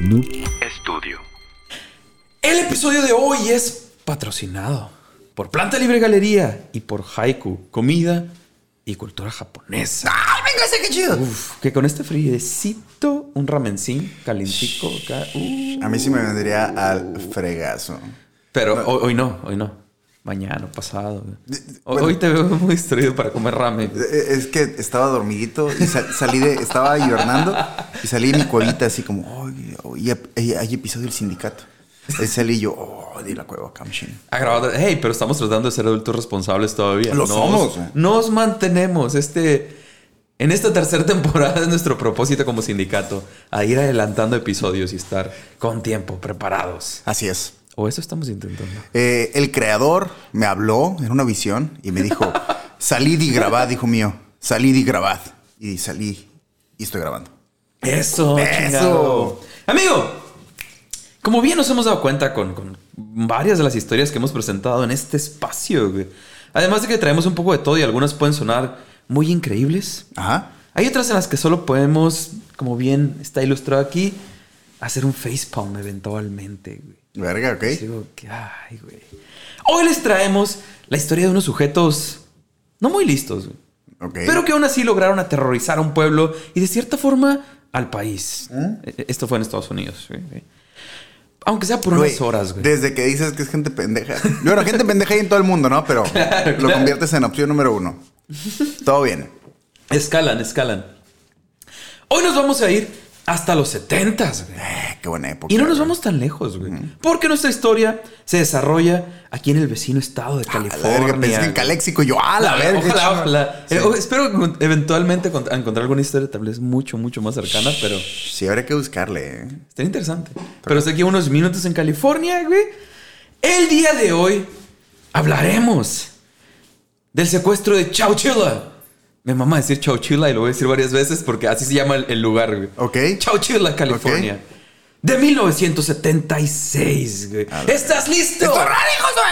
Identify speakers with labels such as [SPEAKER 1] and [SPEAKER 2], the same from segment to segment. [SPEAKER 1] Noob
[SPEAKER 2] Estudio.
[SPEAKER 3] El episodio de hoy es patrocinado por Planta Libre Galería y por Haiku, comida y cultura japonesa.
[SPEAKER 4] ¡Ay, venga, ese qué chido!
[SPEAKER 3] Uf, que con este friecito, un ramencín calentico acá. uh.
[SPEAKER 4] A mí sí me vendría al fregazo.
[SPEAKER 3] Pero hoy, hoy no, hoy no. Mañana, pasado. Hoy-
[SPEAKER 4] bueno.
[SPEAKER 3] Hoy te veo muy distraído para comer ramen.
[SPEAKER 4] Eh, Es que estaba dormidito y sal- salí de. Estaba hibernando y salí de mi cuevita así como, "Ay, hoy ep- hay, hay episodio del sindicato. Ahí salí yo, oh, de la cueva Kamshin.
[SPEAKER 3] Ha grabado- Hey, pero estamos tratando de ser adultos responsables todavía.
[SPEAKER 4] Lo
[SPEAKER 3] nos,
[SPEAKER 4] somos, güey.
[SPEAKER 3] Nos mantenemos. Este, en esta tercera temporada es nuestro propósito como sindicato a ir adelantando episodios y estar con tiempo, preparados.
[SPEAKER 4] Así es.
[SPEAKER 3] O eso estamos intentando.
[SPEAKER 4] Eh, el creador me habló en una visión y me dijo, salid y grabad, hijo mío. Salid y grabad. Y salí y estoy grabando.
[SPEAKER 3] Eso,
[SPEAKER 4] Eso.
[SPEAKER 3] chingado. Amigo, como bien nos hemos dado cuenta con, con varias de las historias que hemos presentado en este espacio, güey, además de que traemos un poco de todo y algunas pueden sonar muy increíbles,
[SPEAKER 4] Ajá.
[SPEAKER 3] hay otras en las que solo podemos, como bien está ilustrado aquí, hacer un facepalm eventualmente, güey.
[SPEAKER 4] Verga, ok.
[SPEAKER 3] Digo que, ay, güey. Hoy les traemos la historia de unos sujetos no muy listos, güey.
[SPEAKER 4] Ok.
[SPEAKER 3] Pero que aún así lograron aterrorizar a un pueblo y de cierta forma al país.
[SPEAKER 4] ¿Mm?
[SPEAKER 3] E- Esto fue en Estados Unidos. güey, güey. Aunque sea por
[SPEAKER 4] Güey,
[SPEAKER 3] unas horas, güey.
[SPEAKER 4] Desde que dices que es gente pendeja. Bueno, gente pendeja hay en todo el mundo, ¿no? Pero
[SPEAKER 3] Claro,
[SPEAKER 4] lo
[SPEAKER 3] claro.
[SPEAKER 4] conviertes en opción número uno. Todo bien.
[SPEAKER 3] Escalan, escalan. Hoy nos vamos a ir hasta los 70, güey.
[SPEAKER 4] Eh, qué buena época.
[SPEAKER 3] Y no nos
[SPEAKER 4] güey.
[SPEAKER 3] vamos tan lejos, güey. Porque nuestra historia se desarrolla aquí en el vecino estado de
[SPEAKER 4] A la verga, pensé
[SPEAKER 3] California.
[SPEAKER 4] que en Caléxico yo, a la verga.
[SPEAKER 3] Ojalá,
[SPEAKER 4] chido.
[SPEAKER 3] ojalá.
[SPEAKER 4] Sí.
[SPEAKER 3] Eh, o- espero con- eventualmente con- encontrar alguna historia tal vez mucho, mucho más cercana, pero
[SPEAKER 4] Sí, habría que buscarle. ¿eh?
[SPEAKER 3] Está interesante. Pero sé que unos minutos en California, güey. El día de hoy hablaremos del secuestro de Chowchilla. Me mama decir Chowchilla y lo voy a decir varias veces porque así se llama el, el lugar, güey.
[SPEAKER 4] Ok.
[SPEAKER 3] Chowchilla, California. De 1976, güey.
[SPEAKER 4] A ver.
[SPEAKER 3] ¿Estás listo?
[SPEAKER 4] ¡Esto es raro, hijos, güey!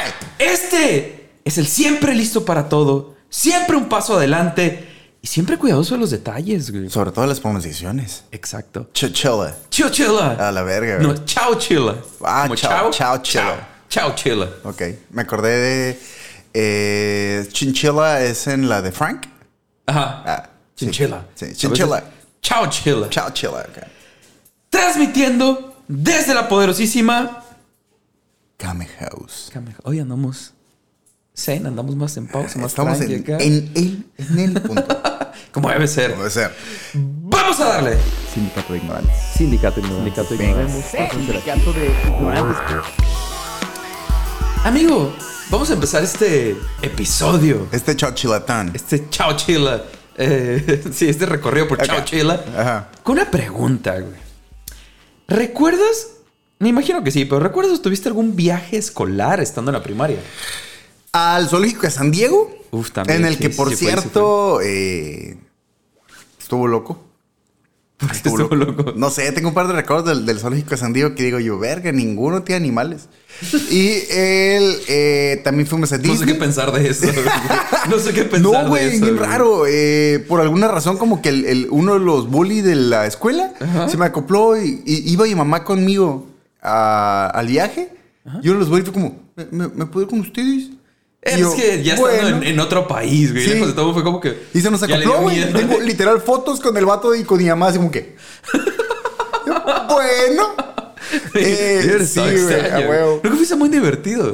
[SPEAKER 3] Este es el siempre listo para todo, siempre un paso adelante y siempre cuidadoso de los detalles, güey.
[SPEAKER 4] Sobre todo las pronunciaciones.
[SPEAKER 3] Exacto.
[SPEAKER 4] Chochola.
[SPEAKER 3] Chowchilla.
[SPEAKER 4] A Ah, la verga, güey.
[SPEAKER 3] No, chao chila.
[SPEAKER 4] Ah,
[SPEAKER 3] Como
[SPEAKER 4] chao, chao,
[SPEAKER 3] chao.
[SPEAKER 4] chila.
[SPEAKER 3] Chao chila.
[SPEAKER 4] Ok. Me acordé de. eh, chinchilla es en la de Frank.
[SPEAKER 3] Ajá.
[SPEAKER 4] Ah, sí.
[SPEAKER 3] Chinchila.
[SPEAKER 4] Sí, chinchilla.
[SPEAKER 3] A veces, Chao chila.
[SPEAKER 4] Chao, chila. ok.
[SPEAKER 3] Transmitiendo desde la poderosísima.
[SPEAKER 4] Kame House.
[SPEAKER 3] Came- Hoy andamos. Zen, andamos más en pausa, más
[SPEAKER 4] Estamos
[SPEAKER 3] tranqui
[SPEAKER 4] en,
[SPEAKER 3] acá.
[SPEAKER 4] en el, en el punto.
[SPEAKER 3] Como debe ser.
[SPEAKER 4] Puede ser.
[SPEAKER 3] Vamos a darle.
[SPEAKER 4] Sindicato de ignorantes.
[SPEAKER 3] Sindicato Sindicato Amigo, vamos a empezar este episodio.
[SPEAKER 4] Este chochilatán.
[SPEAKER 3] Este chao chila. eh, sí, este recorrido por chao
[SPEAKER 4] Ok.
[SPEAKER 3] chila.
[SPEAKER 4] Ajá.
[SPEAKER 3] Con una pregunta, güey. ¿Recuerdas? Me imagino que sí, pero ¿recuerdas tuviste algún viaje escolar estando en la primaria?
[SPEAKER 4] Al zoológico de San Diego.
[SPEAKER 3] Uf, también,
[SPEAKER 4] En el
[SPEAKER 3] sí,
[SPEAKER 4] que,
[SPEAKER 3] sí,
[SPEAKER 4] por
[SPEAKER 3] sí fue, sí
[SPEAKER 4] cierto, eh, estuvo loco.
[SPEAKER 3] Estuvo loco.
[SPEAKER 4] No sé, tengo un par de recuerdos del, del zoológico de San Diego que digo yo, verga, ninguno tiene animales. y él, eh, también fuimos a
[SPEAKER 3] No
[SPEAKER 4] Disney.
[SPEAKER 3] sé qué pensar de eso. güey. No sé qué pensar de
[SPEAKER 4] No, güey,
[SPEAKER 3] eso,
[SPEAKER 4] bien raro. Eh, por alguna razón, como que el- el- uno de los bullies de la escuela se me acopló y, y iba mi mamá conmigo a- al viaje. Y uno de los bullies fue como, ¿me, me, me puedo ir con ustedes?
[SPEAKER 3] Eh, Es
[SPEAKER 4] Y yo,
[SPEAKER 3] que ya
[SPEAKER 4] "Bueno".
[SPEAKER 3] estando en, en otro país, güey.
[SPEAKER 4] Sí.
[SPEAKER 3] lejos de todo, fue como que.
[SPEAKER 4] Y se nos
[SPEAKER 3] ya le
[SPEAKER 4] acopló,
[SPEAKER 3] dio
[SPEAKER 4] güey.
[SPEAKER 3] miedo.
[SPEAKER 4] Tengo literal fotos con el vato y con mi mamá, así como que. Yo, bueno. Eh,
[SPEAKER 3] Debe haber
[SPEAKER 4] sí,
[SPEAKER 3] estado
[SPEAKER 4] güey,
[SPEAKER 3] extraño,
[SPEAKER 4] a
[SPEAKER 3] güey.
[SPEAKER 4] huevo.
[SPEAKER 3] Creo que fuiste muy divertido. Yo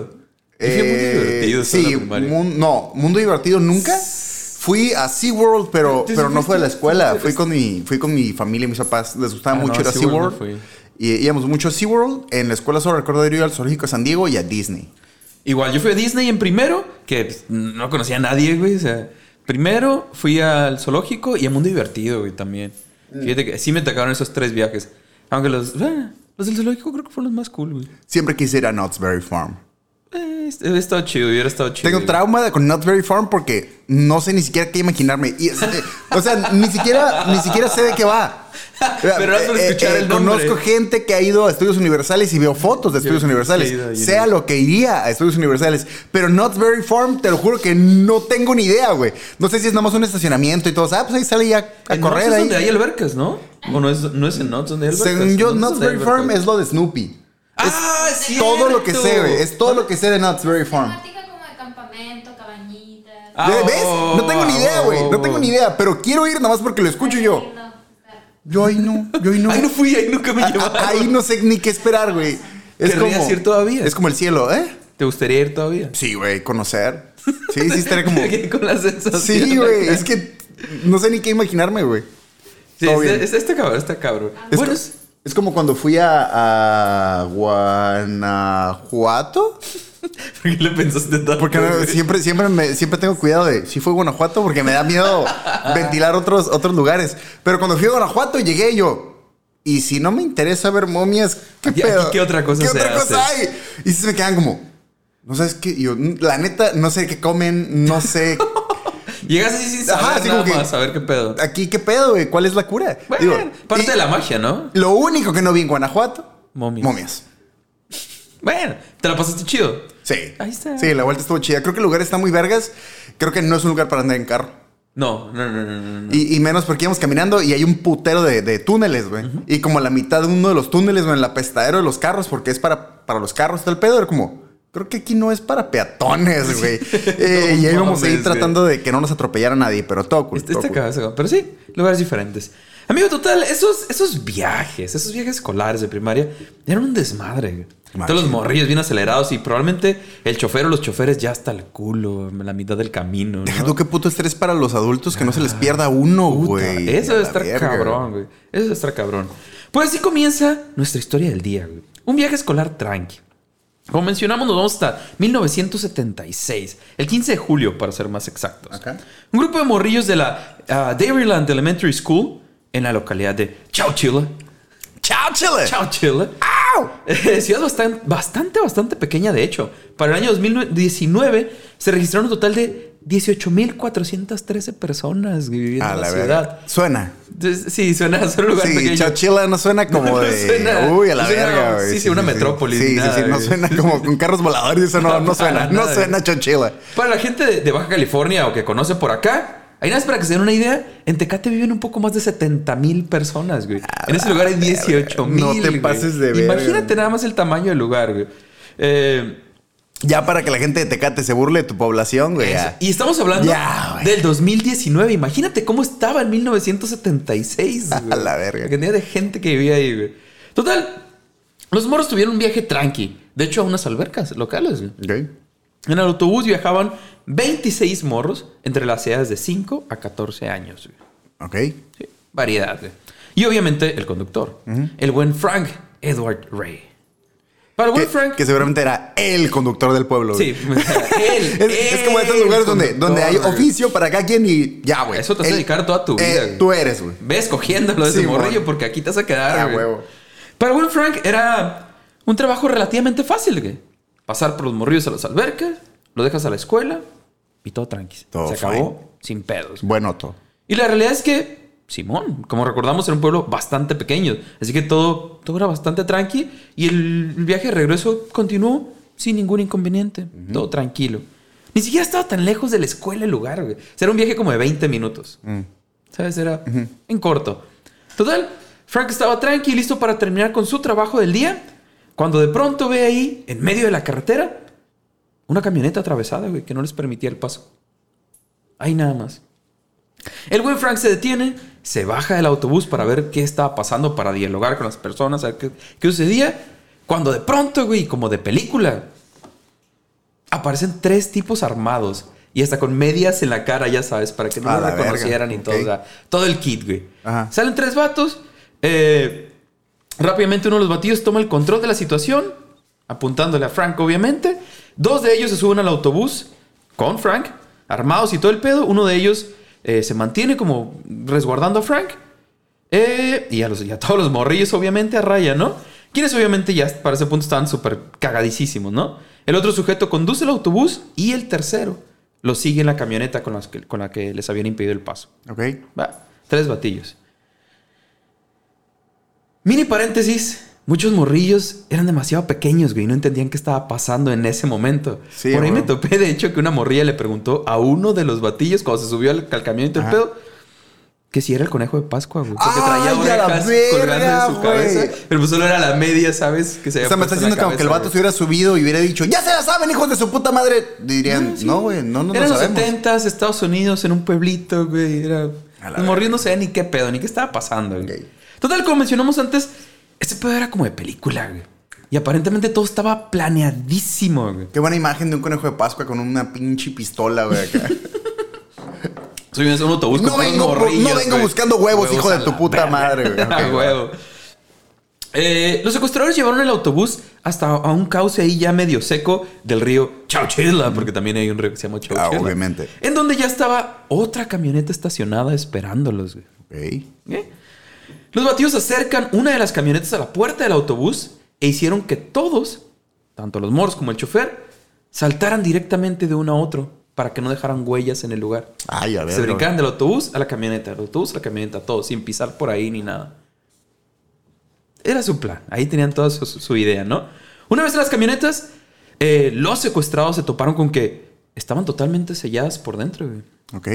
[SPEAKER 3] fui muy
[SPEAKER 4] Eh,
[SPEAKER 3] divertido. estando en
[SPEAKER 4] Sí,
[SPEAKER 3] la primaria.
[SPEAKER 4] mun- no, mundo divertido nunca. Fui a SeaWorld, pero,
[SPEAKER 3] Entonces,
[SPEAKER 4] pero no fue a la
[SPEAKER 3] fuiste-
[SPEAKER 4] escuela. Fui con mi, fui con mi familia y mis papás. Les gustaba
[SPEAKER 3] Ah, no,
[SPEAKER 4] mucho
[SPEAKER 3] a
[SPEAKER 4] ir a
[SPEAKER 3] SeaWorld no
[SPEAKER 4] SeaWorld.
[SPEAKER 3] fui.
[SPEAKER 4] y eh, íbamos mucho a SeaWorld. En la escuela solo recuerdo ir al Zoológico de San Diego y a Disney.
[SPEAKER 3] Igual, yo fui a Disney en primero, que pues, no conocía a nadie, güey. O sea, primero fui al zoológico y a Mundo Divertido, güey, también.
[SPEAKER 4] Mm.
[SPEAKER 3] Fíjate que sí me tocaron esos tres viajes. Aunque los, ah, los del zoológico creo que fueron los más cool, güey.
[SPEAKER 4] Siempre quise ir a Knott's Berry Farm.
[SPEAKER 3] Eh, est- hubiera estado chido, hubiera estado chido.
[SPEAKER 4] Tengo
[SPEAKER 3] güey.
[SPEAKER 4] trauma de- con Knott's Berry Farm porque no sé ni siquiera qué imaginarme. Y es- eh, o sea, ni siquiera, ni siquiera sé de qué va. Eh,
[SPEAKER 3] Pero has por escuchar el nombre.
[SPEAKER 4] Conozco gente que ha ido a Estudios Universales y veo fotos de Estudios
[SPEAKER 3] he
[SPEAKER 4] Universales.
[SPEAKER 3] ido ahí,
[SPEAKER 4] sea
[SPEAKER 3] ¿no?
[SPEAKER 4] lo que iría a Estudios Universales. Pero Knott's Berry Farm, te lo juro que no tengo ni idea, güey. No sé si es nomás un estacionamiento y todo. Ah, pues ahí sale ya a
[SPEAKER 3] En
[SPEAKER 4] correr
[SPEAKER 3] Knott's es
[SPEAKER 4] ahí.
[SPEAKER 3] donde hay albercas, ¿no? ¿O no es, no es en Knott's donde es el
[SPEAKER 4] Según
[SPEAKER 3] podcast?
[SPEAKER 4] yo,
[SPEAKER 3] ¿Dónde está
[SPEAKER 4] Knott's Berry
[SPEAKER 3] el
[SPEAKER 4] Farm
[SPEAKER 3] podcast?
[SPEAKER 4] es lo de Snoopy.
[SPEAKER 3] ¡Ah, sí!
[SPEAKER 4] Todo lo que sé, güey. Es todo lo que sé de Knott's Berry Farm.
[SPEAKER 1] Temática como de campamento, cabañitas.
[SPEAKER 3] Ah,
[SPEAKER 4] ¿Ves?
[SPEAKER 3] oh,
[SPEAKER 4] No tengo ni idea,
[SPEAKER 3] oh,
[SPEAKER 4] güey. No tengo ni idea, pero quiero ir nada más porque lo escucho yo.
[SPEAKER 1] No,
[SPEAKER 4] Yo ahí no, yo ahí no.
[SPEAKER 3] Ahí no fui, ahí nunca me
[SPEAKER 4] A-
[SPEAKER 3] llevaron.
[SPEAKER 4] a- Ah, Ahí no sé ni qué esperar, güey. Es
[SPEAKER 3] ¿Querrías
[SPEAKER 4] como
[SPEAKER 3] ir todavía?
[SPEAKER 4] Es como el cielo, ¿eh?
[SPEAKER 3] ¿Te gustaría ir todavía?
[SPEAKER 4] Sí, güey, conocer. Sí, sí estaré como
[SPEAKER 3] Con la sensación.
[SPEAKER 4] Sí, güey,
[SPEAKER 3] acá.
[SPEAKER 4] es que no sé ni qué imaginarme, güey.
[SPEAKER 3] Sí,
[SPEAKER 4] todo
[SPEAKER 3] este,
[SPEAKER 4] bien.
[SPEAKER 3] este- este cabrón, este cabrón.
[SPEAKER 4] Es,
[SPEAKER 3] bueno,
[SPEAKER 4] co-
[SPEAKER 3] es-
[SPEAKER 4] es como cuando fui a, a Guanajuato.
[SPEAKER 3] ¿por qué le pensaste tanto?
[SPEAKER 4] Porque no,
[SPEAKER 3] güey?
[SPEAKER 4] siempre, siempre, me, siempre tengo cuidado de si fue Guanajuato porque me da miedo ventilar otros, otros lugares. Pero cuando fui a Guanajuato llegué y yo. Y si no me interesa ver momias, ¿qué
[SPEAKER 3] Aquí-
[SPEAKER 4] pedo?
[SPEAKER 3] aquí, ¿qué otra cosa
[SPEAKER 4] ¿Qué
[SPEAKER 3] se
[SPEAKER 4] otra
[SPEAKER 3] hace?
[SPEAKER 4] cosa hay? Y se me quedan como, no sabes qué. Y yo, la neta, no sé qué comen, no sé.
[SPEAKER 3] Llegas así sin saber
[SPEAKER 4] Ajá, así
[SPEAKER 3] nada
[SPEAKER 4] como que-
[SPEAKER 3] más, a ver qué pedo.
[SPEAKER 4] Aquí, ¿qué pedo, güey? ¿Cuál es la cura?
[SPEAKER 3] Bueno,
[SPEAKER 4] Digo,
[SPEAKER 3] parte
[SPEAKER 4] y
[SPEAKER 3] de la magia, ¿no?
[SPEAKER 4] Lo único que no vi en Guanajuato,
[SPEAKER 3] Momias.
[SPEAKER 4] momias.
[SPEAKER 3] Bueno, te la pasaste chido.
[SPEAKER 4] Sí.
[SPEAKER 3] Ahí está.
[SPEAKER 4] Sí, la vuelta estuvo chida. Creo que el lugar está muy vergas. Creo que no es un lugar para andar en carro.
[SPEAKER 3] No, no, no, no, no, no.
[SPEAKER 4] Y, y menos porque íbamos caminando y hay un putero de, de túneles, güey. Y como la mitad de uno de los túneles, güey, en la pestadero de los carros, porque es para, para los carros, todo el pedo. Era como, creo que aquí no es para peatones, güey. Eh,
[SPEAKER 3] No
[SPEAKER 4] y ahí íbamos a
[SPEAKER 3] mames, güey.
[SPEAKER 4] ir tratando de que no nos atropellara nadie, pero todo cool.
[SPEAKER 3] Este,
[SPEAKER 4] todo
[SPEAKER 3] este
[SPEAKER 4] cool.
[SPEAKER 3] cabrón, pero sí, lugares diferentes. Amigo, total, esos, esos viajes, esos viajes escolares de primaria, eran un desmadre. güey.
[SPEAKER 4] Machín.
[SPEAKER 3] Todos los morrillos bien acelerados y probablemente el chofer o los choferes ya hasta el culo, en la mitad del camino. ¿no? Ah,
[SPEAKER 4] Deja tú qué puto estrés para los adultos que no se les pierda uno, Oh, güey.
[SPEAKER 3] Eso
[SPEAKER 4] A
[SPEAKER 3] debe
[SPEAKER 4] la
[SPEAKER 3] estar
[SPEAKER 4] verga.
[SPEAKER 3] cabrón, güey. Eso debe estar cabrón. Pues así comienza nuestra historia del día, güey. Un viaje escolar tranqui. Como mencionamos, nos vamos hasta 1976, el 15 de julio, para ser más exactos.
[SPEAKER 4] Acá.
[SPEAKER 3] Un grupo de morrillos de la ah, Dairyland Elementary School en la localidad de Chowchilla.
[SPEAKER 4] Eh. ¡Chao, chile!
[SPEAKER 3] Chowchilla.
[SPEAKER 4] ¡Au!
[SPEAKER 3] Eh, ciudad bastan- bastante, bastante, pequeña, de hecho. Para el año 2019 se registraron un total de 18.413 personas güey, viviendo
[SPEAKER 4] A
[SPEAKER 3] en la,
[SPEAKER 4] la
[SPEAKER 3] ciudad.
[SPEAKER 4] verga. Suena.
[SPEAKER 3] Entonces, Sí, suena, suena un lugar
[SPEAKER 4] Sí,
[SPEAKER 3] pequeño.
[SPEAKER 4] Chachila no suena como
[SPEAKER 3] No, no
[SPEAKER 4] de.
[SPEAKER 3] suena-
[SPEAKER 4] Uy, a la
[SPEAKER 3] no suena-
[SPEAKER 4] verga, güey.
[SPEAKER 3] sí, sí, una metrópolis,
[SPEAKER 4] Sí, sí,
[SPEAKER 3] nada,
[SPEAKER 4] sí, no
[SPEAKER 3] güey.
[SPEAKER 4] suena como con carros voladores, eso no, no
[SPEAKER 3] Para
[SPEAKER 4] suena. No
[SPEAKER 3] nada,
[SPEAKER 4] suena Chachila.
[SPEAKER 3] Para la gente de, de Baja California o que conoce por acá, ahí nada más para que se den una idea, en Tecate viven un poco más de 70 mil personas, güey. En ese lugar hay 18 mil.
[SPEAKER 4] Ah, No te pases de verga.
[SPEAKER 3] Imagínate nada más el tamaño del lugar, güey. Eh,
[SPEAKER 4] Ya para que la gente de Tecate se burle de tu población, güey. ya.
[SPEAKER 3] y estamos hablando
[SPEAKER 4] Ya, güey.
[SPEAKER 3] del 2019. Imagínate cómo estaba en 1976.
[SPEAKER 4] A la verga.
[SPEAKER 3] La cantidad de gente que vivía ahí, güey. Total, los moros tuvieron un viaje tranqui. De hecho, a unas albercas locales, güey.
[SPEAKER 4] Ok.
[SPEAKER 3] En el autobús viajaban 26 morros entre las edades de 5 a 14 años. güey.
[SPEAKER 4] Ok.
[SPEAKER 3] Sí, variedad. güey. Y obviamente el conductor, el buen Frank Edward Ray. Para el buen
[SPEAKER 4] Que,
[SPEAKER 3] Frank.
[SPEAKER 4] que seguramente era el conductor del pueblo,
[SPEAKER 3] sí,
[SPEAKER 4] güey.
[SPEAKER 3] él,
[SPEAKER 4] Es, es como estos
[SPEAKER 3] el
[SPEAKER 4] lugares donde,
[SPEAKER 3] conductor,
[SPEAKER 4] donde hay
[SPEAKER 3] güey.
[SPEAKER 4] oficio para cada quien y ya, güey.
[SPEAKER 3] Eso te vas a
[SPEAKER 4] El- eh,
[SPEAKER 3] dedicar toda tu vida, güey.
[SPEAKER 4] Tú eres, güey.
[SPEAKER 3] Ves cogiéndolo de ese
[SPEAKER 4] Sí,
[SPEAKER 3] morrillo
[SPEAKER 4] mon.
[SPEAKER 3] porque aquí te vas a quedar.
[SPEAKER 4] Ah,
[SPEAKER 3] güey.
[SPEAKER 4] huevo.
[SPEAKER 3] Para Will Frank era un trabajo relativamente fácil, güey. Pasar por los morrillos a las albercas, lo dejas a la escuela y todo tranqui.
[SPEAKER 4] Todo
[SPEAKER 3] Se acabó sin pedos.
[SPEAKER 4] Bueno, todo.
[SPEAKER 3] Y la realidad es que Simón, como recordamos, era un pueblo bastante pequeño. Así que todo, todo era bastante tranqui y el viaje de regreso continuó sin ningún inconveniente. Todo tranquilo. Ni siquiera estaba tan lejos de la escuela el lugar, güey. O sea, era un viaje como de 20 minutos. ¿Sabes? Era en corto. Total, Frank estaba tranqui, listo para terminar con su trabajo del día, cuando de pronto ve ahí, en medio de la carretera, una camioneta atravesada, güey, que no les permitía el paso. Ahí nada más. El buen Frank se detiene, se baja del autobús para ver qué estaba pasando, para dialogar con las personas, a ver qué, qué sucedía. Cuando de pronto, güey, como de película, aparecen tres tipos armados y hasta con medias en la cara, ya sabes, para que no
[SPEAKER 4] A
[SPEAKER 3] los
[SPEAKER 4] la verga,
[SPEAKER 3] reconocieran y todo,
[SPEAKER 4] ok.
[SPEAKER 3] o sea, todo el kit, güey.
[SPEAKER 4] Ajá.
[SPEAKER 3] Salen tres vatos. eh, rápidamente uno de los batidos toma el control de la situación, apuntándole a Frank, obviamente. Dos de ellos se suben al autobús con Frank, armados y todo el pedo. Uno de ellos eh, se mantiene como resguardando a Frank. Eh, y, a los, y a todos los morrillos, obviamente, a raya, ¿no? Quienes, obviamente, ya para ese punto estaban súper cagadísimos, ¿no? El otro sujeto conduce el autobús y el tercero lo sigue en la camioneta con, las que- con la que les habían impedido el paso.
[SPEAKER 4] Ok.
[SPEAKER 3] Va, tres batillos. Mini paréntesis. Muchos morrillos eran demasiado pequeños, güey, y no entendían qué estaba pasando en ese momento.
[SPEAKER 4] Sí,
[SPEAKER 3] Por ahí
[SPEAKER 4] güey.
[SPEAKER 3] me topé, de hecho, que una morrilla le preguntó a uno de los batillos cuando se subió al, al camión y todo el
[SPEAKER 4] Ajá.
[SPEAKER 3] pedo. Que si era el conejo de Pascua, güey. Porque
[SPEAKER 4] ¡Ay,
[SPEAKER 3] traía
[SPEAKER 4] a la
[SPEAKER 3] orejas
[SPEAKER 4] verga,
[SPEAKER 3] colgando de su
[SPEAKER 4] güey!
[SPEAKER 3] cabeza. Pero pues solo era la media, ¿sabes? Que se
[SPEAKER 4] O
[SPEAKER 3] había
[SPEAKER 4] sea, me
[SPEAKER 3] puesto
[SPEAKER 4] está
[SPEAKER 3] en
[SPEAKER 4] diciendo
[SPEAKER 3] la
[SPEAKER 4] como que el
[SPEAKER 3] cabeza,
[SPEAKER 4] vato se hubiera subido y hubiera dicho, ya se la saben, hijos de su puta madre. Dirían, no, güey, no, no,
[SPEAKER 3] Eran
[SPEAKER 4] no
[SPEAKER 3] los
[SPEAKER 4] sabemos.
[SPEAKER 3] 70 Estados Unidos, en un pueblito, güey. Era...
[SPEAKER 4] A la
[SPEAKER 3] Los morrillos no sabían ni qué pedo, ni qué estaba pasando, güey.
[SPEAKER 4] Ok.
[SPEAKER 3] Total, como mencionamos antes, este pedo era como de película, güey. Y aparentemente todo estaba planeadísimo, güey.
[SPEAKER 4] Qué buena imagen de un conejo de Pascua con una pinche pistola, güey, acá.
[SPEAKER 3] Subiendo a un autobús
[SPEAKER 4] No
[SPEAKER 3] con unos
[SPEAKER 4] vengo por-
[SPEAKER 3] morrillos,
[SPEAKER 4] no vengo
[SPEAKER 3] güey.
[SPEAKER 4] buscando huevos, hijo de
[SPEAKER 3] a
[SPEAKER 4] tu
[SPEAKER 3] la
[SPEAKER 4] puta madre, güey.
[SPEAKER 3] A
[SPEAKER 4] Ok,
[SPEAKER 3] huevo. Eh, los secuestradores llevaron el autobús hasta a un cauce ahí ya medio seco del río Chauchila, porque también hay un río que se llama Chauchila.
[SPEAKER 4] Ah, obviamente.
[SPEAKER 3] En donde ya estaba otra camioneta estacionada esperándolos, güey.
[SPEAKER 4] Ok.
[SPEAKER 3] ¿Eh? Los batidos acercan una de las camionetas a la puerta del autobús e hicieron que todos, tanto los moros como el chofer, saltaran directamente de uno a otro para que no dejaran huellas en el lugar.
[SPEAKER 4] Ay, a ver.
[SPEAKER 3] Se brincaban del autobús a la camioneta, del autobús a la camioneta, todo, sin pisar por ahí ni nada. Era su plan. Ahí tenían toda su, su idea, ¿no? Una vez en las camionetas, eh, los secuestrados se toparon con que estaban totalmente selladas por dentro, güey.
[SPEAKER 4] Ok.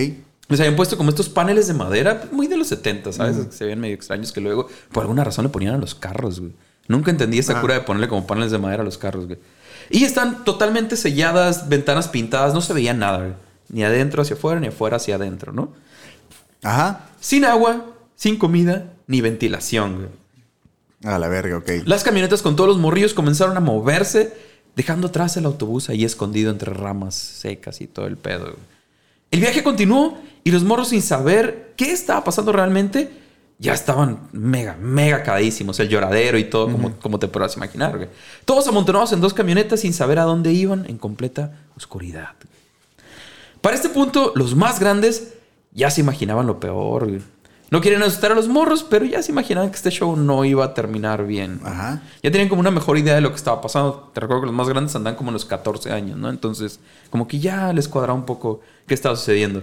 [SPEAKER 3] Les habían puesto como estos paneles de madera, muy de los 70, ¿sabes? Que se veían medio extraños que luego, por alguna razón, le ponían a los carros, güey. Nunca entendí esa
[SPEAKER 4] Ah.
[SPEAKER 3] cura de ponerle como paneles de madera a los carros, güey. Y están totalmente selladas, ventanas pintadas, no se veía nada, güey. Ni adentro hacia afuera, ni afuera hacia adentro, ¿no?
[SPEAKER 4] Ajá.
[SPEAKER 3] Sin agua, sin comida, ni ventilación, güey.
[SPEAKER 4] A la verga, ok.
[SPEAKER 3] Las camionetas con todos los morrillos comenzaron a moverse, dejando atrás el autobús ahí escondido entre ramas secas y todo el pedo. güey. El viaje continuó y los morros, sin saber qué estaba pasando realmente, ya estaban mega, mega cadísimos. El lloradero y todo, como, como te podrás imaginar. güey. Todos amontonados en dos camionetas sin saber a dónde iban, en completa oscuridad. Para este punto, los más grandes ya se imaginaban lo peor. güey. No quieren asustar a los morros, pero ya se imaginaban que este show no iba a terminar bien.
[SPEAKER 4] Ajá.
[SPEAKER 3] Ya tenían como una mejor idea de lo que estaba pasando. Te recuerdo que los más grandes andan como en los 14 años, ¿no? Entonces, como que ya les cuadraba un poco qué estaba sucediendo.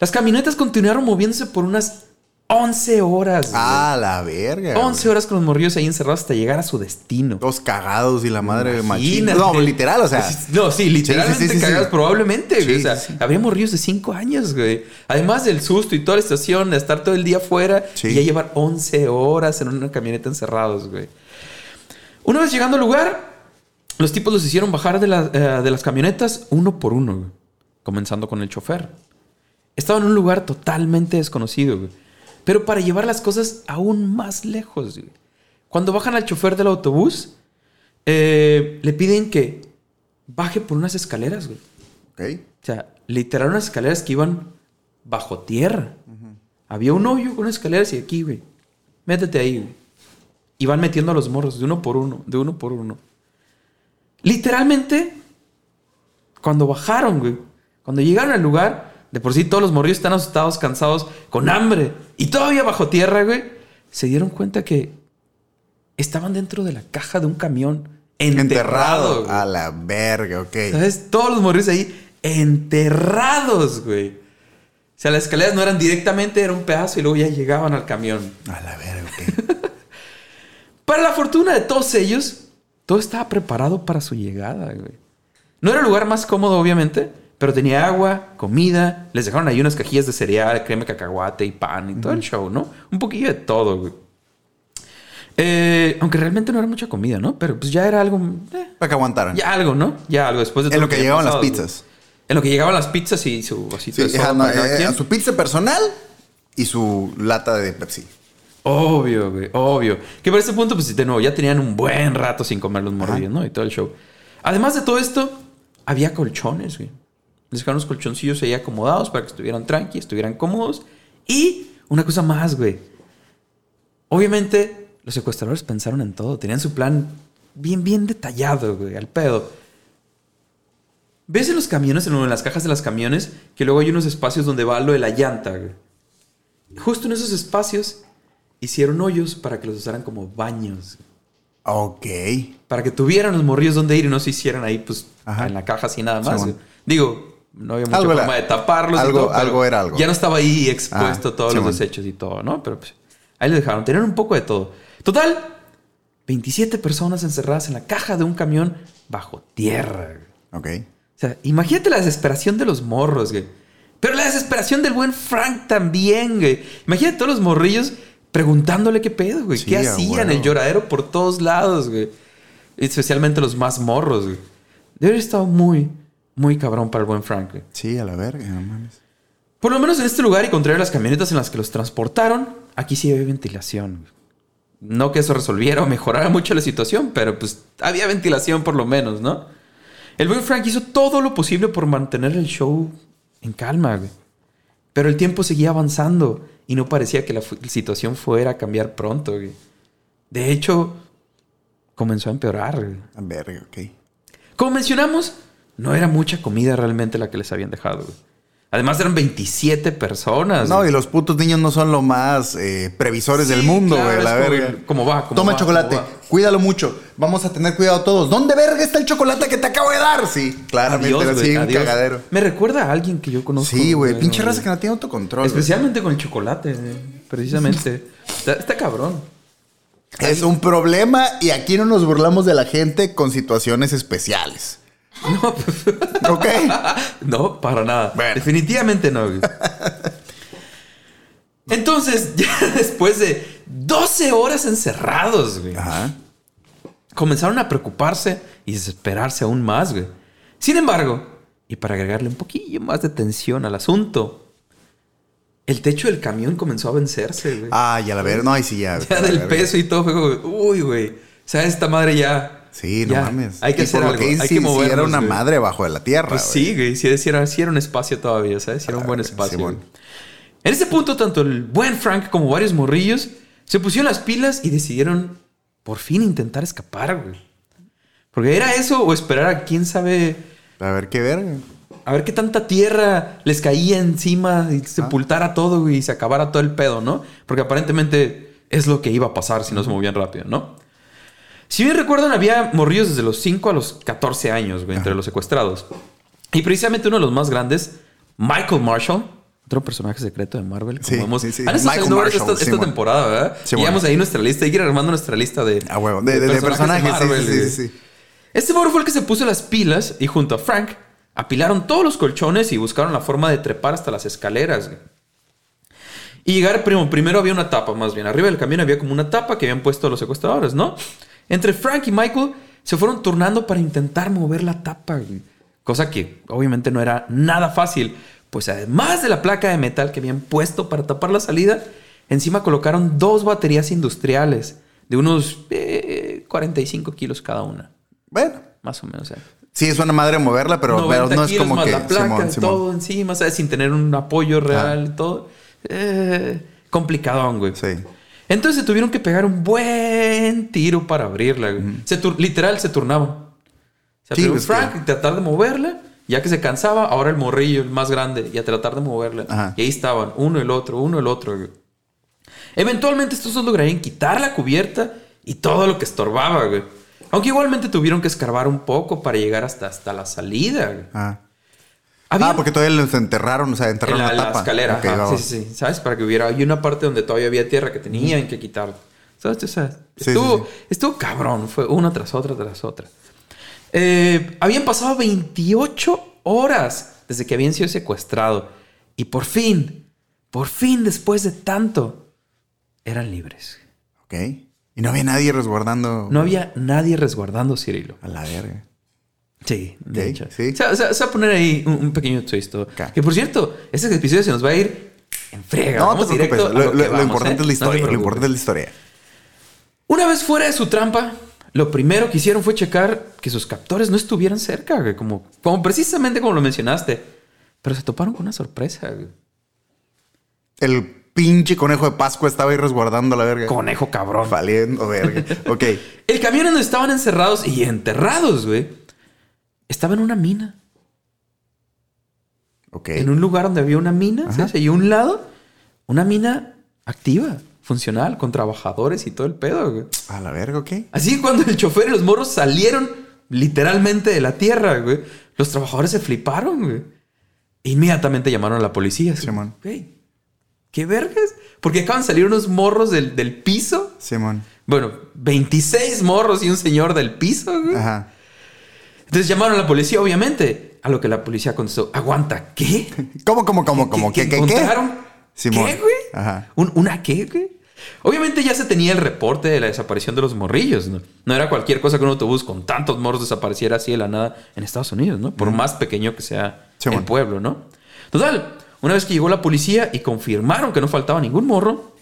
[SPEAKER 3] Las camionetas continuaron moviéndose por unas 11 horas. güey.
[SPEAKER 4] A la verga. Ah, güey.
[SPEAKER 3] 11 horas con los morrillos ahí encerrados hasta llegar a su destino.
[SPEAKER 4] Dos cagados y la madre machina.
[SPEAKER 3] Imagínate.
[SPEAKER 4] No, literal, o sea.
[SPEAKER 3] No, sí, literalmente
[SPEAKER 4] Sí, sí, sí, sí,
[SPEAKER 3] cagados,
[SPEAKER 4] sí.
[SPEAKER 3] probablemente, güey.
[SPEAKER 4] Sí,
[SPEAKER 3] o sea,
[SPEAKER 4] sí, sí.
[SPEAKER 3] habría morrillos de 5 años, güey. Además del susto y toda la estación, de estar todo el día afuera
[SPEAKER 4] Sí.
[SPEAKER 3] y ya llevar 11 horas en una camioneta encerrados, güey. Una vez llegando al lugar, los tipos los hicieron bajar de, la- eh, de las camionetas uno por uno, güey. comenzando con el chofer. Estaba en un lugar totalmente desconocido, güey. Pero para llevar las cosas aún más lejos, güey. Cuando bajan al chofer del autobús, eh, le piden que baje por unas escaleras, güey.
[SPEAKER 4] Ok.
[SPEAKER 3] O sea, literal unas escaleras que iban bajo tierra. Había un hoyo con unas escaleras y aquí, güey. Métete ahí, güey. Y van metiendo a los morros de uno por uno, de uno por uno. Literalmente, cuando bajaron, güey, cuando llegaron al lugar, de por sí todos los morrillos están asustados, cansados, con hambre y todavía bajo tierra, güey, se dieron cuenta que estaban dentro de la caja de un camión enterrado.
[SPEAKER 4] Enterrado.
[SPEAKER 3] güey.
[SPEAKER 4] A la verga, ok.
[SPEAKER 3] Eh. ¿Sabes? Todos los morrillos ahí enterrados, güey. O sea, las escaleras no eran directamente, era un pedazo y luego ya llegaban al camión.
[SPEAKER 4] A la verga, ok.
[SPEAKER 3] Para la fortuna de todos ellos, todo estaba preparado para su llegada, güey. No era el lugar más cómodo, obviamente, pero tenía agua, comida, les dejaron ahí unas cajillas de cereal, crema de cacahuate y pan y todo el show, ¿no? Un poquillo de todo, güey. Eh, aunque realmente no era mucha comida, ¿no? Pero pues ya era algo... eh,
[SPEAKER 4] Para que aguantaran.
[SPEAKER 3] ya algo, ¿no? Ya algo después de
[SPEAKER 4] En
[SPEAKER 3] todo
[SPEAKER 4] lo que
[SPEAKER 3] había
[SPEAKER 4] llegaban las
[SPEAKER 3] pasado,
[SPEAKER 4] pizzas.
[SPEAKER 3] güey. En lo que llegaban las pizzas y su vasito
[SPEAKER 4] Sí,
[SPEAKER 3] de soda
[SPEAKER 4] ajá, no,
[SPEAKER 3] para cada
[SPEAKER 4] eh,
[SPEAKER 3] quien.
[SPEAKER 4] a su pizza personal y su lata de Pepsi.
[SPEAKER 3] Obvio, güey, obvio. Que para este punto, pues de nuevo, ya tenían un buen rato sin comer los morrillos, ¿no? Y todo el show. Además de todo esto, había colchones, güey. Les dejaron unos colchoncillos ahí acomodados para que estuvieran tranqui, estuvieran cómodos. Y una cosa más, güey. Obviamente, los secuestradores pensaron en todo. Tenían su plan bien, bien detallado, güey, al pedo. ¿Ves en los camiones, en, en las cajas de los camiones, que luego hay unos espacios donde va lo de la llanta, güey? Justo en esos espacios hicieron hoyos para que los usaran como baños.
[SPEAKER 4] Ok.
[SPEAKER 3] Para que tuvieran los morrillos donde ir y no se hicieran ahí, pues,
[SPEAKER 4] Ajá.
[SPEAKER 3] en la caja así nada más.
[SPEAKER 4] Simón.
[SPEAKER 3] Digo, no había mucha
[SPEAKER 4] Algo era-
[SPEAKER 3] forma de taparlos. y
[SPEAKER 4] algo-
[SPEAKER 3] pero
[SPEAKER 4] algo era algo.
[SPEAKER 3] Ya no estaba ahí expuesto
[SPEAKER 4] Ah,
[SPEAKER 3] todos
[SPEAKER 4] Simón.
[SPEAKER 3] los desechos y todo, ¿no? Pero pues, ahí lo dejaron. Tenían un poco de todo. Total, 27 personas encerradas en la caja de un camión bajo tierra. güey.
[SPEAKER 4] Ok.
[SPEAKER 3] O sea, imagínate la desesperación de los morros, güey. Pero la desesperación del buen Frank también, güey. Imagínate todos los morrillos preguntándole qué pedo, güey.
[SPEAKER 4] Sí,
[SPEAKER 3] ¿Qué
[SPEAKER 4] ah,
[SPEAKER 3] hacían?
[SPEAKER 4] bueno.
[SPEAKER 3] El lloradero por todos lados, güey. Especialmente los más morros, güey. Debe haber estado muy, muy cabrón para el buen Frank, güey.
[SPEAKER 4] Sí, a la verga, no mames.
[SPEAKER 3] Por lo menos en este lugar y contrario a las camionetas en las que los transportaron, aquí sí había ventilación. güey. No que eso resolviera o mejorara mucho la situación, pero pues había ventilación por lo menos, ¿no? El buen Frank hizo todo lo posible por mantener el show en calma, güey. Pero el tiempo seguía avanzando y no parecía que la fu- situación fuera a cambiar pronto, güey. De hecho, comenzó a empeorar, güey.
[SPEAKER 4] A verga, ok.
[SPEAKER 3] Como mencionamos, no era mucha comida realmente la que les habían dejado, güey. Además eran 27 personas.
[SPEAKER 4] No,
[SPEAKER 3] güey.
[SPEAKER 4] y los putos niños no son lo más eh, previsores
[SPEAKER 3] Ah, Sí,
[SPEAKER 4] del mundo,
[SPEAKER 3] claro,
[SPEAKER 4] güey, a la
[SPEAKER 3] es como
[SPEAKER 4] verga.
[SPEAKER 3] el- como va, como
[SPEAKER 4] Toma
[SPEAKER 3] va,
[SPEAKER 4] chocolate,
[SPEAKER 3] como va.
[SPEAKER 4] cuídalo mucho. Vamos a tener cuidado todos. ¿Dónde verga está el chocolate que te acabo de dar? Sí, claramente
[SPEAKER 3] Adiós,
[SPEAKER 4] era
[SPEAKER 3] güey,
[SPEAKER 4] así, un
[SPEAKER 3] adiós.
[SPEAKER 4] cagadero.
[SPEAKER 3] Me recuerda a alguien que yo conozco.
[SPEAKER 4] Sí, güey, pinche raza que
[SPEAKER 3] güey.
[SPEAKER 4] no tiene autocontrol. güey.
[SPEAKER 3] Especialmente con el chocolate, güey, precisamente. está, está cabrón.
[SPEAKER 4] Es un problema y aquí no nos burlamos de la gente con situaciones especiales.
[SPEAKER 3] pues.
[SPEAKER 4] No, ¿Ok?
[SPEAKER 3] Ah, No, para nada.
[SPEAKER 4] Bueno.
[SPEAKER 3] Definitivamente no. güey. Entonces, ya después de 12 horas encerrados, güey,
[SPEAKER 4] Ajá.
[SPEAKER 3] comenzaron a preocuparse y desesperarse aún más, güey. Sin embargo, y para agregarle un poquillo más de tensión al asunto, el techo del camión comenzó a vencerse, güey.
[SPEAKER 4] Ah, ya la verga. No, ahí sí, ya.
[SPEAKER 3] Ya
[SPEAKER 4] la
[SPEAKER 3] del
[SPEAKER 4] verga.
[SPEAKER 3] peso y todo fue como, uy, güey. O sea, esta madre ya.
[SPEAKER 4] Sí, no
[SPEAKER 3] ya,
[SPEAKER 4] mames.
[SPEAKER 3] Hay que
[SPEAKER 4] Y por
[SPEAKER 3] hacer
[SPEAKER 4] lo
[SPEAKER 3] algo.
[SPEAKER 4] dices,
[SPEAKER 3] hay
[SPEAKER 4] sí-
[SPEAKER 3] que
[SPEAKER 4] sí
[SPEAKER 3] movernos.
[SPEAKER 4] era una
[SPEAKER 3] güey.
[SPEAKER 4] madre abajo de la tierra.
[SPEAKER 3] Pues
[SPEAKER 4] güey.
[SPEAKER 3] sí, güey. Sí, sí era, sí era un espacio todavía, ¿sabes? Sí era un
[SPEAKER 4] Ah,
[SPEAKER 3] buen
[SPEAKER 4] güey,
[SPEAKER 3] espacio.
[SPEAKER 4] Simón.
[SPEAKER 3] güey. En ese punto, tanto el buen Frank como varios morrillos se pusieron las pilas y decidieron por fin intentar escapar, güey. Porque era eso o esperar a quién sabe.
[SPEAKER 4] A ver qué verga.
[SPEAKER 3] A ver qué tanta tierra les caía encima y sepultara todo güey, y se acabara todo el pedo, ¿no? Porque aparentemente es lo que iba a pasar si no se movían rápido, ¿no? Si bien recuerdan, había morrillos desde los 5 a los 14 años, güey, entre los secuestrados. Y precisamente uno de los más grandes, Michael Marshall, otro personaje secreto de Marvel, como
[SPEAKER 4] Sí,
[SPEAKER 3] hemos...
[SPEAKER 4] sí, sí.
[SPEAKER 3] Han estado
[SPEAKER 4] Michael
[SPEAKER 3] haciendo varios
[SPEAKER 4] Marshall,
[SPEAKER 3] esta,
[SPEAKER 4] sí,
[SPEAKER 3] esta
[SPEAKER 4] man.
[SPEAKER 3] temporada, ¿verdad?
[SPEAKER 4] Sí,
[SPEAKER 3] y Llevamos
[SPEAKER 4] bueno.
[SPEAKER 3] ahí nuestra lista, hay que ir armando nuestra lista de...
[SPEAKER 4] Ah, huevo. De, de- de personajes.
[SPEAKER 3] de Marvel,
[SPEAKER 4] sí, sí,
[SPEAKER 3] güey.
[SPEAKER 4] sí, sí, sí.
[SPEAKER 3] Este morro fue el que se puso las pilas y junto a Frank apilaron todos los colchones y buscaron la forma de trepar hasta las escaleras. güey. Y llegar primero, primero había una tapa, más bien. Arriba del camión había como una tapa que habían puesto los secuestradores, ¿no? Entre Frank y Michael se fueron turnando para intentar mover la tapa, güey. cosa que obviamente no era nada fácil, pues además de la placa de metal que habían puesto para tapar la salida, encima colocaron dos baterías industriales de unos eh, 45 kilos cada una.
[SPEAKER 4] Bueno,
[SPEAKER 3] Más o menos. o sea,
[SPEAKER 4] sí, es una madre moverla, pero, pero
[SPEAKER 3] 90
[SPEAKER 4] no es
[SPEAKER 3] kilos
[SPEAKER 4] como
[SPEAKER 3] más
[SPEAKER 4] que.
[SPEAKER 3] la placa,
[SPEAKER 4] Simón, Simón. Ah.
[SPEAKER 3] todo encima, ¿sabes? Sin tener un apoyo real y todo. Eh, complicadón, güey.
[SPEAKER 4] Sí.
[SPEAKER 3] Entonces se tuvieron que pegar un buen tiro para abrirla, güey. Se tur- literal, se turnaban. O sea,
[SPEAKER 4] Sí,
[SPEAKER 3] primero
[SPEAKER 4] pues,
[SPEAKER 3] Frank
[SPEAKER 4] claro.
[SPEAKER 3] tratar de moverla, ya que se cansaba, ahora el morrillo, el más grande, y a tratar de moverla.
[SPEAKER 4] Ajá.
[SPEAKER 3] Y ahí estaban, uno el otro, uno el otro, güey. Eventualmente estos dos lograrían quitar la cubierta y todo lo que estorbaba, güey. Aunque igualmente tuvieron que escarbar un poco para llegar hasta, hasta la salida, güey.
[SPEAKER 4] Ah.
[SPEAKER 3] Había-
[SPEAKER 4] Ah, porque todavía los enterraron, o sea,
[SPEAKER 3] en
[SPEAKER 4] enterraron
[SPEAKER 3] la,
[SPEAKER 4] la,
[SPEAKER 3] la
[SPEAKER 4] tapa.
[SPEAKER 3] escalera,
[SPEAKER 4] Ok,
[SPEAKER 3] ajá,
[SPEAKER 4] va,
[SPEAKER 3] sí,
[SPEAKER 4] va.
[SPEAKER 3] sí, sí, ¿sabes? Para que hubiera... Hay una parte donde todavía había tierra que tenían que quitar. ¿Sabes? O sea,
[SPEAKER 4] Sí,
[SPEAKER 3] estuvo,
[SPEAKER 4] sí,
[SPEAKER 3] estuvo cabrón. Fue una tras otra, tras otra. Eh, habían pasado 28 horas desde que habían sido secuestrados. Y por fin, por fin, después de tanto, eran libres.
[SPEAKER 4] Ok. Y no había nadie resguardando.
[SPEAKER 3] No había nadie resguardando a Cirilo.
[SPEAKER 4] A la verga.
[SPEAKER 3] Sí, de
[SPEAKER 4] Ok,
[SPEAKER 3] hecho.
[SPEAKER 4] sí.
[SPEAKER 3] O sea, o sea, se va a poner ahí un, un pequeño twist. ¿no?
[SPEAKER 4] Ok.
[SPEAKER 3] Que por cierto, este episodio se nos va a ir en frega.
[SPEAKER 4] No,
[SPEAKER 3] Vamos
[SPEAKER 4] te preocupes.
[SPEAKER 3] directo
[SPEAKER 4] Lo,
[SPEAKER 3] a lo
[SPEAKER 4] lo-
[SPEAKER 3] que
[SPEAKER 4] lo
[SPEAKER 3] vamos,
[SPEAKER 4] importante
[SPEAKER 3] ¿eh? No
[SPEAKER 4] es la
[SPEAKER 3] te
[SPEAKER 4] historia. lo
[SPEAKER 3] preocupes.
[SPEAKER 4] importante es la historia.
[SPEAKER 3] Una vez fuera de su trampa, lo primero que hicieron fue checar que sus captores no estuvieran cerca, güey, como, como precisamente como lo mencionaste. Pero se toparon con una sorpresa. güey.
[SPEAKER 4] El pinche conejo de Pascua estaba ahí resguardando a la verga.
[SPEAKER 3] Conejo cabrón.
[SPEAKER 4] Valiendo verga. Ok.
[SPEAKER 3] El camión en donde estaban encerrados y enterrados, güey, estaba en una mina.
[SPEAKER 4] Ok.
[SPEAKER 3] en un lugar donde había una mina, ¿sabes? Y un lado, una mina activa, funcional, con trabajadores y todo el pedo, güey.
[SPEAKER 4] A la verga, ok.
[SPEAKER 3] Así que cuando el chofer y los morros salieron literalmente de la tierra, güey, los trabajadores se fliparon, güey. E inmediatamente llamaron a la policía. así,
[SPEAKER 4] Simón.
[SPEAKER 3] "Güey, ¿Qué vergas? Porque acaban de salir unos morros del, del piso.
[SPEAKER 4] Simón.
[SPEAKER 3] Bueno, 26 morros y un señor del piso, güey.
[SPEAKER 4] Ajá.
[SPEAKER 3] Entonces llamaron a la policía, obviamente. A lo que la policía contestó, aguanta, ¿qué?
[SPEAKER 4] ¿Cómo, cómo, cómo, cómo? ¿Qué, qué, qué?
[SPEAKER 3] encontraron?
[SPEAKER 4] Simón.
[SPEAKER 3] ¿Qué, güey?
[SPEAKER 4] Ajá.
[SPEAKER 3] Un- ¿Una qué, güey? Obviamente ya se tenía el reporte de la desaparición de los morrillos, ¿no? No era cualquier cosa que un autobús con tantos morros desapareciera así de la nada en Estados Unidos, ¿no? Por más pequeño que sea
[SPEAKER 4] Simón.
[SPEAKER 3] el pueblo, ¿no? Total, una vez que llegó la policía y confirmaron que no faltaba ningún morro,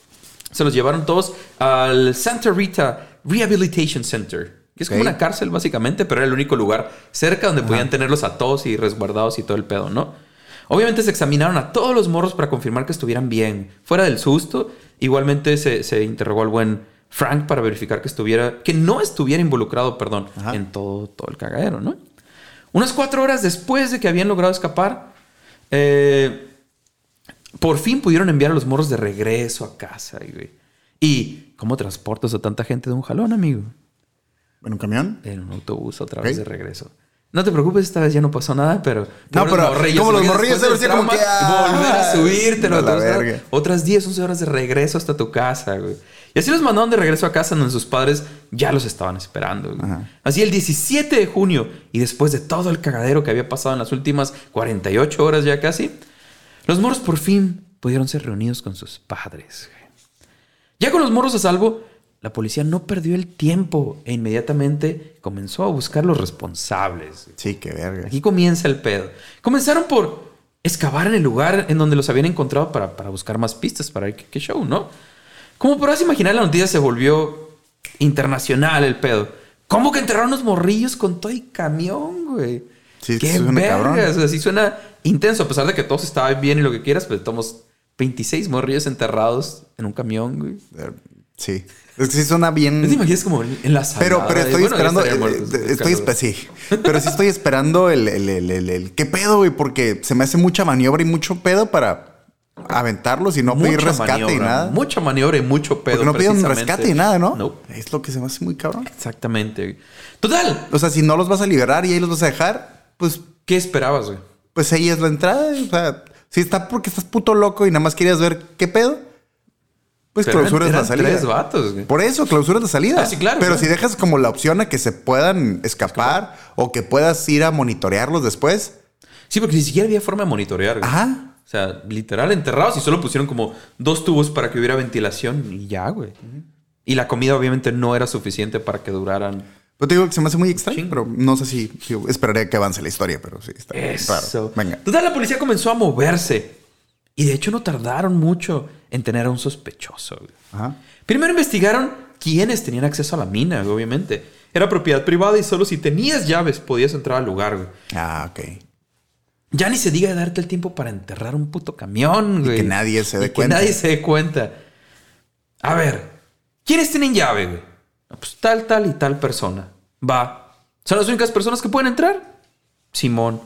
[SPEAKER 3] se los llevaron todos al Santa Rita Rehabilitation Center, que es como
[SPEAKER 4] Ok.
[SPEAKER 3] una cárcel básicamente, pero era el único lugar cerca donde podían tenerlos a todos y resguardados y todo el pedo, ¿no? Obviamente se examinaron a todos los morros para confirmar que estuvieran bien, fuera del susto. Igualmente se, se interrogó al buen Frank para verificar que estuviera, que no estuviera involucrado, perdón,
[SPEAKER 4] Ajá.
[SPEAKER 3] en todo, todo el cagadero, ¿no? Unas cuatro horas después de que habían logrado escapar, eh, por fin pudieron enviar a los morros de regreso a casa, güey. ¿Y cómo transportas a tanta gente de un jalón, amigo?
[SPEAKER 4] ¿En un camión?
[SPEAKER 3] En un autobús otra
[SPEAKER 4] Ok.
[SPEAKER 3] vez de regreso. No te preocupes, esta vez ya no pasó nada, pero...
[SPEAKER 4] No,
[SPEAKER 3] pobres
[SPEAKER 4] pero como los
[SPEAKER 3] güey,
[SPEAKER 4] morrillos
[SPEAKER 3] después del
[SPEAKER 4] deben ser como
[SPEAKER 3] trauma,
[SPEAKER 4] que, ah,
[SPEAKER 3] volver a subirte.
[SPEAKER 4] a la
[SPEAKER 3] otras-
[SPEAKER 4] verga.
[SPEAKER 3] Otras 10, 11 horas de regreso hasta tu casa, güey. Y así los mandaron de regreso a casa donde sus padres ya los estaban esperando. güey.
[SPEAKER 4] Ajá.
[SPEAKER 3] Así el 17 de junio, y después de todo el cagadero que había pasado en las últimas 48 horas ya casi, los moros por fin pudieron ser reunidos con sus padres. güey. Ya con los morros a salvo, la policía no perdió el tiempo e inmediatamente comenzó a buscar los responsables.
[SPEAKER 4] Sí, qué verga.
[SPEAKER 3] Aquí comienza el pedo. Comenzaron por excavar en el lugar en donde los habían encontrado para, para buscar más pistas, para ver qué, qué show, ¿no? Como podrás imaginar, la noticia se volvió internacional el pedo. ¿Cómo que enterraron unos morrillos con todo y camión, güey?
[SPEAKER 4] Sí,
[SPEAKER 3] qué
[SPEAKER 4] suena cabrón.
[SPEAKER 3] vergas. O sea, sí suena intenso, a pesar de que todos estaban bien y lo que quieras, pero estamos 26 morrillos enterrados en un camión, güey.
[SPEAKER 4] Eh, Sí. Es que sí suena bien.
[SPEAKER 3] ¿No te imaginas como en la sala?
[SPEAKER 4] Pero, pero estoy esperando. eh,
[SPEAKER 3] pues,
[SPEAKER 4] eh, estoy espe- sí. Pero sí estoy esperando el, el, el, el- el- ¿Qué pedo, güey? Porque se me hace mucha maniobra y mucho pedo para aventarlos y no pedir rescate y nada.
[SPEAKER 3] Mucha maniobra y mucho pedo.
[SPEAKER 4] Porque no pidieron
[SPEAKER 3] precisamente.
[SPEAKER 4] rescate y nada, ¿no?
[SPEAKER 3] No,
[SPEAKER 4] Es lo que se me hace muy cabrón.
[SPEAKER 3] exactamente. güey. Total.
[SPEAKER 4] O sea, si no los vas a liberar y ahí los vas a dejar, pues,
[SPEAKER 3] ¿Qué esperabas, güey?
[SPEAKER 4] pues ahí es la entrada. O sea, si está porque estás puto loco y nada más querías ver qué pedo, pues
[SPEAKER 3] Pero eran-
[SPEAKER 4] clausuras la
[SPEAKER 3] eran
[SPEAKER 4] salida.
[SPEAKER 3] tres vatos, güey.
[SPEAKER 4] Por eso, clausuras de salida.
[SPEAKER 3] Ah, sí, claro,
[SPEAKER 4] Pero
[SPEAKER 3] claro.
[SPEAKER 4] si dejas como la opción a que se puedan escapar o que puedas ir a monitorearlos después.
[SPEAKER 3] Sí, porque ni siquiera había forma de monitorear. güey.
[SPEAKER 4] Ajá.
[SPEAKER 3] O sea, literal enterrados y solo pusieron como dos tubos para que hubiera ventilación y ya, güey. Y la comida obviamente no era suficiente para que duraran.
[SPEAKER 4] Yo te digo que se me hace muy extraño,
[SPEAKER 3] Chingo.
[SPEAKER 4] pero no sé si digo, esperaría que avance la historia, pero sí, está
[SPEAKER 3] Eso.
[SPEAKER 4] raro. Venga.
[SPEAKER 3] Total, la policía comenzó a moverse. Y de hecho no tardaron mucho en tener a un sospechoso. güey.
[SPEAKER 4] Ajá.
[SPEAKER 3] Primero investigaron quiénes tenían acceso a la mina, güey, obviamente. Era propiedad privada y solo si tenías llaves podías entrar al lugar, güey.
[SPEAKER 4] Ah, ok.
[SPEAKER 3] Ya ni se diga de darte el tiempo para enterrar un puto camión, güey.
[SPEAKER 4] que nadie se dé
[SPEAKER 3] Y
[SPEAKER 4] cuenta.
[SPEAKER 3] Que nadie se dé cuenta. A ver, ¿quiénes tienen llave, güey? No, Pues tal, tal y tal persona. Va. ¿Son las únicas personas que pueden entrar? Simón.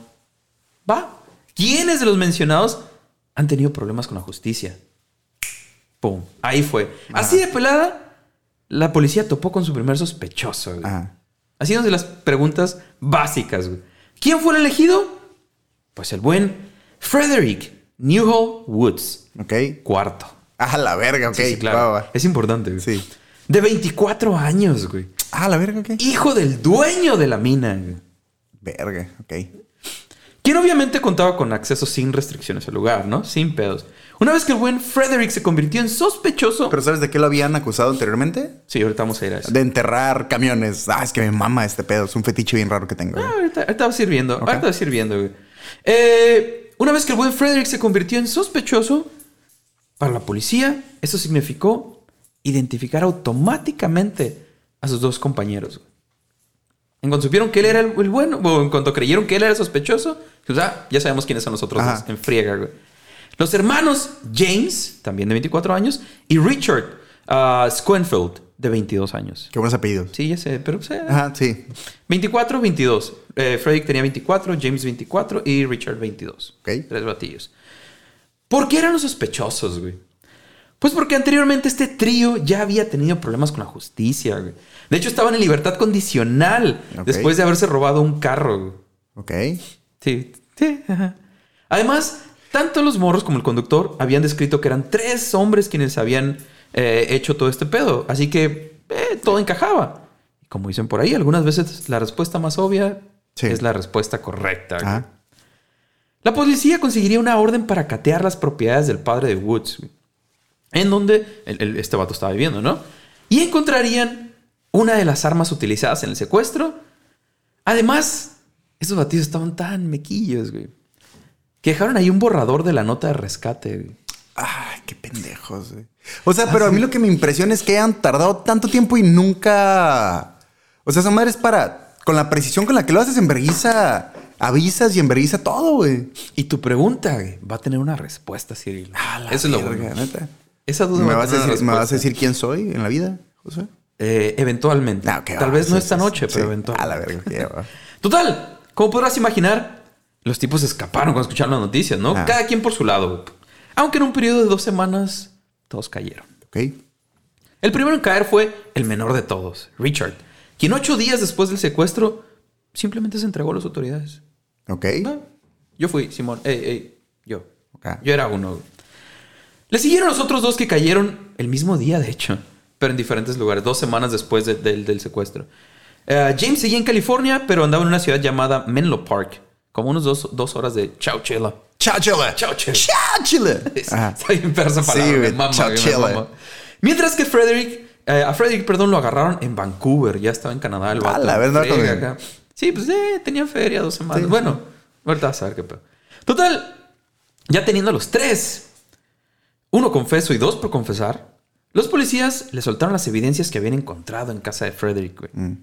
[SPEAKER 3] Va. ¿Quiénes de los mencionados han tenido problemas con la justicia? Pum. Ahí fue. Así de pelada, la policía topó con su primer sospechoso, güey.
[SPEAKER 4] Ajá.
[SPEAKER 3] Haciéndose las preguntas básicas. güey. ¿Quién fue el elegido? Pues el buen Frederick Newhall Woods,
[SPEAKER 4] Ok.
[SPEAKER 3] cuarto.
[SPEAKER 4] Ah, la verga, ok.
[SPEAKER 3] Sí, sí, claro.
[SPEAKER 4] Va, va.
[SPEAKER 3] Es importante, güey.
[SPEAKER 4] Sí.
[SPEAKER 3] De 24 años, güey.
[SPEAKER 4] Ah, la verga, ok.
[SPEAKER 3] Hijo del dueño de la mina, güey.
[SPEAKER 4] Verga, ok.
[SPEAKER 3] Quien obviamente contaba con acceso sin restricciones al lugar, ¿no? Sin pedos. Una vez que el buen Frederick se convirtió en sospechoso.
[SPEAKER 4] ¿Pero sabes de qué lo habían acusado anteriormente?
[SPEAKER 3] Sí, ahorita vamos a ir a eso.
[SPEAKER 4] De enterrar camiones. Ah, es que me mama este pedo. Es un fetiche bien raro que tengo. eh.
[SPEAKER 3] Ah, ahorita, ahorita vas a ir viendo. Ahorita vas a ir viendo, güey. Eh, una vez que el buen Frederick se convirtió en sospechoso, para la policía, eso significó identificar automáticamente a sus dos compañeros. güey. En cuanto supieron que él era el, el bueno, o en cuanto creyeron que él era sospechoso, pues, ah, ya sabemos quiénes son nosotros
[SPEAKER 4] Ajá.
[SPEAKER 3] dos, en friega, güey. Los hermanos James, también de 24 años, y Richard ah, Schoenfeld, de 22 años.
[SPEAKER 4] Qué buenos apellidos.
[SPEAKER 3] Sí, ya sé, pero... pues, eh,
[SPEAKER 4] Ajá, sí.
[SPEAKER 3] 24, 22. Eh, Frederick tenía 24, James 24 y Richard 22.
[SPEAKER 4] Ok.
[SPEAKER 3] Tres batillos. ¿Por qué eran los sospechosos, güey? Pues porque anteriormente este trío ya había tenido problemas con la justicia, güey. De hecho, estaban en libertad condicional
[SPEAKER 4] Ok.
[SPEAKER 3] después de haberse robado un carro, güey.
[SPEAKER 4] Ok.
[SPEAKER 3] Sí, sí, ajá. Además, tanto los morros como el conductor habían descrito que eran tres hombres quienes habían eh, hecho todo este pedo. Así que eh, todo encajaba. Como dicen por ahí, algunas veces la respuesta más obvia
[SPEAKER 4] Sí. Ah.
[SPEAKER 3] es la respuesta correcta. güey.
[SPEAKER 4] Ajá.
[SPEAKER 3] La policía conseguiría una orden para catear las propiedades del padre de Woods, güey, en donde el- el- este vato estaba viviendo, ¿no? Y encontrarían una de las armas utilizadas en el secuestro. Además, esos batidos estaban tan mequillos, güey, que dejaron ahí un borrador de la nota de rescate, güey.
[SPEAKER 4] Ay, qué pendejos, güey. O
[SPEAKER 3] Ah,
[SPEAKER 4] sea, pero a mí lo que me impresiona es que han tardado tanto tiempo y nunca. O sea, esa madre es para. Con la precisión con la que lo haces, enverguiza, avisas y enverguiza todo, güey.
[SPEAKER 3] Y tu pregunta güey, va a tener una respuesta, Cirilo. Eso es lo
[SPEAKER 4] Verga,
[SPEAKER 3] bueno.
[SPEAKER 4] neta.
[SPEAKER 3] Esa duda va
[SPEAKER 4] ¿Me
[SPEAKER 3] a
[SPEAKER 4] vas, a
[SPEAKER 3] tener una
[SPEAKER 4] decir, ¿Me vas a
[SPEAKER 3] respuesta.
[SPEAKER 4] decir quién soy en la vida, José?
[SPEAKER 3] Eh, eventualmente.
[SPEAKER 4] No, qué
[SPEAKER 3] Tal
[SPEAKER 4] Ah, va,
[SPEAKER 3] vez no
[SPEAKER 4] sí,
[SPEAKER 3] esta
[SPEAKER 4] sí,
[SPEAKER 3] noche,
[SPEAKER 4] sí.
[SPEAKER 3] pero eventualmente.
[SPEAKER 4] A la verga, qué va.
[SPEAKER 3] Total, como podrás imaginar, los tipos escaparon cuando escucharon las noticias, ¿no?
[SPEAKER 4] Ah.
[SPEAKER 3] Cada quien por su lado. güey. Aunque en un periodo de dos semanas, todos cayeron.
[SPEAKER 4] Ok.
[SPEAKER 3] El primero en caer fue el menor de todos, Richard, quien ocho días después del secuestro simplemente se entregó a las autoridades.
[SPEAKER 4] Ok.
[SPEAKER 3] Ah, Yo fui, Simón. Ey, ey, yo.
[SPEAKER 4] Ok.
[SPEAKER 3] Yo era uno. güey. Le siguieron los otros dos que cayeron el mismo día, de hecho, pero en diferentes lugares, dos semanas después de- del- del secuestro. Eh, James seguía en California, pero andaba en una ciudad llamada Menlo Park, como unos dos, dos horas de Chowchilla.
[SPEAKER 4] Cháchela.
[SPEAKER 3] Chowchilla.
[SPEAKER 4] Cháchela. Ajá.
[SPEAKER 3] Está bien persa
[SPEAKER 4] Sí,
[SPEAKER 3] palabra, me
[SPEAKER 4] güey,
[SPEAKER 3] mama, güey, me
[SPEAKER 4] Chowchilla.
[SPEAKER 3] mama. Mientras que Frederick, eh, a Frederick, perdón, lo agarraron en Vancouver, ya estaba en Canadá el
[SPEAKER 4] Ah,
[SPEAKER 3] vato.
[SPEAKER 4] la verdad,
[SPEAKER 3] Friega
[SPEAKER 4] con el-
[SPEAKER 3] acá. Sí, pues eh, tenía feria dos semanas.
[SPEAKER 4] Sí.
[SPEAKER 3] Bueno, ahorita vas a ver qué pedo. Total, ya teniendo a los tres, uno confeso y dos por confesar, los policías le soltaron las evidencias que habían encontrado en casa de Frederick, güey.
[SPEAKER 4] Mm.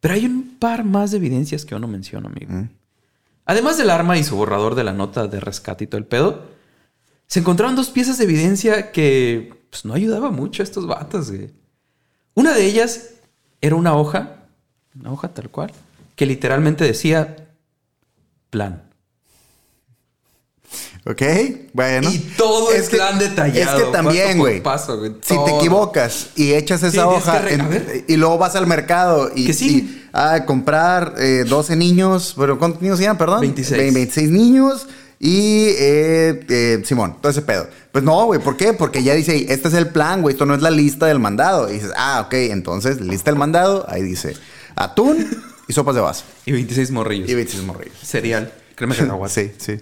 [SPEAKER 3] Pero hay un par más de evidencias que yo no menciono, amigo.
[SPEAKER 4] Mm.
[SPEAKER 3] Además del arma y su borrador de la nota de rescate y todo el pedo, se encontraron dos piezas de evidencia que pues, no ayudaba mucho a estos vatos. güey. Una de ellas era una hoja, una hoja tal cual, que literalmente decía plan.
[SPEAKER 4] Ok, bueno.
[SPEAKER 3] Y todo es plan detallado,
[SPEAKER 4] Es
[SPEAKER 3] paso
[SPEAKER 4] que también,
[SPEAKER 3] por
[SPEAKER 4] güey.
[SPEAKER 3] paso, güey,
[SPEAKER 4] Si te
[SPEAKER 3] todo.
[SPEAKER 4] equivocas y echas esa
[SPEAKER 3] tienes que
[SPEAKER 4] hoja
[SPEAKER 3] re-
[SPEAKER 4] en-
[SPEAKER 3] a ver.
[SPEAKER 4] y luego vas al mercado y,
[SPEAKER 3] Que sí.
[SPEAKER 4] y- a comprar eh, 12 niños, pero ¿cuántos niños eran? Perdón.
[SPEAKER 3] 26.
[SPEAKER 4] Ve- 26 niños y eh, eh, Simón, todo ese pedo. Pues no, güey, ¿por qué? Porque ya dice, ahí, este es el plan, güey, esto no es la lista del mandado. Y dices, ah, ok, entonces, lista del mandado, ahí dice atún y sopas de vaso.
[SPEAKER 3] Y 26 morrillos.
[SPEAKER 4] Y 26 morrillos.
[SPEAKER 3] Cereal. Créeme que aguanta.
[SPEAKER 4] Sí, sí.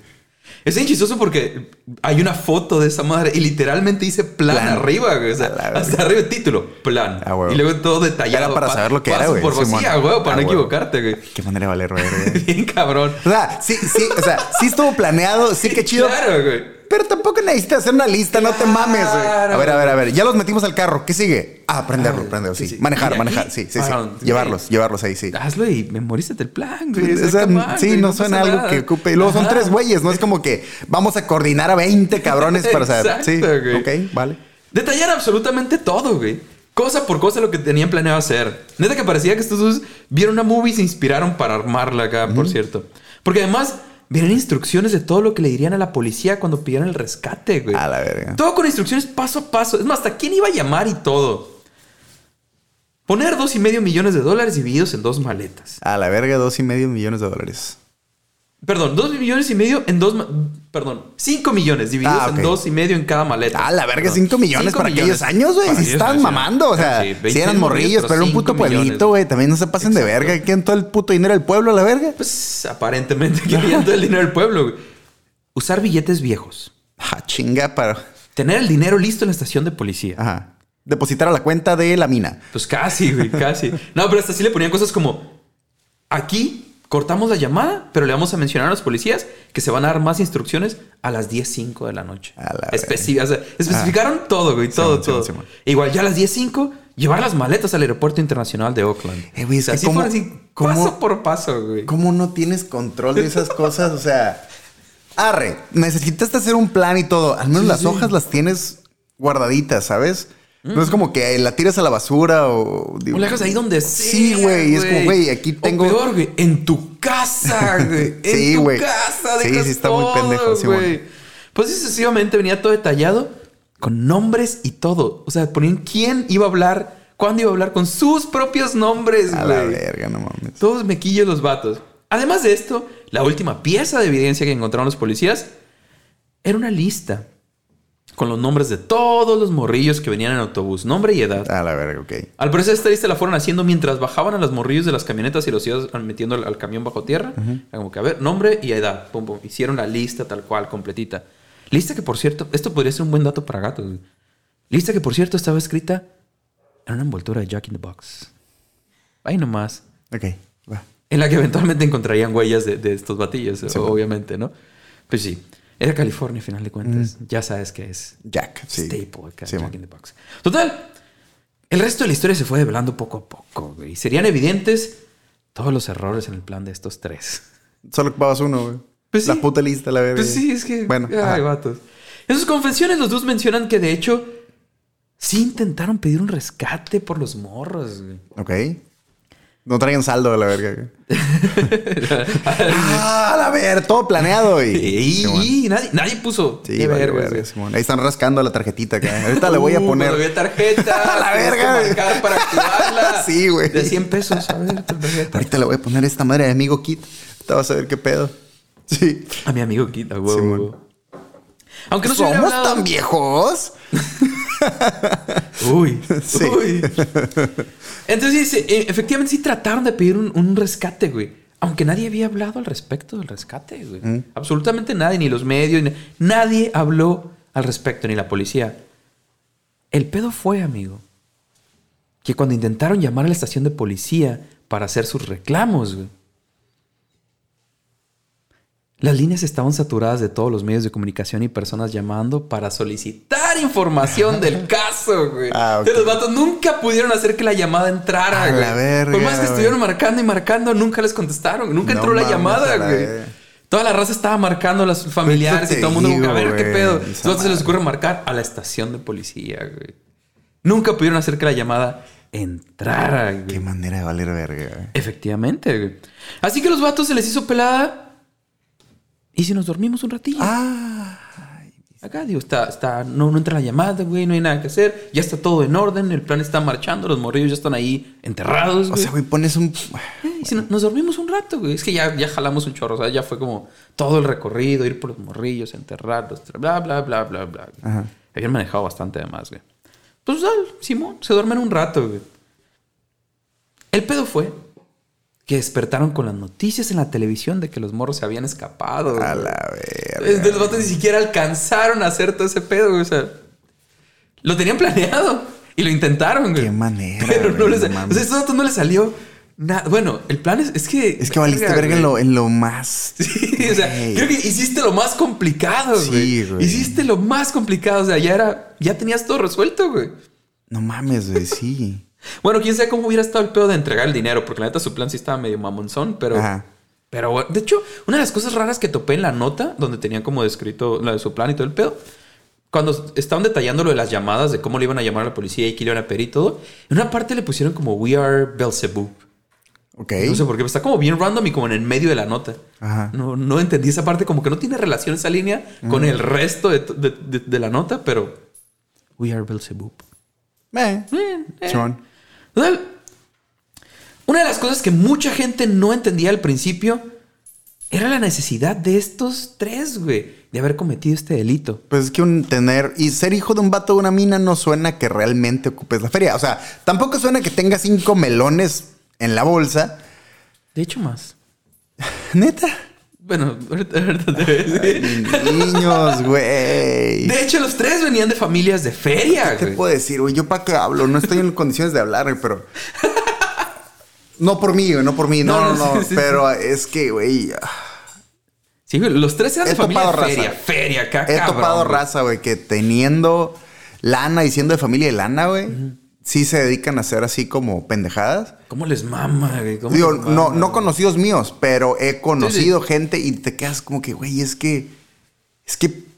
[SPEAKER 3] Es bien chistoso porque hay una foto de esa madre y literalmente dice plan,
[SPEAKER 4] Plan.
[SPEAKER 3] arriba, güey. O sea,
[SPEAKER 4] A la
[SPEAKER 3] hasta
[SPEAKER 4] verga.
[SPEAKER 3] arriba el título, plan.
[SPEAKER 4] Ah, huevo.
[SPEAKER 3] Y luego todo detallado.
[SPEAKER 4] Era para saber lo que era,
[SPEAKER 3] paso
[SPEAKER 4] güey,
[SPEAKER 3] Por
[SPEAKER 4] Simón.
[SPEAKER 3] vacía, güey, para
[SPEAKER 4] Ah,
[SPEAKER 3] no
[SPEAKER 4] huevo.
[SPEAKER 3] equivocarte, güey.
[SPEAKER 4] Qué manera de valer, güey.
[SPEAKER 3] Bien cabrón.
[SPEAKER 4] O sea, sí, sí, o sea, sí estuvo planeado, sí que chido.
[SPEAKER 3] Claro, güey.
[SPEAKER 4] Pero tampoco necesitas hacer una lista, no te mames, güey. A ver, a ver, a ver. Ya los metimos al carro. ¿Qué sigue? Ah, prenderlo,
[SPEAKER 3] Ah,
[SPEAKER 4] prenderlo, sí.
[SPEAKER 3] sí, sí.
[SPEAKER 4] Manejar,
[SPEAKER 3] Y
[SPEAKER 4] manejar,
[SPEAKER 3] aquí,
[SPEAKER 4] sí, sí, sí.
[SPEAKER 3] ah, sí.
[SPEAKER 4] Llevarlos, llevarlos ahí, sí.
[SPEAKER 3] Hazlo y memorízate el plan, güey.
[SPEAKER 4] O
[SPEAKER 3] O sea,
[SPEAKER 4] sea,
[SPEAKER 3] come on,
[SPEAKER 4] sí,
[SPEAKER 3] güey,
[SPEAKER 4] no
[SPEAKER 3] pasa
[SPEAKER 4] suena algo
[SPEAKER 3] nada.
[SPEAKER 4] que ocupe. Y luego son
[SPEAKER 3] Ajá.
[SPEAKER 4] tres güeyes, no es como que vamos a coordinar a 20 cabrones para saber. Sí,
[SPEAKER 3] Exacto, güey.
[SPEAKER 4] ok, vale.
[SPEAKER 3] Detallar absolutamente todo, güey. Cosa por cosa lo que tenían planeado hacer. Neta que parecía que estos dos vieron una movie y se inspiraron para armarla acá, por cierto. Porque además vienen instrucciones de todo lo que le dirían a la policía cuando pidieran el rescate, güey.
[SPEAKER 4] A la verga.
[SPEAKER 3] Todo con instrucciones paso a paso. Es más, hasta quién iba a llamar y todo. Poner dos y medio millones de dólares divididos en dos maletas.
[SPEAKER 4] A la verga, dos y medio millones de dólares.
[SPEAKER 3] Perdón, dos millones y medio en dos. ma- Perdón, cinco millones divididos
[SPEAKER 4] Ah, ok.
[SPEAKER 3] en dos y medio en cada maleta.
[SPEAKER 4] Ah, la verga,
[SPEAKER 3] Perdón.
[SPEAKER 4] 5 millones
[SPEAKER 3] Cinco
[SPEAKER 4] para aquellos años, güey.
[SPEAKER 3] Para
[SPEAKER 4] Si
[SPEAKER 3] aquellos
[SPEAKER 4] estaban
[SPEAKER 3] años,
[SPEAKER 4] mamando, o sea,
[SPEAKER 3] sí,
[SPEAKER 4] si
[SPEAKER 3] 26
[SPEAKER 4] eran morrillos, pero era un puto
[SPEAKER 3] cinco millones,
[SPEAKER 4] pueblito, güey. También no se pasen de
[SPEAKER 3] Exacto.
[SPEAKER 4] verga. ¿Quién todo el puto dinero del pueblo a la verga?
[SPEAKER 3] Pues aparentemente querían todo el dinero del pueblo. güey. Usar billetes viejos.
[SPEAKER 4] Ah, chinga, para.
[SPEAKER 3] Tener el dinero listo en la estación de policía.
[SPEAKER 4] Ajá. Depositar a la cuenta de la mina.
[SPEAKER 3] Pues casi, güey, casi. No, pero hasta sí le ponían cosas como: aquí cortamos la llamada, pero le vamos a mencionar a los policías que se van a dar más instrucciones a las 10.05 de la noche.
[SPEAKER 4] A la Ah.
[SPEAKER 3] Especi- o sea, especificaron todo, güey, todo,
[SPEAKER 4] Simón,
[SPEAKER 3] todo.
[SPEAKER 4] Simón, Simón.
[SPEAKER 3] Igual ya a las 10.05, llevar las maletas al aeropuerto internacional de Oakland.
[SPEAKER 4] Eh, güey,
[SPEAKER 3] O
[SPEAKER 4] es
[SPEAKER 3] sea,
[SPEAKER 4] que
[SPEAKER 3] así
[SPEAKER 4] cómo-
[SPEAKER 3] fueron así,
[SPEAKER 4] cómo-
[SPEAKER 3] paso por paso, güey.
[SPEAKER 4] ¿Cómo no tienes control de esas cosas? O sea, arre, necesitaste hacer un plan y todo. Al menos las hojas las tienes guardaditas, ¿sabes? No es como que la tiras a la basura
[SPEAKER 3] Mm.
[SPEAKER 4] o.
[SPEAKER 3] O
[SPEAKER 4] digo,
[SPEAKER 3] la dejas ahí donde sea.
[SPEAKER 4] Sí, güey. Es como, güey, aquí tengo.
[SPEAKER 3] O peor, güey, en tu casa, güey. En
[SPEAKER 4] Sí,
[SPEAKER 3] tu
[SPEAKER 4] güey.
[SPEAKER 3] casa,
[SPEAKER 4] Sí,
[SPEAKER 3] dejas
[SPEAKER 4] sí, está muy
[SPEAKER 3] todo,
[SPEAKER 4] pendejo, sí,
[SPEAKER 3] güey.
[SPEAKER 4] bueno.
[SPEAKER 3] Pues sí, sucesivamente venía todo detallado con nombres y todo. O sea, ponían quién iba a hablar, cuándo iba a hablar con sus propios nombres,
[SPEAKER 4] A la
[SPEAKER 3] güey.
[SPEAKER 4] verga, no mames.
[SPEAKER 3] Todos mequillos los vatos. Además de esto, la última pieza de evidencia que encontraron los policías era una lista con los nombres de todos los morrillos que venían en autobús, nombre y edad.
[SPEAKER 4] A la verga, ok.
[SPEAKER 3] Al parecer esta lista la fueron haciendo mientras bajaban a los morrillos de las camionetas y los iban metiendo al, al camión bajo tierra. Era Como que, a ver, nombre y edad. Pum, pum. Hicieron la lista tal cual, completita. Lista que, por cierto, esto podría ser un buen dato para gatos. güey. Lista que, por cierto, estaba escrita en una envoltura de Jack in the Box. Ahí nomás.
[SPEAKER 4] Ok, va.
[SPEAKER 3] En la que eventualmente encontrarían huellas de, de estos batillos, obviamente, ¿no? Pues sí. Era California, a final de cuentas. Ya sabes qué es.
[SPEAKER 4] Jack, sí.
[SPEAKER 3] Staple, acá,
[SPEAKER 4] Sí,
[SPEAKER 3] Jack
[SPEAKER 4] man.
[SPEAKER 3] in the Box. Total, el resto de la historia se fue develando poco a poco, güey. Serían evidentes todos los errores en el plan de estos tres.
[SPEAKER 4] Solo ocupabas uno, güey.
[SPEAKER 3] Pues
[SPEAKER 4] La
[SPEAKER 3] sí.
[SPEAKER 4] puta lista, la verga.
[SPEAKER 3] Pues sí, es que.
[SPEAKER 4] Bueno,
[SPEAKER 3] ay,
[SPEAKER 4] ajá.
[SPEAKER 3] vatos. En sus confesiones, los dos mencionan que de hecho sí intentaron pedir un rescate por los morros, güey.
[SPEAKER 4] ok. No traigan saldo a la verga. güey. ah, la ver, todo planeado. Y,
[SPEAKER 3] Y,
[SPEAKER 4] Simón.
[SPEAKER 3] y nadie, nadie puso.
[SPEAKER 4] Sí,
[SPEAKER 3] qué
[SPEAKER 4] vale,
[SPEAKER 3] vergas,
[SPEAKER 4] verga,
[SPEAKER 3] güey.
[SPEAKER 4] Simón. Ahí están rascando la tarjetita acá. Ahorita le voy a
[SPEAKER 3] Uh, pero
[SPEAKER 4] poner.
[SPEAKER 3] había tarjeta.
[SPEAKER 4] A la
[SPEAKER 3] tienes
[SPEAKER 4] verga,
[SPEAKER 3] que
[SPEAKER 4] güey.
[SPEAKER 3] marcar para activarla.
[SPEAKER 4] Sí, güey.
[SPEAKER 3] De 100 pesos. A ver, tu tarjeta.
[SPEAKER 4] Ahorita le voy a poner esta madre de amigo Kit. Te vas a ver qué pedo. Sí.
[SPEAKER 3] A mi amigo Quita, güey.
[SPEAKER 4] Simón.
[SPEAKER 3] Aunque no se hubiera
[SPEAKER 4] ¿Somos
[SPEAKER 3] hablado-
[SPEAKER 4] tan viejos?
[SPEAKER 3] Uy,
[SPEAKER 4] Sí.
[SPEAKER 3] uy. Entonces, sí, e- efectivamente, sí trataron de pedir un, un rescate, güey. Aunque nadie había hablado al respecto del rescate, güey.
[SPEAKER 4] Mm.
[SPEAKER 3] Absolutamente nadie, ni los medios, ni- nadie habló al respecto, ni la policía. El pedo fue, amigo, que cuando intentaron llamar a la estación de policía para hacer sus reclamos, güey, las líneas estaban saturadas de todos los medios de comunicación y personas llamando para solicitar información del caso, güey.
[SPEAKER 4] Ah, ok.
[SPEAKER 3] De los vatos nunca pudieron hacer que la llamada entrara,
[SPEAKER 4] A
[SPEAKER 3] güey.
[SPEAKER 4] la verga,
[SPEAKER 3] Por más que
[SPEAKER 4] güey.
[SPEAKER 3] estuvieron marcando y marcando, nunca les contestaron. Nunca
[SPEAKER 4] No
[SPEAKER 3] entró la
[SPEAKER 4] mames,
[SPEAKER 3] llamada,
[SPEAKER 4] a la
[SPEAKER 3] güey.
[SPEAKER 4] verga.
[SPEAKER 3] Toda la raza estaba marcando a los familiares
[SPEAKER 4] Eso
[SPEAKER 3] y
[SPEAKER 4] te
[SPEAKER 3] todo el mundo como,
[SPEAKER 4] digo,
[SPEAKER 3] a ver, ¿qué
[SPEAKER 4] güey,
[SPEAKER 3] pedo?
[SPEAKER 4] esa
[SPEAKER 3] Entonces se les
[SPEAKER 4] madre.
[SPEAKER 3] ocurre marcar a la estación de policía, güey. Nunca pudieron hacer que la llamada entrara, güey.
[SPEAKER 4] Qué manera de valer verga. güey.
[SPEAKER 3] Efectivamente, güey. Así que los vatos se les hizo pelada. Y si nos dormimos un ratillo.
[SPEAKER 4] Ah.
[SPEAKER 3] Acá, digo, está, está, no, no entra la llamada, güey, no hay nada que hacer. Ya está todo en orden, el plan está marchando, los morrillos ya están ahí enterrados,
[SPEAKER 4] O
[SPEAKER 3] güey.
[SPEAKER 4] sea, güey, pones un.
[SPEAKER 3] Eh, y si no- nos dormimos un rato, güey. Es que ya, ya jalamos un chorro, o sea, ya fue como todo el recorrido, ir por los morrillos, enterrarlos, bla, bla, bla, bla, bla. güey.
[SPEAKER 4] Ajá.
[SPEAKER 3] Habían manejado bastante además, güey. Pues dale, Simón, se duermen un rato, güey. El pedo fue que despertaron con las noticias en la televisión de que los morros se habían escapado.
[SPEAKER 4] A
[SPEAKER 3] güey.
[SPEAKER 4] la verga.
[SPEAKER 3] Entonces, los vatos ni siquiera alcanzaron a hacer todo ese pedo, güey. O sea, lo tenían planeado y lo intentaron, güey.
[SPEAKER 4] Qué manera,
[SPEAKER 3] Pero no
[SPEAKER 4] güey,
[SPEAKER 3] les,
[SPEAKER 4] no
[SPEAKER 3] o sea, a
[SPEAKER 4] mames.
[SPEAKER 3] estos vatos no les salió nada. Bueno, el plan es, es que.
[SPEAKER 4] Es que valiste verga
[SPEAKER 3] güey.
[SPEAKER 4] en lo, en lo más.
[SPEAKER 3] Sí, o sea,
[SPEAKER 4] Güey.
[SPEAKER 3] creo que hiciste lo más complicado,
[SPEAKER 4] Sí,
[SPEAKER 3] güey.
[SPEAKER 4] güey.
[SPEAKER 3] Hiciste lo más complicado. O sea, ya era. Ya tenías todo resuelto, güey.
[SPEAKER 4] No mames, güey, sí.
[SPEAKER 3] Bueno, quién sabe cómo hubiera estado el pedo de entregar el dinero, porque la neta su plan sí estaba medio mamonzón, pero.
[SPEAKER 4] Ajá.
[SPEAKER 3] Pero bueno, de hecho, una de las cosas raras que topé en la nota, donde tenían como descrito la de su plan y todo el pedo, cuando estaban detallando lo de las llamadas, de cómo le iban a llamar a la policía y qué le iban a pedir y todo, en una parte le pusieron como We are Belzebub.
[SPEAKER 4] Ok.
[SPEAKER 3] No sé por qué, está como bien random y como en el medio de la nota.
[SPEAKER 4] Ajá. Mm.
[SPEAKER 3] No, no entendí esa parte, como que no tiene relación esa línea con el resto de, de- de- de la nota, pero We are Belzebub.
[SPEAKER 4] Eh,
[SPEAKER 3] Eh, eh.
[SPEAKER 4] Simón.
[SPEAKER 3] Total, Una de las cosas que mucha gente no entendía al principio era la necesidad de estos tres, güey, de haber cometido este delito.
[SPEAKER 4] Pues es que un tener y ser hijo de un vato de una mina no suena que realmente ocupes la feria. O sea, tampoco suena que tengas cinco melones en la bolsa.
[SPEAKER 3] De hecho, más.
[SPEAKER 4] Neta.
[SPEAKER 3] Bueno, ahorita, ahorita te voy a decir.
[SPEAKER 4] Niños, güey.
[SPEAKER 3] De hecho, los tres venían de familias de feria,
[SPEAKER 4] ¿Qué te
[SPEAKER 3] güey.
[SPEAKER 4] puedo decir, güey? ¿Yo para qué hablo? No estoy en condiciones de hablar, güey, pero. No por mí, güey, no por mí, no,
[SPEAKER 3] No,
[SPEAKER 4] no,
[SPEAKER 3] no,
[SPEAKER 4] no.
[SPEAKER 3] sí, sí,
[SPEAKER 4] pero es que, güey,
[SPEAKER 3] Sí, güey, los tres eran
[SPEAKER 4] He
[SPEAKER 3] de familia de
[SPEAKER 4] topado raza.
[SPEAKER 3] feria. Feria, acá,
[SPEAKER 4] he
[SPEAKER 3] cabrón,
[SPEAKER 4] topado
[SPEAKER 3] güey.
[SPEAKER 4] raza, güey, que teniendo lana y siendo de familia de lana, güey, sí se dedican a hacer así como pendejadas.
[SPEAKER 3] ¿Cómo les mama, güey? ¿Cómo
[SPEAKER 4] Digo,
[SPEAKER 3] les mama,
[SPEAKER 4] no, no
[SPEAKER 3] güey?
[SPEAKER 4] conocidos míos, pero he conocido gente y te quedas como que, güey, es que. Es que.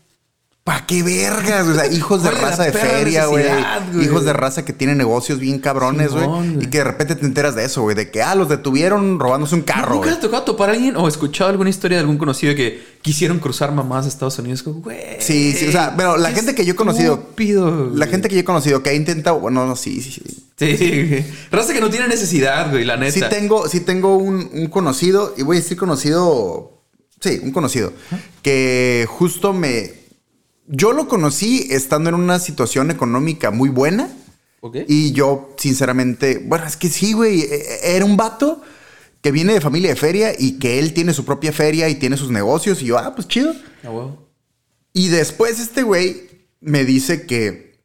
[SPEAKER 4] ¿Pa' qué vergas? O sea, hijos de
[SPEAKER 3] ¿Cuál es la
[SPEAKER 4] raza de
[SPEAKER 3] perra
[SPEAKER 4] feria, güey.
[SPEAKER 3] necesidad, güey?
[SPEAKER 4] Hijos de raza que tienen negocios bien cabrones,
[SPEAKER 3] Simón,
[SPEAKER 4] güey.
[SPEAKER 3] güey.
[SPEAKER 4] Y que de repente te enteras de eso, güey. De que, ah, los detuvieron robándose un carro,
[SPEAKER 3] ¿Nunca
[SPEAKER 4] güey.
[SPEAKER 3] has tocado topar a alguien o escuchado alguna historia de algún conocido que quisieron cruzar mamás a Estados Unidos? Como, Güey.
[SPEAKER 4] Sí, sí, o sea, pero la
[SPEAKER 3] qué
[SPEAKER 4] gente que yo he conocido.
[SPEAKER 3] estúpido,
[SPEAKER 4] La
[SPEAKER 3] güey.
[SPEAKER 4] gente que yo he conocido que ha intentado. Bueno, no, sí, sí, sí.
[SPEAKER 3] Sí, güey. Raza que no tiene necesidad, güey, la neta.
[SPEAKER 4] Sí tengo, sí tengo un, un conocido, y voy a decir conocido, sí, un conocido, que justo me, yo lo conocí estando en una situación económica muy buena.
[SPEAKER 3] ¿Ok?
[SPEAKER 4] Y yo, sinceramente, bueno, es que sí, güey, e- e- era un vato que viene de familia de feria y que él tiene su propia feria y tiene sus negocios. Y yo, ah, pues chido.
[SPEAKER 3] Ah, huevo.
[SPEAKER 4] Y después este güey me dice que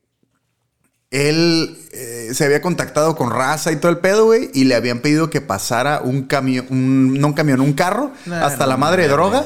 [SPEAKER 4] él eh, se había contactado con Raza y todo el pedo, güey, y le habían pedido que pasara un camión, un, no un camión, un carro,
[SPEAKER 3] Nah,
[SPEAKER 4] hasta
[SPEAKER 3] no
[SPEAKER 4] la madre de
[SPEAKER 3] mames.
[SPEAKER 4] droga,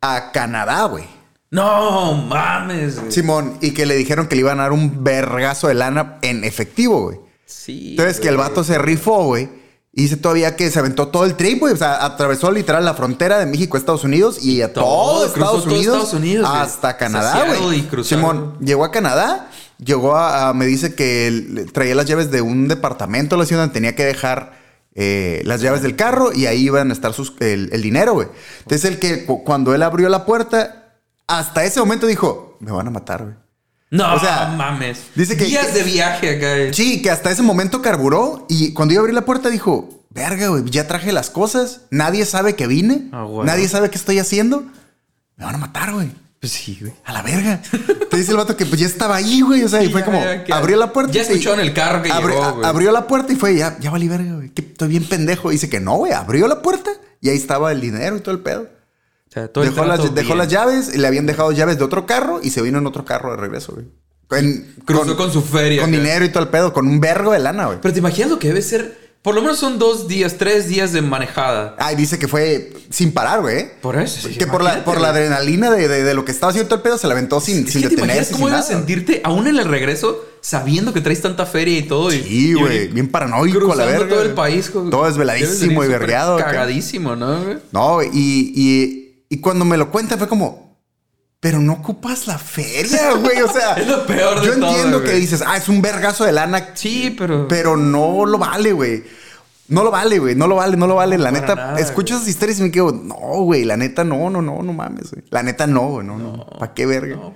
[SPEAKER 4] a Canadá, güey.
[SPEAKER 3] No mames, güey.
[SPEAKER 4] Simón, y que le dijeron que le iban a dar un vergazo de lana en efectivo, güey.
[SPEAKER 3] Sí,
[SPEAKER 4] Entonces que el
[SPEAKER 3] güey.
[SPEAKER 4] vato se rifó, güey. Y dice todavía que se aventó todo el trip, güey. O sea, atravesó literal la frontera de México a Estados Unidos y a
[SPEAKER 3] Todo,
[SPEAKER 4] todo,
[SPEAKER 3] cruzó
[SPEAKER 4] Estados,
[SPEAKER 3] todo
[SPEAKER 4] Unidos,
[SPEAKER 3] Estados Unidos, güey.
[SPEAKER 4] hasta
[SPEAKER 3] Hasta
[SPEAKER 4] Canadá,
[SPEAKER 3] Seattle y
[SPEAKER 4] güey.
[SPEAKER 3] cruzaron.
[SPEAKER 4] Simón llegó a Canadá, llegó a, a- me dice que le- traía las llaves de un departamento de la ciudad, tenía que dejar eh, las llaves del carro y ahí iban a estar sus, el, el dinero, güey. Entonces el que cu- cuando él abrió la puerta, hasta ese momento dijo, me van a matar, güey.
[SPEAKER 3] No
[SPEAKER 4] o sea,
[SPEAKER 3] mames.
[SPEAKER 4] dice que-
[SPEAKER 3] Días de viaje acá. güey.
[SPEAKER 4] Sí, que hasta ese momento carburó y cuando yo abrí la puerta dijo, verga, güey, ya traje las cosas, nadie sabe que vine,
[SPEAKER 3] Ah, güey.
[SPEAKER 4] nadie sabe qué estoy haciendo, me van a matar, güey,
[SPEAKER 3] Pues sí, güey.
[SPEAKER 4] a la verga. Te dice el vato que pues ya estaba ahí, güey, o sea, y
[SPEAKER 3] Sí,
[SPEAKER 4] fue
[SPEAKER 3] ya,
[SPEAKER 4] como,
[SPEAKER 3] ya, que-
[SPEAKER 4] abrió la puerta.
[SPEAKER 3] ya
[SPEAKER 4] y-
[SPEAKER 3] escucharon el carro que
[SPEAKER 4] abri-
[SPEAKER 3] llegó,
[SPEAKER 4] a-
[SPEAKER 3] güey.
[SPEAKER 4] Abrió la puerta y fue, ya, ya valí verga, güey, que estoy bien pendejo. Dice que no, güey, abrió la puerta y ahí estaba el dinero y todo el pedo.
[SPEAKER 3] O sea, todo el
[SPEAKER 4] Dejó las,
[SPEAKER 3] trato
[SPEAKER 4] dejó
[SPEAKER 3] bien.
[SPEAKER 4] las llaves, y le habían dejado llaves de otro carro y se vino en otro carro de regreso, güey. En-
[SPEAKER 3] Cruzó con su feria,
[SPEAKER 4] Con
[SPEAKER 3] acá.
[SPEAKER 4] dinero y todo el pedo, con un vergo de lana, güey.
[SPEAKER 3] Pero te imaginas lo que debe ser. Por lo menos son dos días, tres días de manejada.
[SPEAKER 4] Ay, dice que fue sin parar, güey. ¿eh?
[SPEAKER 3] Por eso. sí,
[SPEAKER 4] que por la,
[SPEAKER 3] imagínate,
[SPEAKER 4] por la
[SPEAKER 3] güey.
[SPEAKER 4] adrenalina de, de- de lo que estaba haciendo todo el pedo se la aventó sin,
[SPEAKER 3] Es
[SPEAKER 4] sin
[SPEAKER 3] que te imaginas
[SPEAKER 4] detenerse.
[SPEAKER 3] cómo
[SPEAKER 4] sin
[SPEAKER 3] debes
[SPEAKER 4] nada.
[SPEAKER 3] sentirte aún en el regreso sabiendo que traes tanta feria y todo. y-
[SPEAKER 4] Sí,
[SPEAKER 3] y
[SPEAKER 4] güey. Bien paranoico, a la
[SPEAKER 3] cruzando
[SPEAKER 4] verga.
[SPEAKER 3] todo el
[SPEAKER 4] güey.
[SPEAKER 3] país. güey.
[SPEAKER 4] Todo
[SPEAKER 3] Debes salir
[SPEAKER 4] desveladísimo y
[SPEAKER 3] súper
[SPEAKER 4] vergueado. acá.
[SPEAKER 3] Cagadísimo, ¿no? güey?
[SPEAKER 4] No, güey, y, y, y cuando me lo cuenta fue como, pero no ocupas la feria, güey. O sea,
[SPEAKER 3] Es lo peor de
[SPEAKER 4] yo
[SPEAKER 3] todo,
[SPEAKER 4] entiendo que
[SPEAKER 3] güey.
[SPEAKER 4] dices, ah, es un vergazo de lana.
[SPEAKER 3] Sí, pero...
[SPEAKER 4] Pero no lo vale, güey. No lo vale, güey. No lo vale, no lo vale. La
[SPEAKER 3] Para
[SPEAKER 4] neta,
[SPEAKER 3] nada,
[SPEAKER 4] escucho esas historias y me quedo, no, güey. La neta, no, no, no, no mames, güey. La neta, no, güey. No, no. ¿Para qué verga?
[SPEAKER 3] no.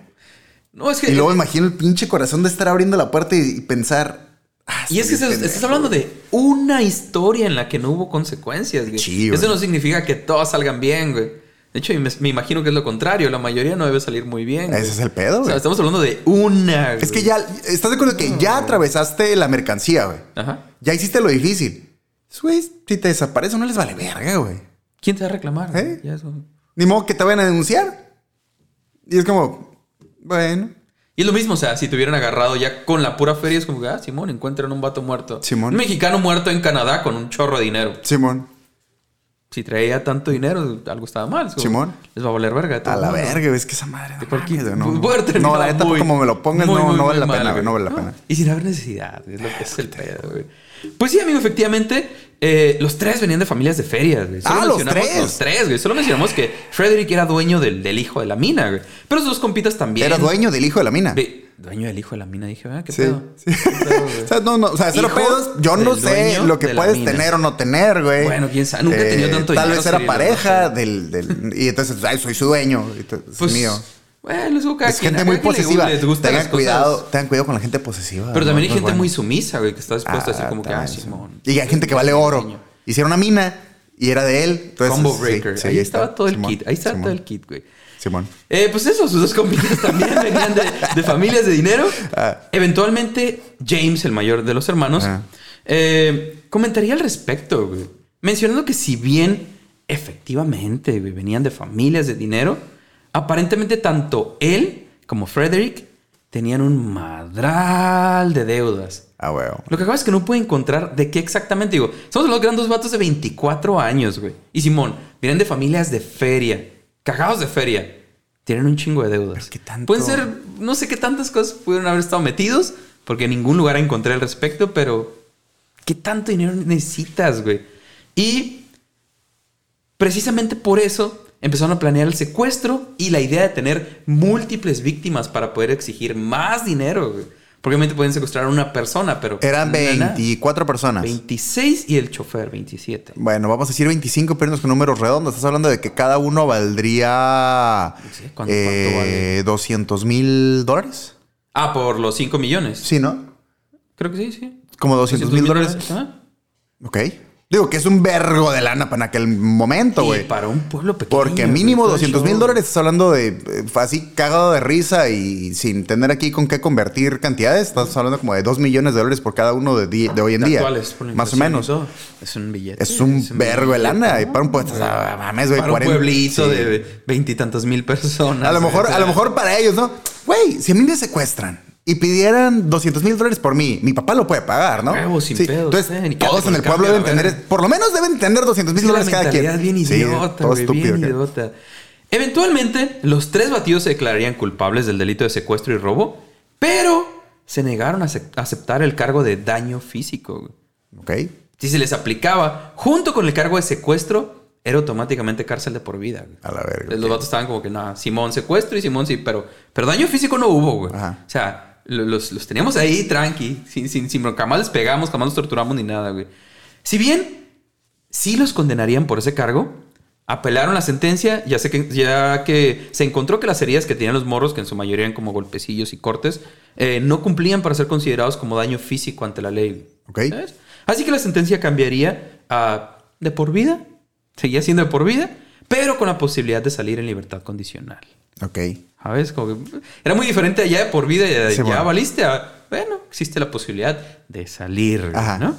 [SPEAKER 3] No, es que...
[SPEAKER 4] Y luego imagino el pinche corazón de estar abriendo la puerta y, y pensar. ah,
[SPEAKER 3] Y es que
[SPEAKER 4] estoy
[SPEAKER 3] se-
[SPEAKER 4] pendejo,
[SPEAKER 3] estás hablando de una historia en la que no hubo consecuencias, güey.
[SPEAKER 4] Sí, güey.
[SPEAKER 3] Eso no significa que todas salgan bien, güey. De hecho, me, me imagino que es lo contrario. La mayoría no debe salir muy bien.
[SPEAKER 4] Ese
[SPEAKER 3] güey.
[SPEAKER 4] es el pedo,
[SPEAKER 3] O sea,
[SPEAKER 4] güey.
[SPEAKER 3] estamos hablando de una.
[SPEAKER 4] Es que
[SPEAKER 3] güey.
[SPEAKER 4] ya, ¿estás de acuerdo que ya atravesaste la mercancía, güey?
[SPEAKER 3] Ajá.
[SPEAKER 4] Ya hiciste lo difícil. Pues, Güey, si te desaparece, no les vale verga, güey.
[SPEAKER 3] ¿Quién te va a reclamar? güey?
[SPEAKER 4] ¿Eh?
[SPEAKER 3] Ya es un-
[SPEAKER 4] Ni modo que te vayan a denunciar. Y es como, bueno,
[SPEAKER 3] Y es lo mismo, o sea, si te hubieran agarrado ya con la pura feria, es como que, ah, Simón, encuentran un vato muerto.
[SPEAKER 4] Simón.
[SPEAKER 3] Un mexicano muerto en Canadá con un chorro de dinero.
[SPEAKER 4] Simón.
[SPEAKER 3] Si traía tanto dinero, algo estaba mal. Es como,
[SPEAKER 4] Simón.
[SPEAKER 3] Les va a valer verga. todo
[SPEAKER 4] A la
[SPEAKER 3] el mundo.
[SPEAKER 4] verga, güey, es que esa madre.
[SPEAKER 3] De
[SPEAKER 4] No,
[SPEAKER 3] cualquier-
[SPEAKER 4] mames, no,
[SPEAKER 3] puede haber
[SPEAKER 4] no, no, la
[SPEAKER 3] terminado
[SPEAKER 4] neta,
[SPEAKER 3] muy-
[SPEAKER 4] como me lo pongas,
[SPEAKER 3] muy,
[SPEAKER 4] no,
[SPEAKER 3] muy,
[SPEAKER 4] no
[SPEAKER 3] muy
[SPEAKER 4] vale la
[SPEAKER 3] mal,
[SPEAKER 4] pena, güey.
[SPEAKER 3] güey.
[SPEAKER 4] No vale la
[SPEAKER 3] No,
[SPEAKER 4] pena.
[SPEAKER 3] Y sin haber necesidad, güey, es lo que es el pedo, güey. Pues sí, amigo, efectivamente, eh, los tres venían de familias de ferias, güey. Solo
[SPEAKER 4] Ah, los
[SPEAKER 3] mencionamos
[SPEAKER 4] tres.
[SPEAKER 3] Los tres, güey. Solo mencionamos que Frederick era dueño del, del hijo de la mina, güey. Pero sus dos compitas también.
[SPEAKER 4] Era dueño del hijo de la mina.
[SPEAKER 3] de- dueño del hijo de la mina, dije, ah, qué
[SPEAKER 4] Sí,
[SPEAKER 3] pedo.
[SPEAKER 4] sí.
[SPEAKER 3] ¿Qué pedo, güey?
[SPEAKER 4] O sea, no, no, o sea, cero
[SPEAKER 3] Hijo
[SPEAKER 4] pedos. Yo no
[SPEAKER 3] del
[SPEAKER 4] sé
[SPEAKER 3] dueño
[SPEAKER 4] lo que
[SPEAKER 3] de la
[SPEAKER 4] puedes
[SPEAKER 3] mina.
[SPEAKER 4] tener o no tener, güey. Eh,
[SPEAKER 3] Bueno, quién sabe, nunca he tenido tanto
[SPEAKER 4] Tal
[SPEAKER 3] dinero,
[SPEAKER 4] vez era
[SPEAKER 3] sería la
[SPEAKER 4] pareja del, del. Y entonces, ay, soy su dueño. y tú- Es
[SPEAKER 3] Pues,
[SPEAKER 4] mío.
[SPEAKER 3] Bueno, eso cada
[SPEAKER 4] Es
[SPEAKER 3] quien,
[SPEAKER 4] gente
[SPEAKER 3] a
[SPEAKER 4] muy
[SPEAKER 3] cada quien le gu-
[SPEAKER 4] posesiva.
[SPEAKER 3] Les gusta
[SPEAKER 4] Tengan
[SPEAKER 3] las cosas.
[SPEAKER 4] cuidado, tengan cuidado con la gente posesiva.
[SPEAKER 3] Pero
[SPEAKER 4] ¿no?
[SPEAKER 3] también hay
[SPEAKER 4] No es
[SPEAKER 3] gente
[SPEAKER 4] bueno.
[SPEAKER 3] muy sumisa, güey, que está dispuesta a decir
[SPEAKER 4] Ah,
[SPEAKER 3] como que, ah,
[SPEAKER 4] también,
[SPEAKER 3] Simón.
[SPEAKER 4] Y hay gente que vale oro. Hicieron una mina y era de él. entonces,
[SPEAKER 3] Combo
[SPEAKER 4] sí,
[SPEAKER 3] Breaker.
[SPEAKER 4] sí,
[SPEAKER 3] ahí estaba
[SPEAKER 4] está.
[SPEAKER 3] todo el
[SPEAKER 4] Simón,
[SPEAKER 3] kit. Ahí estaba
[SPEAKER 4] Simón,
[SPEAKER 3] todo el kit, güey.
[SPEAKER 4] Simón.
[SPEAKER 3] Eh, pues eso, sus dos compitas también venían de, de familias de dinero.
[SPEAKER 4] Ah.
[SPEAKER 3] Eventualmente, James, el mayor de los hermanos,
[SPEAKER 4] Ah.
[SPEAKER 3] eh, comentaría al respecto, güey. Mencionando que si bien efectivamente güey, venían de familias de dinero, aparentemente tanto él como Frederick tenían un madral de deudas.
[SPEAKER 4] Ah, huevo.
[SPEAKER 3] Lo que acabo es que no pude encontrar de qué exactamente. Digo, somos los grandes vatos de 24 años, güey. Y Simón, vienen de familias de feria. Cagados de feria. Tienen un chingo de deudas.
[SPEAKER 4] Pero qué tanto-
[SPEAKER 3] Pueden ser, no sé qué tantas cosas pudieron haber estado metidos, porque en ningún lugar encontré al respecto, pero ¿qué tanto dinero necesitas, güey? Y Precisamente por eso empezaron a planear el secuestro y la idea de tener múltiples víctimas para poder exigir más dinero. güey. Porque obviamente pueden secuestrar a una persona, pero...
[SPEAKER 4] Eran
[SPEAKER 3] no era nada.
[SPEAKER 4] 24 personas.
[SPEAKER 3] 26 y el chofer 27.
[SPEAKER 4] Bueno, vamos a decir 25, pero con números redondos. Estás hablando de que cada uno valdría
[SPEAKER 3] Sí, ¿cuánto- cuánto vale?
[SPEAKER 4] 200 mil dólares.
[SPEAKER 3] Ah, por los 5 millones.
[SPEAKER 4] Sí, ¿no?
[SPEAKER 3] Creo que sí, sí.
[SPEAKER 4] Como 200 mil
[SPEAKER 3] 200,000
[SPEAKER 4] dólares.
[SPEAKER 3] Ajá.
[SPEAKER 4] Ok. Digo que es un vergo de lana para aquel momento,
[SPEAKER 3] Y
[SPEAKER 4] güey.
[SPEAKER 3] para un pueblo pequeño.
[SPEAKER 4] Porque mínimo
[SPEAKER 3] güey, todo
[SPEAKER 4] 200
[SPEAKER 3] el
[SPEAKER 4] mil
[SPEAKER 3] show.
[SPEAKER 4] dólares estás hablando de eh, así cagado de risa y sin tener aquí con qué convertir cantidades. Estás hablando como de 2 millones de dólares por cada uno de, di- de hoy en día.
[SPEAKER 3] Actuales, por la
[SPEAKER 4] más o
[SPEAKER 3] inflación y
[SPEAKER 4] menos.
[SPEAKER 3] todo. Es un billete.
[SPEAKER 4] Es un vergo de
[SPEAKER 3] billete,
[SPEAKER 4] lana. Y
[SPEAKER 3] ¿no?
[SPEAKER 4] para un puesto, ah, mames, güey,
[SPEAKER 3] Para un
[SPEAKER 4] 40,
[SPEAKER 3] pueblito
[SPEAKER 4] sí.
[SPEAKER 3] de veintitantas mil personas.
[SPEAKER 4] A lo mejor,
[SPEAKER 3] o sea,
[SPEAKER 4] a lo mejor para ellos, ¿no? Güey, si a mí me secuestran y pidieran 200 mil dólares por mí, mi papá lo puede pagar, ¿no?
[SPEAKER 3] Huevo, sin
[SPEAKER 4] Sí,
[SPEAKER 3] pedos,
[SPEAKER 4] Entonces,
[SPEAKER 3] eh, ni que
[SPEAKER 4] todos
[SPEAKER 3] te
[SPEAKER 4] en el
[SPEAKER 3] cambie
[SPEAKER 4] pueblo
[SPEAKER 3] la
[SPEAKER 4] deben
[SPEAKER 3] verga.
[SPEAKER 4] tener, por lo menos deben tener 200 mil
[SPEAKER 3] Es la
[SPEAKER 4] dólares cada
[SPEAKER 3] mentalidad
[SPEAKER 4] quien.
[SPEAKER 3] bien
[SPEAKER 4] Sí,
[SPEAKER 3] idiota,
[SPEAKER 4] todo
[SPEAKER 3] güey,
[SPEAKER 4] estúpido
[SPEAKER 3] bien
[SPEAKER 4] acá.
[SPEAKER 3] idiota. Eventualmente, los tres batidos se declararían culpables del delito de secuestro y robo, pero se negaron a acep- aceptar el cargo de daño físico. güey.
[SPEAKER 4] Ok.
[SPEAKER 3] Si se les aplicaba junto con el cargo de secuestro, era automáticamente cárcel de por vida. güey.
[SPEAKER 4] A la verga,
[SPEAKER 3] Entonces,
[SPEAKER 4] ok.
[SPEAKER 3] Los vatos estaban como que, nada, Simón secuestro y Simón sí, pero, pero daño físico no hubo, güey.
[SPEAKER 4] Ajá.
[SPEAKER 3] O sea, lo- los, los teníamos ahí tranqui, sin, sin, sin bronca. Jamás les pegamos, jamás los torturamos ni nada, güey. Si bien sí los condenarían por ese cargo, apelaron la sentencia, ya, sé que, ya que se encontró que las heridas que tenían los morros, que en su mayoría eran como golpecillos y cortes, eh, no cumplían para ser considerados como daño físico ante la ley.
[SPEAKER 4] Ok.
[SPEAKER 3] ¿Sabes? Así que la sentencia cambiaría a de por vida, seguía siendo de por vida, pero con la posibilidad de salir en libertad condicional.
[SPEAKER 4] Ok.
[SPEAKER 3] ¿Sabes? Como que era muy diferente allá de por vida y de
[SPEAKER 4] Sí,
[SPEAKER 3] ya
[SPEAKER 4] bueno.
[SPEAKER 3] valiste. a- bueno, existe la posibilidad de salir,
[SPEAKER 4] Ajá.
[SPEAKER 3] ¿no?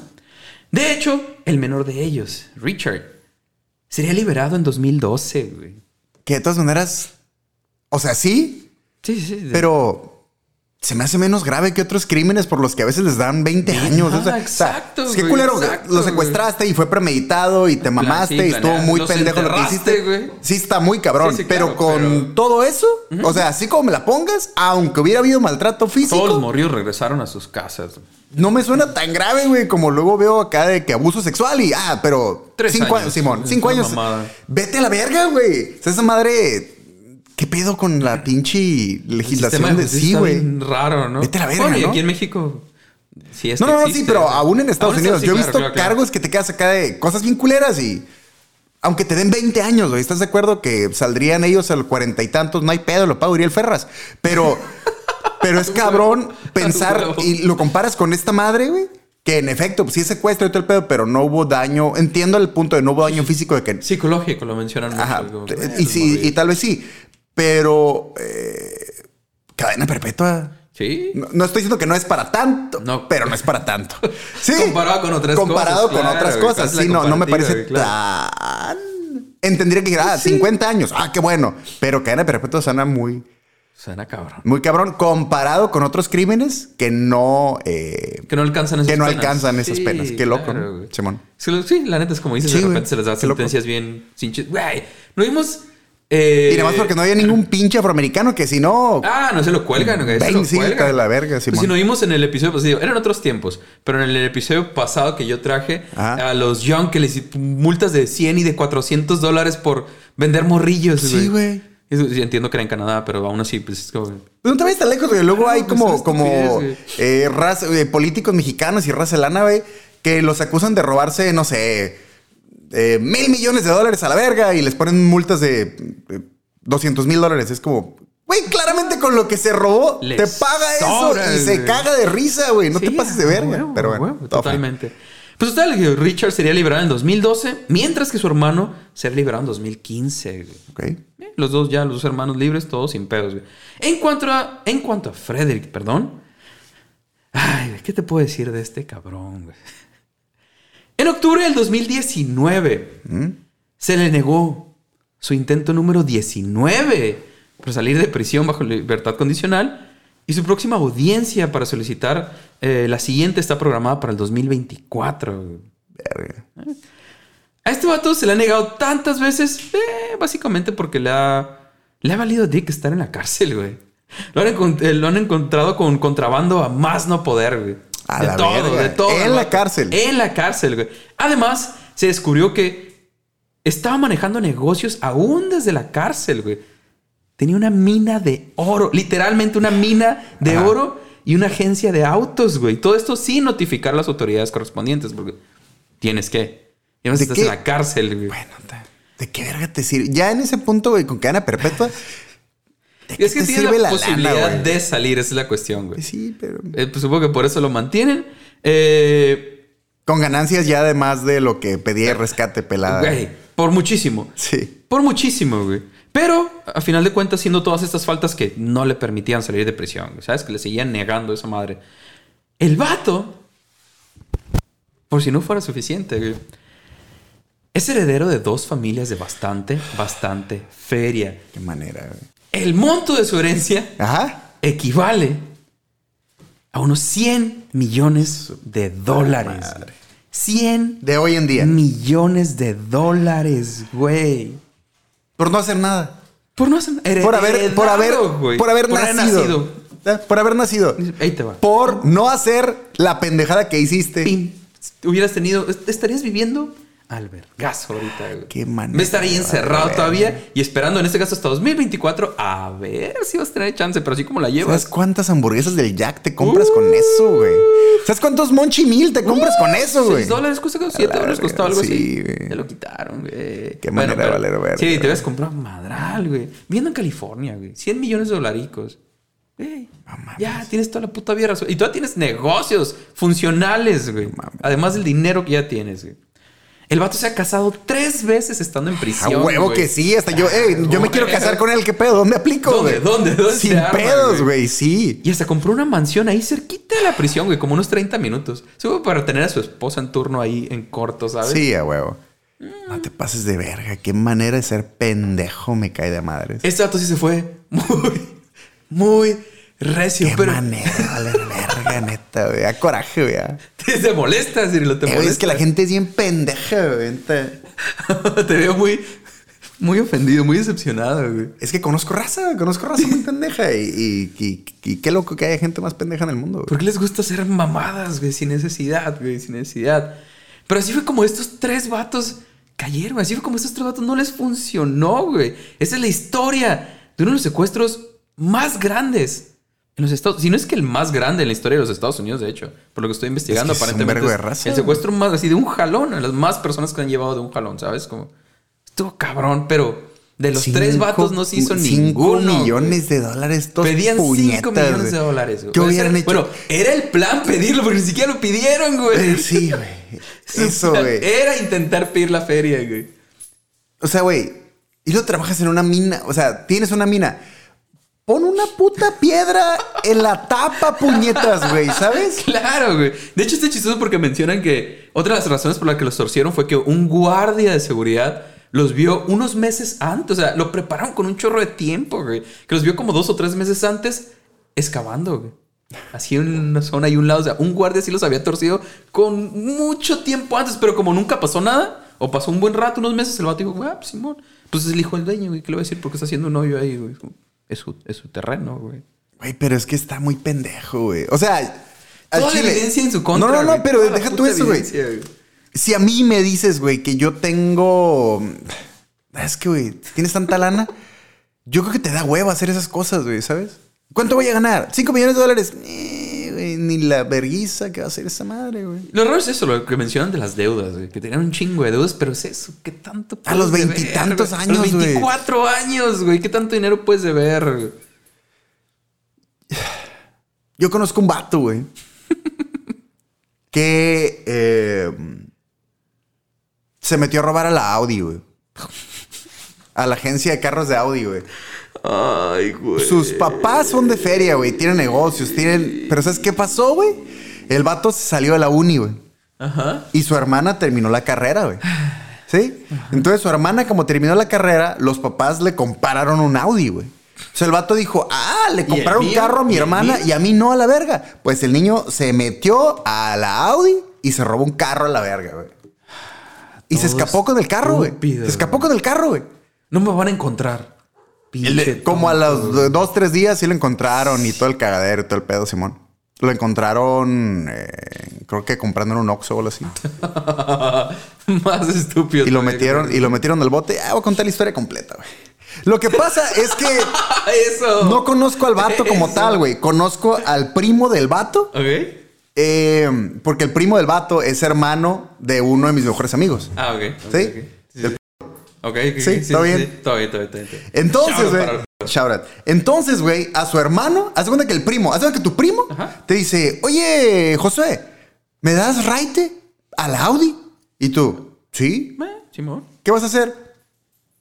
[SPEAKER 3] De hecho, el menor de ellos, Richard, sería liberado en 2012, güey.
[SPEAKER 4] Que de todas maneras, o sea, sí,
[SPEAKER 3] Sí, sí. de-
[SPEAKER 4] pero se me hace menos grave que otros crímenes por los que a veces les dan 20 años.
[SPEAKER 3] Ah,
[SPEAKER 4] o sea,
[SPEAKER 3] exacto,
[SPEAKER 4] o sea, es que
[SPEAKER 3] güey,
[SPEAKER 4] culero,
[SPEAKER 3] exacto,
[SPEAKER 4] lo secuestraste y fue premeditado y te
[SPEAKER 3] plan-
[SPEAKER 4] mamaste
[SPEAKER 3] sí,
[SPEAKER 4] y estuvo
[SPEAKER 3] planeado.
[SPEAKER 4] muy
[SPEAKER 3] Los
[SPEAKER 4] pendejo lo que
[SPEAKER 3] enterraste,
[SPEAKER 4] hiciste.
[SPEAKER 3] güey.
[SPEAKER 4] Sí, está muy cabrón.
[SPEAKER 3] Sí, sí,
[SPEAKER 4] pero
[SPEAKER 3] claro,
[SPEAKER 4] con
[SPEAKER 3] pero-
[SPEAKER 4] todo eso, o sea, así como me la pongas, aunque hubiera habido maltrato
[SPEAKER 3] Todos los
[SPEAKER 4] físico,
[SPEAKER 3] morridos regresaron a sus casas.
[SPEAKER 4] no me suena tan grave, güey, como luego veo acá de que abuso sexual y ah, pero
[SPEAKER 3] Tres
[SPEAKER 4] cinco
[SPEAKER 3] años.
[SPEAKER 4] años, Simón,
[SPEAKER 3] Es
[SPEAKER 4] cinco
[SPEAKER 3] una
[SPEAKER 4] años.
[SPEAKER 3] mamada.
[SPEAKER 4] Vete a la verga, güey. O sea, esa madre. ¿Qué pedo con la pinche
[SPEAKER 3] El sistema
[SPEAKER 4] legislación de
[SPEAKER 3] justicia
[SPEAKER 4] sí,
[SPEAKER 3] está
[SPEAKER 4] güey?
[SPEAKER 3] bien Raro, ¿no?
[SPEAKER 4] Vete a la verga,
[SPEAKER 3] Bueno, y
[SPEAKER 4] ¿no?
[SPEAKER 3] aquí en México. Sí, es
[SPEAKER 4] No,
[SPEAKER 3] que
[SPEAKER 4] no, no,
[SPEAKER 3] Este
[SPEAKER 4] sí,
[SPEAKER 3] existe,
[SPEAKER 4] pero
[SPEAKER 3] güey.
[SPEAKER 4] aún en Estados
[SPEAKER 3] Aún
[SPEAKER 4] Unidos.
[SPEAKER 3] sí,
[SPEAKER 4] Yo he
[SPEAKER 3] claro,
[SPEAKER 4] visto
[SPEAKER 3] claro, claro.
[SPEAKER 4] cargos que te quedas acá de cosas bien culeras y. Aunque te den 20 años, güey. ¿Estás de acuerdo que saldrían ellos al cuarenta y tantos? No hay pedo, lo paga Uriel Ferras. Pero. pero es cabrón pensar
[SPEAKER 3] huevo.
[SPEAKER 4] y lo comparas con esta madre, güey. Que en efecto, pues, sí es secuestro y todo el pedo, pero no hubo daño. Entiendo el punto de no hubo daño físico de que.
[SPEAKER 3] Psicológico, lo mencionan mucho.
[SPEAKER 4] Ajá.
[SPEAKER 3] como,
[SPEAKER 4] t-
[SPEAKER 3] eh,
[SPEAKER 4] Y,
[SPEAKER 3] los
[SPEAKER 4] sí, y
[SPEAKER 3] morridos.
[SPEAKER 4] tal vez sí. Pero. eh, cadena perpetua.
[SPEAKER 3] Sí.
[SPEAKER 4] No, no estoy diciendo que no es para tanto,
[SPEAKER 3] No.
[SPEAKER 4] pero no es para tanto. Sí.
[SPEAKER 3] Comparado con otras
[SPEAKER 4] Comparado
[SPEAKER 3] cosas,
[SPEAKER 4] con
[SPEAKER 3] claro,
[SPEAKER 4] otras
[SPEAKER 3] güey,
[SPEAKER 4] cosas.
[SPEAKER 3] ¿cuál es la
[SPEAKER 4] Sí, no, no me
[SPEAKER 3] comparativa,
[SPEAKER 4] parece
[SPEAKER 3] güey? Claro.
[SPEAKER 4] tan. Entendería que dijera, ah, 50 años. Ah, qué bueno. Pero cadena perpetua suena muy,
[SPEAKER 3] Suena cabrón.
[SPEAKER 4] muy cabrón comparado con otros crímenes que no. eh,
[SPEAKER 3] Que no alcanzan esas
[SPEAKER 4] Que no
[SPEAKER 3] penas.
[SPEAKER 4] alcanzan esas penas. Qué loco,
[SPEAKER 3] claro,
[SPEAKER 4] ¿no?
[SPEAKER 3] güey.
[SPEAKER 4] Simón.
[SPEAKER 3] Es que lo- Sí, la neta es como dices,
[SPEAKER 4] Sí,
[SPEAKER 3] de repente
[SPEAKER 4] güey.
[SPEAKER 3] se les da
[SPEAKER 4] Qué loco.
[SPEAKER 3] sentencias bien sin chis- Güey, no vimos... Eh,
[SPEAKER 4] y además porque no había ningún pinche afroamericano que si no.
[SPEAKER 3] Ah, no se lo cuelgan, güey. se
[SPEAKER 4] Ven,
[SPEAKER 3] lo
[SPEAKER 4] sí,
[SPEAKER 3] cuelgan.
[SPEAKER 4] está de la verga,
[SPEAKER 3] Pues
[SPEAKER 4] Simón.
[SPEAKER 3] si no vimos en el episodio, pues digo, eran otros tiempos, pero en el episodio pasado que yo traje
[SPEAKER 4] Ajá.
[SPEAKER 3] a los Young que les hicimos multas de 100 y de 400 dólares por vender morrillos, güey.
[SPEAKER 4] Sí, güey.
[SPEAKER 3] Eso sí, Entiendo que era en Canadá, pero aún así, pues es como.
[SPEAKER 4] Pues no te vayas tan lejos, güey. Luego
[SPEAKER 3] Claro,
[SPEAKER 4] hay
[SPEAKER 3] güey,
[SPEAKER 4] como,
[SPEAKER 3] son
[SPEAKER 4] como
[SPEAKER 3] estupidez,
[SPEAKER 4] eh, raza- eh, políticos mexicanos y raza lana, güey, que los acusan de robarse, no sé, eh, mil millones de dólares a la verga y les ponen multas de eh, 200 mil dólares. Es como, güey, claramente con lo que se robó,
[SPEAKER 3] Les
[SPEAKER 4] te paga eso
[SPEAKER 3] sobra,
[SPEAKER 4] y se
[SPEAKER 3] güey.
[SPEAKER 4] caga de risa, güey. No te
[SPEAKER 3] Sí,
[SPEAKER 4] pases de
[SPEAKER 3] a
[SPEAKER 4] verga.
[SPEAKER 3] huevo,
[SPEAKER 4] Pero
[SPEAKER 3] a
[SPEAKER 4] bueno,
[SPEAKER 3] huevo,
[SPEAKER 4] todo fue.
[SPEAKER 3] totalmente. Pues usted que Richard sería liberado en 2012, mientras que su hermano sería liberado en 2015. güey.
[SPEAKER 4] Ok.
[SPEAKER 3] Eh, Los dos ya, los dos hermanos libres, todos sin pedos. güey. En cuanto a, en cuanto a Frederick, perdón. Ay, güey, ¿qué te puedo decir de este cabrón? güey? En octubre del 2019 se le negó su intento número 19 por salir de prisión bajo libertad condicional y su próxima audiencia para solicitar eh, la siguiente está programada para el 2024. güey.
[SPEAKER 4] Verga.
[SPEAKER 3] A este vato se le ha negado tantas veces, eh, básicamente porque le ha, le ha valido dick estar en la cárcel, güey. Lo han, encont- eh, lo han encontrado con contrabando a más no poder, güey.
[SPEAKER 4] A la verga. En
[SPEAKER 3] el
[SPEAKER 4] la
[SPEAKER 3] vato.
[SPEAKER 4] cárcel.
[SPEAKER 3] En la cárcel, güey. Además, se descubrió que estaba manejando negocios aún desde la cárcel, güey. Tenía una mina de oro, literalmente una mina de
[SPEAKER 4] Ajá.
[SPEAKER 3] oro y una agencia de autos, güey. Todo esto sin notificar a las autoridades correspondientes, porque tienes que. Y además
[SPEAKER 4] ¿De
[SPEAKER 3] estás
[SPEAKER 4] qué?
[SPEAKER 3] en la cárcel, güey.
[SPEAKER 4] Bueno, te- ¿de qué verga te sirve? Ya en ese punto, güey, con cadena perpetua. ¿de qué
[SPEAKER 3] es que
[SPEAKER 4] te
[SPEAKER 3] tiene
[SPEAKER 4] sirve
[SPEAKER 3] la,
[SPEAKER 4] lana,
[SPEAKER 3] posibilidad
[SPEAKER 4] güey?
[SPEAKER 3] de salir, esa es la cuestión, güey.
[SPEAKER 4] Sí, pero.
[SPEAKER 3] Eh, pues, supongo que por eso lo mantienen. Eh,
[SPEAKER 4] Con ganancias ya además de lo que pedía de rescate pelada.
[SPEAKER 3] Güey, por muchísimo.
[SPEAKER 4] Sí.
[SPEAKER 3] Por muchísimo, güey. Pero, a final de cuentas, siendo todas estas faltas que no le permitían salir de prisión, güey, ¿sabes? Que le seguían negando esa madre. El vato, por si no fuera suficiente, güey, es heredero de dos familias de bastante, bastante feria.
[SPEAKER 4] Qué manera, güey.
[SPEAKER 3] El monto de su herencia
[SPEAKER 4] Ajá.
[SPEAKER 3] equivale a unos 100 millones de dólares.
[SPEAKER 4] madre.
[SPEAKER 3] 100
[SPEAKER 4] De hoy en día.
[SPEAKER 3] millones de dólares, güey.
[SPEAKER 4] Por no hacer nada.
[SPEAKER 3] Por no hacer
[SPEAKER 4] Por haber, por haber,
[SPEAKER 3] heredado, güey.
[SPEAKER 4] por haber nacido. Eh, Por haber nacido.
[SPEAKER 3] Ahí te va.
[SPEAKER 4] Por no hacer la pendejada que hiciste.
[SPEAKER 3] Pim. Hubieras tenido, est- estarías viviendo albergazo ahorita, güey.
[SPEAKER 4] Qué manera,
[SPEAKER 3] Me estaría
[SPEAKER 4] güey,
[SPEAKER 3] encerrado
[SPEAKER 4] güey.
[SPEAKER 3] todavía y esperando en este caso hasta 2024 a ver si vas a tener chance, pero así como la llevas.
[SPEAKER 4] ¿Sabes cuántas hamburguesas del Jack te compras
[SPEAKER 3] Uh.
[SPEAKER 4] con eso, güey? ¿Sabes cuántos Monchi Mil te compras con eso, güey?
[SPEAKER 3] 6 Uh, dólares cuesta,
[SPEAKER 4] A
[SPEAKER 3] 7
[SPEAKER 4] la
[SPEAKER 3] dólares
[SPEAKER 4] verga,
[SPEAKER 3] costaba algo
[SPEAKER 4] sí,
[SPEAKER 3] así.
[SPEAKER 4] güey.
[SPEAKER 3] Te lo quitaron, güey.
[SPEAKER 4] Qué manera de valer verga,
[SPEAKER 3] Sí,
[SPEAKER 4] güey.
[SPEAKER 3] te habías comprado madral, güey. Viendo en California, güey. 100 millones de dolaricos. Güey. ya tienes toda la puta vida razón. Y todavía tienes negocios funcionales, güey. Además del dinero que ya tienes, güey. El vato se ha casado tres veces estando en
[SPEAKER 4] A
[SPEAKER 3] prisión.
[SPEAKER 4] Ah, huevo
[SPEAKER 3] güey.
[SPEAKER 4] que sí, hasta yo, ey, yo me
[SPEAKER 3] güey.
[SPEAKER 4] quiero casar con él, ¿qué pedo? ¿Dónde aplico,
[SPEAKER 3] ¿Dónde?
[SPEAKER 4] güey?
[SPEAKER 3] ¿Dónde? ¿Dónde se
[SPEAKER 4] Sin
[SPEAKER 3] arma,
[SPEAKER 4] pedos,
[SPEAKER 3] güey?
[SPEAKER 4] güey, sí.
[SPEAKER 3] Y hasta compró una mansión ahí cerquita de la prisión, güey, como unos 30 minutos. Solo para tener a su esposa en turno ahí en corto, ¿sabes?
[SPEAKER 4] Sí, a huevo. No te pases de verga, qué manera de ser pendejo me cae de madres.
[SPEAKER 3] Este dato sí se fue muy, muy recio,
[SPEAKER 4] Qué
[SPEAKER 3] pero
[SPEAKER 4] manera de valer verga, neta, güey. A coraje, güey. ah.
[SPEAKER 3] te, te molesta, Cirilo, te
[SPEAKER 4] Eh, güey,
[SPEAKER 3] molesta.
[SPEAKER 4] es que la gente es bien pendeja, güey. neta.
[SPEAKER 3] te veo muy, muy ofendido, muy decepcionado, güey.
[SPEAKER 4] Es que conozco raza, conozco raza muy pendeja. Y, y- y- y qué loco que haya gente más pendeja en el mundo, güey.
[SPEAKER 3] ¿Por qué les gusta hacer mamadas, güey? Sin necesidad, güey, sin necesidad. Pero así fue como estos tres vatos cayeron. Así fue como estos tres vatos no les funcionó, güey. Esa es la historia de uno de los secuestros más grandes en los Estados Si no es que el más grande en la historia de los Estados Unidos, de hecho, por lo que estoy investigando,
[SPEAKER 4] es un
[SPEAKER 3] aparentemente.
[SPEAKER 4] vergo de
[SPEAKER 3] es
[SPEAKER 4] raza,
[SPEAKER 3] El
[SPEAKER 4] güey.
[SPEAKER 3] secuestro más así de un jalón. Las más personas que han llevado de un jalón, ¿sabes? Como estuvo cabrón, pero de los tres
[SPEAKER 4] Cinco-
[SPEAKER 3] vatos no se hizo
[SPEAKER 4] cinco
[SPEAKER 3] ninguno. güey.
[SPEAKER 4] millones de dólares. Estos
[SPEAKER 3] Pedían 5
[SPEAKER 4] puñetas,
[SPEAKER 3] millones
[SPEAKER 4] güey.
[SPEAKER 3] de dólares, güey.
[SPEAKER 4] ¿Qué
[SPEAKER 3] Ese
[SPEAKER 4] hubieran
[SPEAKER 3] era-
[SPEAKER 4] hecho?
[SPEAKER 3] Bueno, era el plan pedirlo porque ni siquiera lo pidieron, güey.
[SPEAKER 4] Eh, Sí, güey.
[SPEAKER 3] O
[SPEAKER 4] Eso,
[SPEAKER 3] sea, eh.
[SPEAKER 4] güey.
[SPEAKER 3] Era intentar pedir la feria, güey.
[SPEAKER 4] O sea, güey. Y lo trabajas en una mina. O sea, tienes una mina. Pon una puta piedra en la tapa, puñetas, güey. ¿Sabes?
[SPEAKER 3] Claro, güey. De hecho, está chistoso porque mencionan que otra de las razones por las que los torcieron fue que un guardia de seguridad los vio unos meses antes. O sea, lo prepararon con un chorro de tiempo, güey. Que los vio como dos o tres meses antes excavando, güey. Así en una zona y un lado. O sea, un guardia sí los había torcido con mucho tiempo antes, pero como nunca pasó nada, o pasó un buen rato, unos meses, el vato dijo, ah, pues, Simón, pues es el hijo del dueño, güey. ¿Qué le voy a decir? Porque está haciendo un hoyo ahí, güey. Es su, es su terreno, güey.
[SPEAKER 4] Güey, pero es que está muy pendejo, güey. O sea, al
[SPEAKER 3] Toda la
[SPEAKER 4] chile-
[SPEAKER 3] evidencia en su contra.
[SPEAKER 4] No, no, no,
[SPEAKER 3] güey.
[SPEAKER 4] pero
[SPEAKER 3] Toda la
[SPEAKER 4] deja tú
[SPEAKER 3] puta
[SPEAKER 4] eso, güey.
[SPEAKER 3] evidencia, güey.
[SPEAKER 4] Si a mí me dices, güey, que yo tengo. Es que, güey, tienes tanta lana. Yo creo que te da hueva hacer esas cosas, güey, ¿sabes? ¿Cuánto voy a ganar? ¿Cinco millones de dólares? Eh, güey, ni la verguiza que va a ser esa madre, güey.
[SPEAKER 3] Lo raro es eso, lo que mencionan de las deudas, güey, que tenían un chingo de deudas, pero es eso, ¿qué tanto
[SPEAKER 4] A los
[SPEAKER 3] puedes
[SPEAKER 4] veintitantos
[SPEAKER 3] deber,
[SPEAKER 4] años,
[SPEAKER 3] güey? A
[SPEAKER 4] güey.
[SPEAKER 3] los 24 años, güey, ¿qué tanto dinero puedes deber? güey?
[SPEAKER 4] Yo conozco un vato, güey. que eh, se metió a robar a la Audi, güey. A la agencia de carros de Audi, güey.
[SPEAKER 3] Ay, güey.
[SPEAKER 4] Sus papás son de feria, güey. Tienen negocios, tienen. Pero ¿sabes qué pasó, güey? El vato se salió de la uni, güey.
[SPEAKER 3] Ajá.
[SPEAKER 4] Y su hermana terminó la carrera, güey. ¿Sí? Entonces su hermana, como terminó la carrera, los papás le compraron un Audi, güey. O sea, el vato dijo, ah, le
[SPEAKER 3] el
[SPEAKER 4] compraron un
[SPEAKER 3] mío?
[SPEAKER 4] carro a mi
[SPEAKER 3] ¿Y el
[SPEAKER 4] hermana
[SPEAKER 3] mío?
[SPEAKER 4] y a mí no a la verga. Pues el niño se metió a la Audi y se robó un carro a la verga, güey. Y se
[SPEAKER 3] Todo
[SPEAKER 4] escapó con el carro, güey.
[SPEAKER 3] estúpido,
[SPEAKER 4] Se escapó con el carro, güey.
[SPEAKER 3] No me van a encontrar.
[SPEAKER 4] El-
[SPEAKER 3] Pinche
[SPEAKER 4] como a
[SPEAKER 3] tonto,
[SPEAKER 4] los do- dos, tres días sí lo encontraron y todo el cagadero y todo el pedo, Simón. Lo encontraron, eh, creo que comprando en un Oxxo o algo así.
[SPEAKER 3] güey. Más estúpido.
[SPEAKER 4] Y lo
[SPEAKER 3] todavía,
[SPEAKER 4] metieron,
[SPEAKER 3] güey.
[SPEAKER 4] y lo metieron al bote. Ah, voy a contar la historia completa, güey. Lo que pasa es que
[SPEAKER 3] ¡Ah, Eso.
[SPEAKER 4] no conozco al vato como
[SPEAKER 3] Eso.
[SPEAKER 4] tal, güey. Conozco al primo del vato.
[SPEAKER 3] Ok.
[SPEAKER 4] eh, porque el primo del vato es hermano de uno de mis mejores amigos.
[SPEAKER 3] Ah, ok. ok,
[SPEAKER 4] ¿Sí?
[SPEAKER 3] ok.
[SPEAKER 4] Del-
[SPEAKER 3] Ok, ok, ok,
[SPEAKER 4] Sí, ¿todo bien?
[SPEAKER 3] Todo bien, todo bien, Eh, todo bien.
[SPEAKER 4] Entonces,
[SPEAKER 3] Shout out
[SPEAKER 4] güey.
[SPEAKER 3] para-
[SPEAKER 4] Shout out. Entonces, güey, a su hermano, haz de cuenta que el primo, haz de cuenta que tu primo
[SPEAKER 3] Ajá.
[SPEAKER 4] te dice, oye, Josué, ¿me das raite? a la Audi. Y tú, ¿sí?
[SPEAKER 3] Eh, Simón.
[SPEAKER 4] ¿Qué vas a hacer?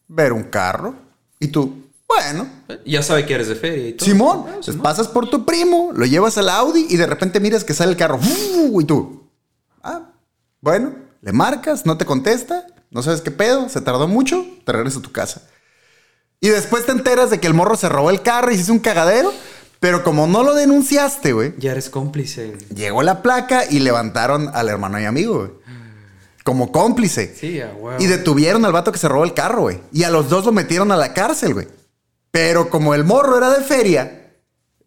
[SPEAKER 4] Ver un carro. Y tú, bueno.
[SPEAKER 3] Eh, Ya sabe que eres de feria y todo.
[SPEAKER 4] Simón,
[SPEAKER 3] Ah,
[SPEAKER 4] pues pasas por tu primo, lo llevas al Audi y de repente miras que sale el carro. ¡fu! Y tú, ah, bueno, le marcas, no te contesta, no sabes qué pedo, se tardó mucho, te regresas a tu casa. Y después te enteras de que el morro se robó el carro y se hizo un cagadero, pero como no lo denunciaste, güey,
[SPEAKER 3] Ya eres cómplice. güey.
[SPEAKER 4] llegó la placa y levantaron al hermano y amigo, güey. Como cómplice.
[SPEAKER 3] Sí, a huevo.
[SPEAKER 4] Y detuvieron al vato que se robó el carro, güey. Y a los dos lo metieron a la cárcel, güey. Pero como el morro era de feria,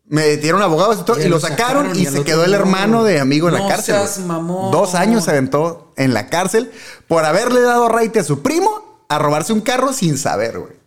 [SPEAKER 4] metieron abogados y todo,
[SPEAKER 3] Ya
[SPEAKER 4] y lo
[SPEAKER 3] lo
[SPEAKER 4] sacaron,
[SPEAKER 3] sacaron,
[SPEAKER 4] y
[SPEAKER 3] ya
[SPEAKER 4] se
[SPEAKER 3] lo
[SPEAKER 4] quedó el
[SPEAKER 3] tuvieron.
[SPEAKER 4] hermano de amigo en la
[SPEAKER 3] No
[SPEAKER 4] cárcel.
[SPEAKER 3] seas
[SPEAKER 4] güey.
[SPEAKER 3] mamón.
[SPEAKER 4] Dos años se aventó en la cárcel por haberle dado raite a su primo a robarse un carro sin saber, güey.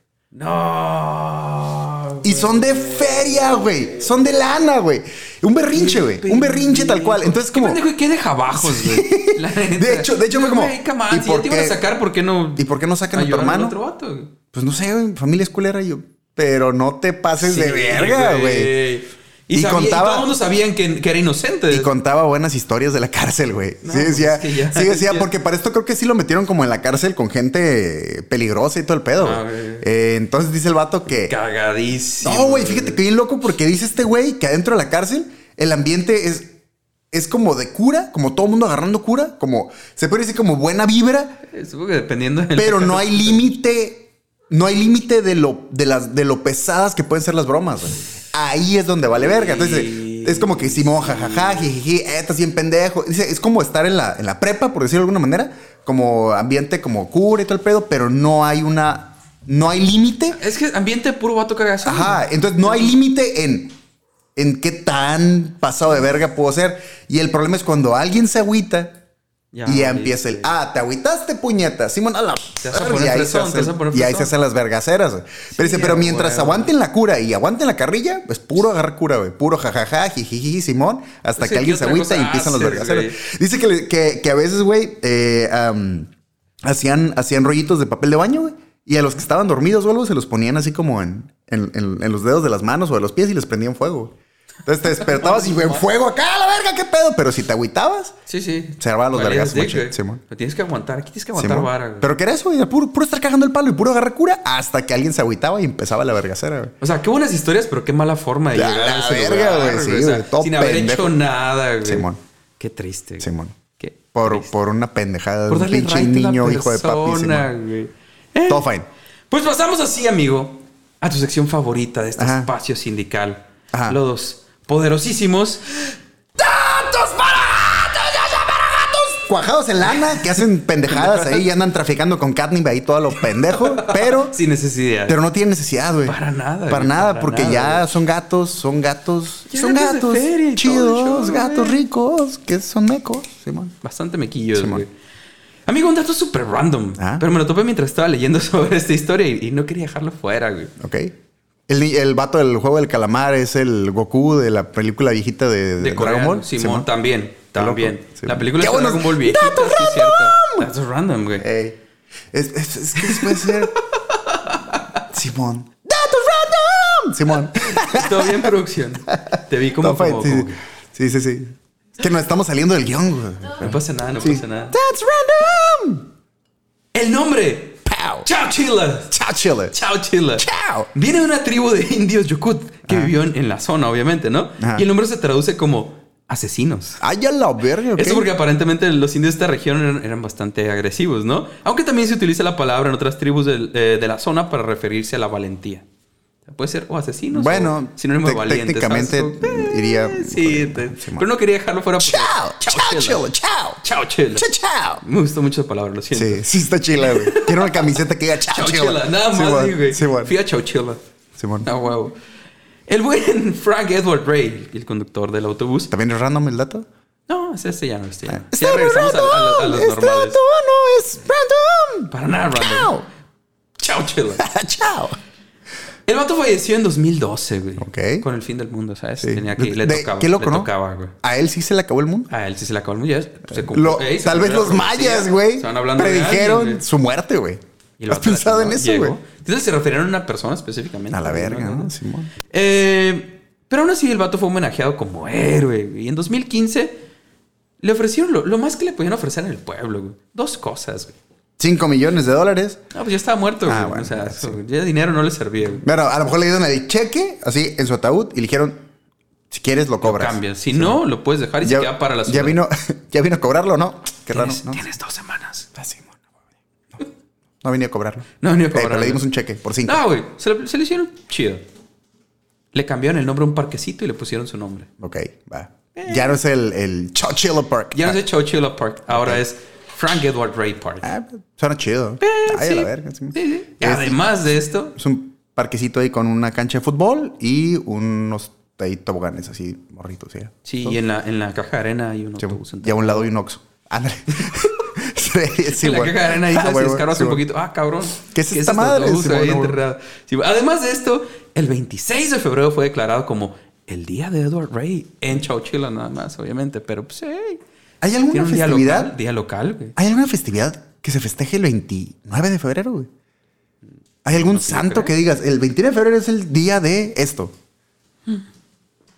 [SPEAKER 3] No.
[SPEAKER 4] Y son de feria, güey. Son de lana, güey. Un berrinche, güey. Un berrinche tal cual. Entonces,
[SPEAKER 3] ¿Qué
[SPEAKER 4] como.
[SPEAKER 3] pendejo y qué dejabajos, güey? La neta.
[SPEAKER 4] De hecho- de hecho fue como,
[SPEAKER 3] Güey, come on,
[SPEAKER 4] ¿y
[SPEAKER 3] si
[SPEAKER 4] por
[SPEAKER 3] ya te iban a
[SPEAKER 4] qué?
[SPEAKER 3] sacar, ¿por qué no?
[SPEAKER 4] ¿Y por qué no sacan a tu
[SPEAKER 3] ayudaron al
[SPEAKER 4] hermano?
[SPEAKER 3] otro vato, güey?
[SPEAKER 4] Pues no sé, güey, familia es culera y yo. Pero no te pases de
[SPEAKER 3] Sí,
[SPEAKER 4] verga, güey.
[SPEAKER 3] Y,
[SPEAKER 4] Y
[SPEAKER 3] sabía- y
[SPEAKER 4] contaba-
[SPEAKER 3] todo el mundo sabían que, que era inocente.
[SPEAKER 4] Y contaba buenas historias de la cárcel, güey.
[SPEAKER 3] No,
[SPEAKER 4] sí
[SPEAKER 3] pues
[SPEAKER 4] decía,
[SPEAKER 3] es que ya-
[SPEAKER 4] sí decía,
[SPEAKER 3] ya.
[SPEAKER 4] porque para esto creo que sí lo metieron como en la cárcel con gente peligrosa y todo el pedo.
[SPEAKER 3] Ah,
[SPEAKER 4] güey.
[SPEAKER 3] güey.
[SPEAKER 4] Eh, entonces dice el vato que...
[SPEAKER 3] Cagadísimo.
[SPEAKER 4] No, güey, fíjate que bien loco porque dice este güey que adentro de la cárcel el ambiente es, es como de cura, como todo mundo agarrando cura, como se puede decir como buena vibra,
[SPEAKER 3] Eh, Supongo que dependiendo del-
[SPEAKER 4] pero no hay límite, no hay límite de lo, de, las, de lo pesadas que pueden ser las bromas. güey. Ahí es donde vale verga. Entonces
[SPEAKER 3] Sí.
[SPEAKER 4] es como que Simón, jajaja, jijiji, eh, estás bien pendejo. Dice, es como estar en la, en la prepa, por decirlo de alguna manera, como ambiente como cura y todo el pedo, pero no hay una, no hay límite.
[SPEAKER 3] Es que ambiente puro vato cagazo.
[SPEAKER 4] Ajá, entonces no hay límite en, en qué tan pasado de verga puedo ser. Y el problema es cuando alguien se agüita
[SPEAKER 3] Ya,
[SPEAKER 4] y ya
[SPEAKER 3] vale,
[SPEAKER 4] empieza el,
[SPEAKER 3] güey.
[SPEAKER 4] ah, te agüitaste, puñeta. Simón, a la
[SPEAKER 3] Te vas a
[SPEAKER 4] verga",
[SPEAKER 3] poner
[SPEAKER 4] y ahí se
[SPEAKER 3] fresón, te vas a
[SPEAKER 4] hacen-
[SPEAKER 3] poner
[SPEAKER 4] y ahí
[SPEAKER 3] fresón.
[SPEAKER 4] se hacen las vergaceras. güey. Pero dice,
[SPEAKER 3] Sí,
[SPEAKER 4] pero
[SPEAKER 3] a
[SPEAKER 4] mientras
[SPEAKER 3] huevo.
[SPEAKER 4] aguanten la cura y aguanten la carrilla, pues puro agarrar cura, güey. Puro jajaja, jijiji, Simón, hasta
[SPEAKER 3] Sí,
[SPEAKER 4] que alguien
[SPEAKER 3] ¿qué
[SPEAKER 4] se
[SPEAKER 3] otra
[SPEAKER 4] agüita y
[SPEAKER 3] cosa
[SPEAKER 4] empiezan los
[SPEAKER 3] haces,
[SPEAKER 4] vergaceros.
[SPEAKER 3] güey?
[SPEAKER 4] Dice que, le- que, que a veces, güey, eh, am, hacían, hacían rollitos de papel de baño, güey. Y a los que estaban dormidos o algo se los ponían así como en, en- en- en los dedos de las manos o de los pies y les prendían fuego. Entonces te despertabas y güey, fuego acá, a la verga, qué pedo. Pero si te agüitabas,
[SPEAKER 3] Sí, sí.
[SPEAKER 4] Se armaban los
[SPEAKER 3] Valías
[SPEAKER 4] vergazos,
[SPEAKER 3] dick,
[SPEAKER 4] machín,
[SPEAKER 3] güey.
[SPEAKER 4] Simón.
[SPEAKER 3] Lo tienes que aguantar. Aquí tienes que aguantar
[SPEAKER 4] Simón.
[SPEAKER 3] vara, güey.
[SPEAKER 4] Pero que era eso, güey, era puro, puro estar cagando el palo y puro agarrar cura hasta que alguien se agüitaba y empezaba la vergacera, güey.
[SPEAKER 3] O sea, qué buenas historias, pero qué mala forma de
[SPEAKER 4] Ya,
[SPEAKER 3] llegar
[SPEAKER 4] la
[SPEAKER 3] a ese
[SPEAKER 4] verga,
[SPEAKER 3] lugar,
[SPEAKER 4] güey, sí,
[SPEAKER 3] O sea,
[SPEAKER 4] güey, todo
[SPEAKER 3] sin haber
[SPEAKER 4] pendejo.
[SPEAKER 3] hecho nada, güey.
[SPEAKER 4] Simón.
[SPEAKER 3] Qué triste, güey.
[SPEAKER 4] Simón.
[SPEAKER 3] Qué
[SPEAKER 4] Por,
[SPEAKER 3] triste.
[SPEAKER 4] por una pendejada de
[SPEAKER 3] Por
[SPEAKER 4] un
[SPEAKER 3] darle
[SPEAKER 4] pinche
[SPEAKER 3] right a la
[SPEAKER 4] niño
[SPEAKER 3] persona,
[SPEAKER 4] hijo de papi. Simón.
[SPEAKER 3] güey. Eh,
[SPEAKER 4] Todo fine.
[SPEAKER 3] Pues pasamos así, amigo, a tu sección favorita de este
[SPEAKER 4] Ajá.
[SPEAKER 3] espacio sindical.
[SPEAKER 4] Ajá.
[SPEAKER 3] Los poderosísimos.
[SPEAKER 4] Cuajados en lana que hacen pendejadas ahí y andan traficando con catnip ahí todo lo pendejo, pero,
[SPEAKER 3] Sin necesidad.
[SPEAKER 4] pero no tienen necesidad, güey.
[SPEAKER 3] Para nada,
[SPEAKER 4] Para
[SPEAKER 3] güey,
[SPEAKER 4] nada,
[SPEAKER 3] para
[SPEAKER 4] porque
[SPEAKER 3] nada,
[SPEAKER 4] ya
[SPEAKER 3] güey.
[SPEAKER 4] son gatos, son gatos,
[SPEAKER 3] Ya
[SPEAKER 4] son
[SPEAKER 3] gatos de
[SPEAKER 4] gatos
[SPEAKER 3] feria y todo el
[SPEAKER 4] chidos,
[SPEAKER 3] show,
[SPEAKER 4] gatos
[SPEAKER 3] güey.
[SPEAKER 4] ricos, que son mecos, Simón.
[SPEAKER 3] Bastante mequillos,
[SPEAKER 4] Simón.
[SPEAKER 3] güey. Amigo, un dato súper random.
[SPEAKER 4] Ah.
[SPEAKER 3] Pero me lo topé mientras estaba leyendo sobre esta historia y, y no quería dejarlo fuera, güey.
[SPEAKER 4] Ok. El, ni- el vato del juego del calamar es el Goku de la película viejita de, de
[SPEAKER 3] De
[SPEAKER 4] Dragon
[SPEAKER 3] Corea,
[SPEAKER 4] Ball.
[SPEAKER 3] Simón,
[SPEAKER 4] Simón.
[SPEAKER 3] también.
[SPEAKER 4] loco.
[SPEAKER 3] También.
[SPEAKER 4] Sí,
[SPEAKER 3] La
[SPEAKER 4] man.
[SPEAKER 3] película
[SPEAKER 4] ¡Qué
[SPEAKER 3] de
[SPEAKER 4] buenos
[SPEAKER 3] Dragon Ball viejita,
[SPEAKER 4] datos Eh.
[SPEAKER 3] sí es cierto. Datos random, güey.
[SPEAKER 4] Ey. Es, es- es que después ser. Simón. ¡Datos random! Simón.
[SPEAKER 3] Todo bien, producción. Te vi como,
[SPEAKER 4] No, fine,
[SPEAKER 3] como,
[SPEAKER 4] sí,
[SPEAKER 3] como que-
[SPEAKER 4] sí, sí, sí. Es que nos estamos saliendo del guión, güey.
[SPEAKER 3] No pasa nada, no
[SPEAKER 4] Ah. Sí.
[SPEAKER 3] pasa nada.
[SPEAKER 4] ¡That's random!
[SPEAKER 3] El nombre.
[SPEAKER 4] ¡Pow!
[SPEAKER 3] Chao Chila.
[SPEAKER 4] ¡Chao, chile!
[SPEAKER 3] Chao Chila.
[SPEAKER 4] ¡Chao!
[SPEAKER 3] Viene de una tribu de indios Yukut que vivió en, en la zona, obviamente, ¿no?
[SPEAKER 4] Ah. Ajá.
[SPEAKER 3] Y el nombre se traduce como asesinos.
[SPEAKER 4] ¡Ay, a la verga! ok.
[SPEAKER 3] Eso porque aparentemente los indios de esta región eran, eran bastante agresivos, ¿no? Aunque también se utiliza la palabra en otras tribus del- eh, de, la zona para referirse a la valentía. Puede ser o asesinos.
[SPEAKER 4] Bueno,
[SPEAKER 3] o sinónimo de
[SPEAKER 4] tec-
[SPEAKER 3] valiente. ¿sabes?
[SPEAKER 4] técnicamente
[SPEAKER 3] Como, eh,
[SPEAKER 4] iría-
[SPEAKER 3] Sí,
[SPEAKER 4] Simón.
[SPEAKER 3] te- pero no quería dejarlo fuera. porque-
[SPEAKER 4] ¡Chao! ¡Chao,
[SPEAKER 3] chela.
[SPEAKER 4] chile! ¡Chao!
[SPEAKER 3] Chao, chela.
[SPEAKER 4] ¡Chao, chao!
[SPEAKER 3] Me gustó mucho esa palabra, lo siento.
[SPEAKER 4] Sí, sí está chila, güey. Quiero una camiseta que diga chao, chila.
[SPEAKER 3] Chauchila, nada más,
[SPEAKER 4] Simón,
[SPEAKER 3] sí, güey.
[SPEAKER 4] Simón.
[SPEAKER 3] Fui a Chauchila.
[SPEAKER 4] Simón.
[SPEAKER 3] Ah, huevo. El buen Frank Edward Ray, el conductor del autobús.
[SPEAKER 4] ¿También es random el dato?
[SPEAKER 3] No, ese, ese ya no este ya no.
[SPEAKER 4] Está
[SPEAKER 3] Ya regresamos a, a los- a
[SPEAKER 4] random.
[SPEAKER 3] los
[SPEAKER 4] Está
[SPEAKER 3] normales.
[SPEAKER 4] no es random.
[SPEAKER 3] Para nada,
[SPEAKER 4] Chao.
[SPEAKER 3] random. Chao, chila.
[SPEAKER 4] Chao.
[SPEAKER 3] El vato falleció en 2012, güey.
[SPEAKER 4] Ok.
[SPEAKER 3] Con el fin del mundo, ¿sabes?
[SPEAKER 4] Sí.
[SPEAKER 3] Tenía que le
[SPEAKER 4] De-
[SPEAKER 3] tocaba.
[SPEAKER 4] Qué loco,
[SPEAKER 3] le
[SPEAKER 4] ¿no?
[SPEAKER 3] tocaba, güey.
[SPEAKER 4] A él sí se le acabó el mundo.
[SPEAKER 3] A él sí se le acabó el mundo. ya se cumplió,
[SPEAKER 4] Lo-
[SPEAKER 3] eh, se cumplió
[SPEAKER 4] tal vez
[SPEAKER 3] la
[SPEAKER 4] los
[SPEAKER 3] profecía.
[SPEAKER 4] mayas, güey,
[SPEAKER 3] Estaban hablando de
[SPEAKER 4] predijeron
[SPEAKER 3] alguien, güey.
[SPEAKER 4] su muerte, güey.
[SPEAKER 3] Y el
[SPEAKER 4] ¿Has
[SPEAKER 3] vato la
[SPEAKER 4] pensado en
[SPEAKER 3] chingada
[SPEAKER 4] eso, güey?
[SPEAKER 3] llegó. Entonces se referieron a una persona específicamente.
[SPEAKER 4] A la
[SPEAKER 3] güey,
[SPEAKER 4] verga, ¿no? Simón.
[SPEAKER 3] Eh, pero aún así el vato fue homenajeado como héroe. güey. Y en 2015 Le ofrecieron lo, lo más que le podían ofrecer en el pueblo, güey. Dos cosas, güey.
[SPEAKER 4] 5 millones de dólares.
[SPEAKER 3] No, pues ya estaba muerto,
[SPEAKER 4] Ah,
[SPEAKER 3] güey.
[SPEAKER 4] bueno,
[SPEAKER 3] o sea,
[SPEAKER 4] sí.
[SPEAKER 3] eso, ya dinero no le servía, güey.
[SPEAKER 4] Bueno, a lo mejor le dieron el cheque, así, en su ataúd, y le dijeron, si quieres, lo
[SPEAKER 3] Lo
[SPEAKER 4] cobras.
[SPEAKER 3] cambias. Si no, lo puedes dejar y se queda para la Este.
[SPEAKER 4] ya vino, ya vino a cobrarlo, ¿no? Qué raro,
[SPEAKER 3] Tienes,
[SPEAKER 4] ¿no?
[SPEAKER 3] tienes dos semanas.
[SPEAKER 4] Ah, sí, bueno, no, no venía a cobrarlo.
[SPEAKER 3] No venía a
[SPEAKER 4] Eh, pero
[SPEAKER 3] cobrarlo.
[SPEAKER 4] le dimos un cheque por cinco.
[SPEAKER 3] No, güey. Se, lo- se le hicieron chido. Le cambiaron el nombre a un parquecito y le pusieron su nombre.
[SPEAKER 4] Ok, va. Ya no es el, el Chowchilla Park.
[SPEAKER 3] Eh. Ya no
[SPEAKER 4] Ah,
[SPEAKER 3] es Chowchilla Park. Ahora es Frank Edward Ray Park.
[SPEAKER 4] Ah, suena chido.
[SPEAKER 3] Eh,
[SPEAKER 4] Ay, a
[SPEAKER 3] sí.
[SPEAKER 4] la verga. sí.
[SPEAKER 3] Sí, sí.
[SPEAKER 4] Es-
[SPEAKER 3] Además de esto,
[SPEAKER 4] Es un parquecito ahí con una cancha de fútbol y unos ahí toboganes así, morritos, ¿sí?
[SPEAKER 3] sí, y en la, en la caja de arena hay un
[SPEAKER 4] Sí,
[SPEAKER 3] autobús.
[SPEAKER 4] y a un lado hay un oxo. Ándale. sí, sí,
[SPEAKER 3] en la
[SPEAKER 4] bueno.
[SPEAKER 3] caja de arena ahí
[SPEAKER 4] Ah,
[SPEAKER 3] se
[SPEAKER 4] bueno,
[SPEAKER 3] descargas
[SPEAKER 4] sí,
[SPEAKER 3] un
[SPEAKER 4] bueno.
[SPEAKER 3] poquito. Ah, cabrón.
[SPEAKER 4] ¿Qué es
[SPEAKER 3] ¿Qué
[SPEAKER 4] esta madre?
[SPEAKER 3] autobús
[SPEAKER 4] Sí,
[SPEAKER 3] ahí
[SPEAKER 4] bueno, bueno.
[SPEAKER 3] enterrado? Sí, además de esto, el 26 de febrero fue declarado como el día de Edward Ray en Chowchilla nada más, obviamente. Pero pues, hey.
[SPEAKER 4] ¿Hay alguna
[SPEAKER 3] Tiene un
[SPEAKER 4] festividad?
[SPEAKER 3] Día
[SPEAKER 4] Ah,
[SPEAKER 3] local, día local, güey.
[SPEAKER 4] ¿Hay alguna festividad que se festeje el 29 de febrero, güey? ¿Hay algún santo
[SPEAKER 3] creo.
[SPEAKER 4] que digas, el 29 de febrero es el día de esto?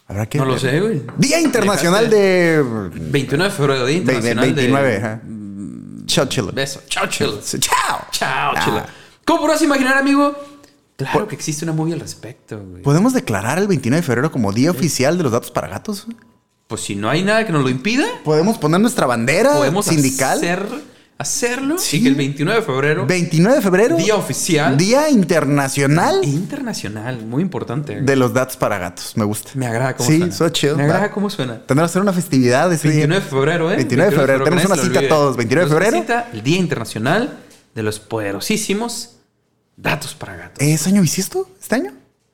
[SPEAKER 4] ¿Habrá que
[SPEAKER 3] No lo sé, güey.
[SPEAKER 4] Día Internacional
[SPEAKER 3] Dejaste-
[SPEAKER 4] de...
[SPEAKER 3] 29 de febrero, Día Internacional
[SPEAKER 4] 29,
[SPEAKER 3] de... Mm.
[SPEAKER 4] ajá. Chao, chilo.
[SPEAKER 3] Beso. Chowchilla.
[SPEAKER 4] Sí, Chao.
[SPEAKER 3] Chao,
[SPEAKER 4] Ah,
[SPEAKER 3] chila. ¿Cómo podrás imaginar, amigo? Claro que existe una movie al respecto, güey. Pues,
[SPEAKER 4] ¿Podemos declarar el 29 de febrero como día oficial de los datos para gatos? güey?
[SPEAKER 3] Pues, si no hay nada que nos lo impida,
[SPEAKER 4] ¿Podemos poner nuestra bandera
[SPEAKER 3] podemos
[SPEAKER 4] sindical?
[SPEAKER 3] hacer- hacerlo.
[SPEAKER 4] Sí.
[SPEAKER 3] Y que el 29 de febrero,
[SPEAKER 4] 29 de febrero.
[SPEAKER 3] día oficial
[SPEAKER 4] Día Internacional
[SPEAKER 3] internacional, muy importante.
[SPEAKER 4] de los datos para gatos. Me gusta.
[SPEAKER 3] Me agrada cómo
[SPEAKER 4] Sí,
[SPEAKER 3] suena.
[SPEAKER 4] suena chido.
[SPEAKER 3] Me
[SPEAKER 4] va.
[SPEAKER 3] agrada cómo suena.
[SPEAKER 4] Tendremos que hacer una festividad ese
[SPEAKER 3] 29 de
[SPEAKER 4] día.
[SPEAKER 3] febrero, ¿eh?
[SPEAKER 4] 29 de febrero. Tenemos
[SPEAKER 3] que
[SPEAKER 4] una
[SPEAKER 3] nadie se
[SPEAKER 4] cita
[SPEAKER 3] lo
[SPEAKER 4] a todos.
[SPEAKER 3] olvide.
[SPEAKER 4] 29 de
[SPEAKER 3] Tenemos una
[SPEAKER 4] febrero.
[SPEAKER 3] cita, el Día Internacional de los Poderosísimos Datos para Gatos.
[SPEAKER 4] ¿Es año bisiesto este año?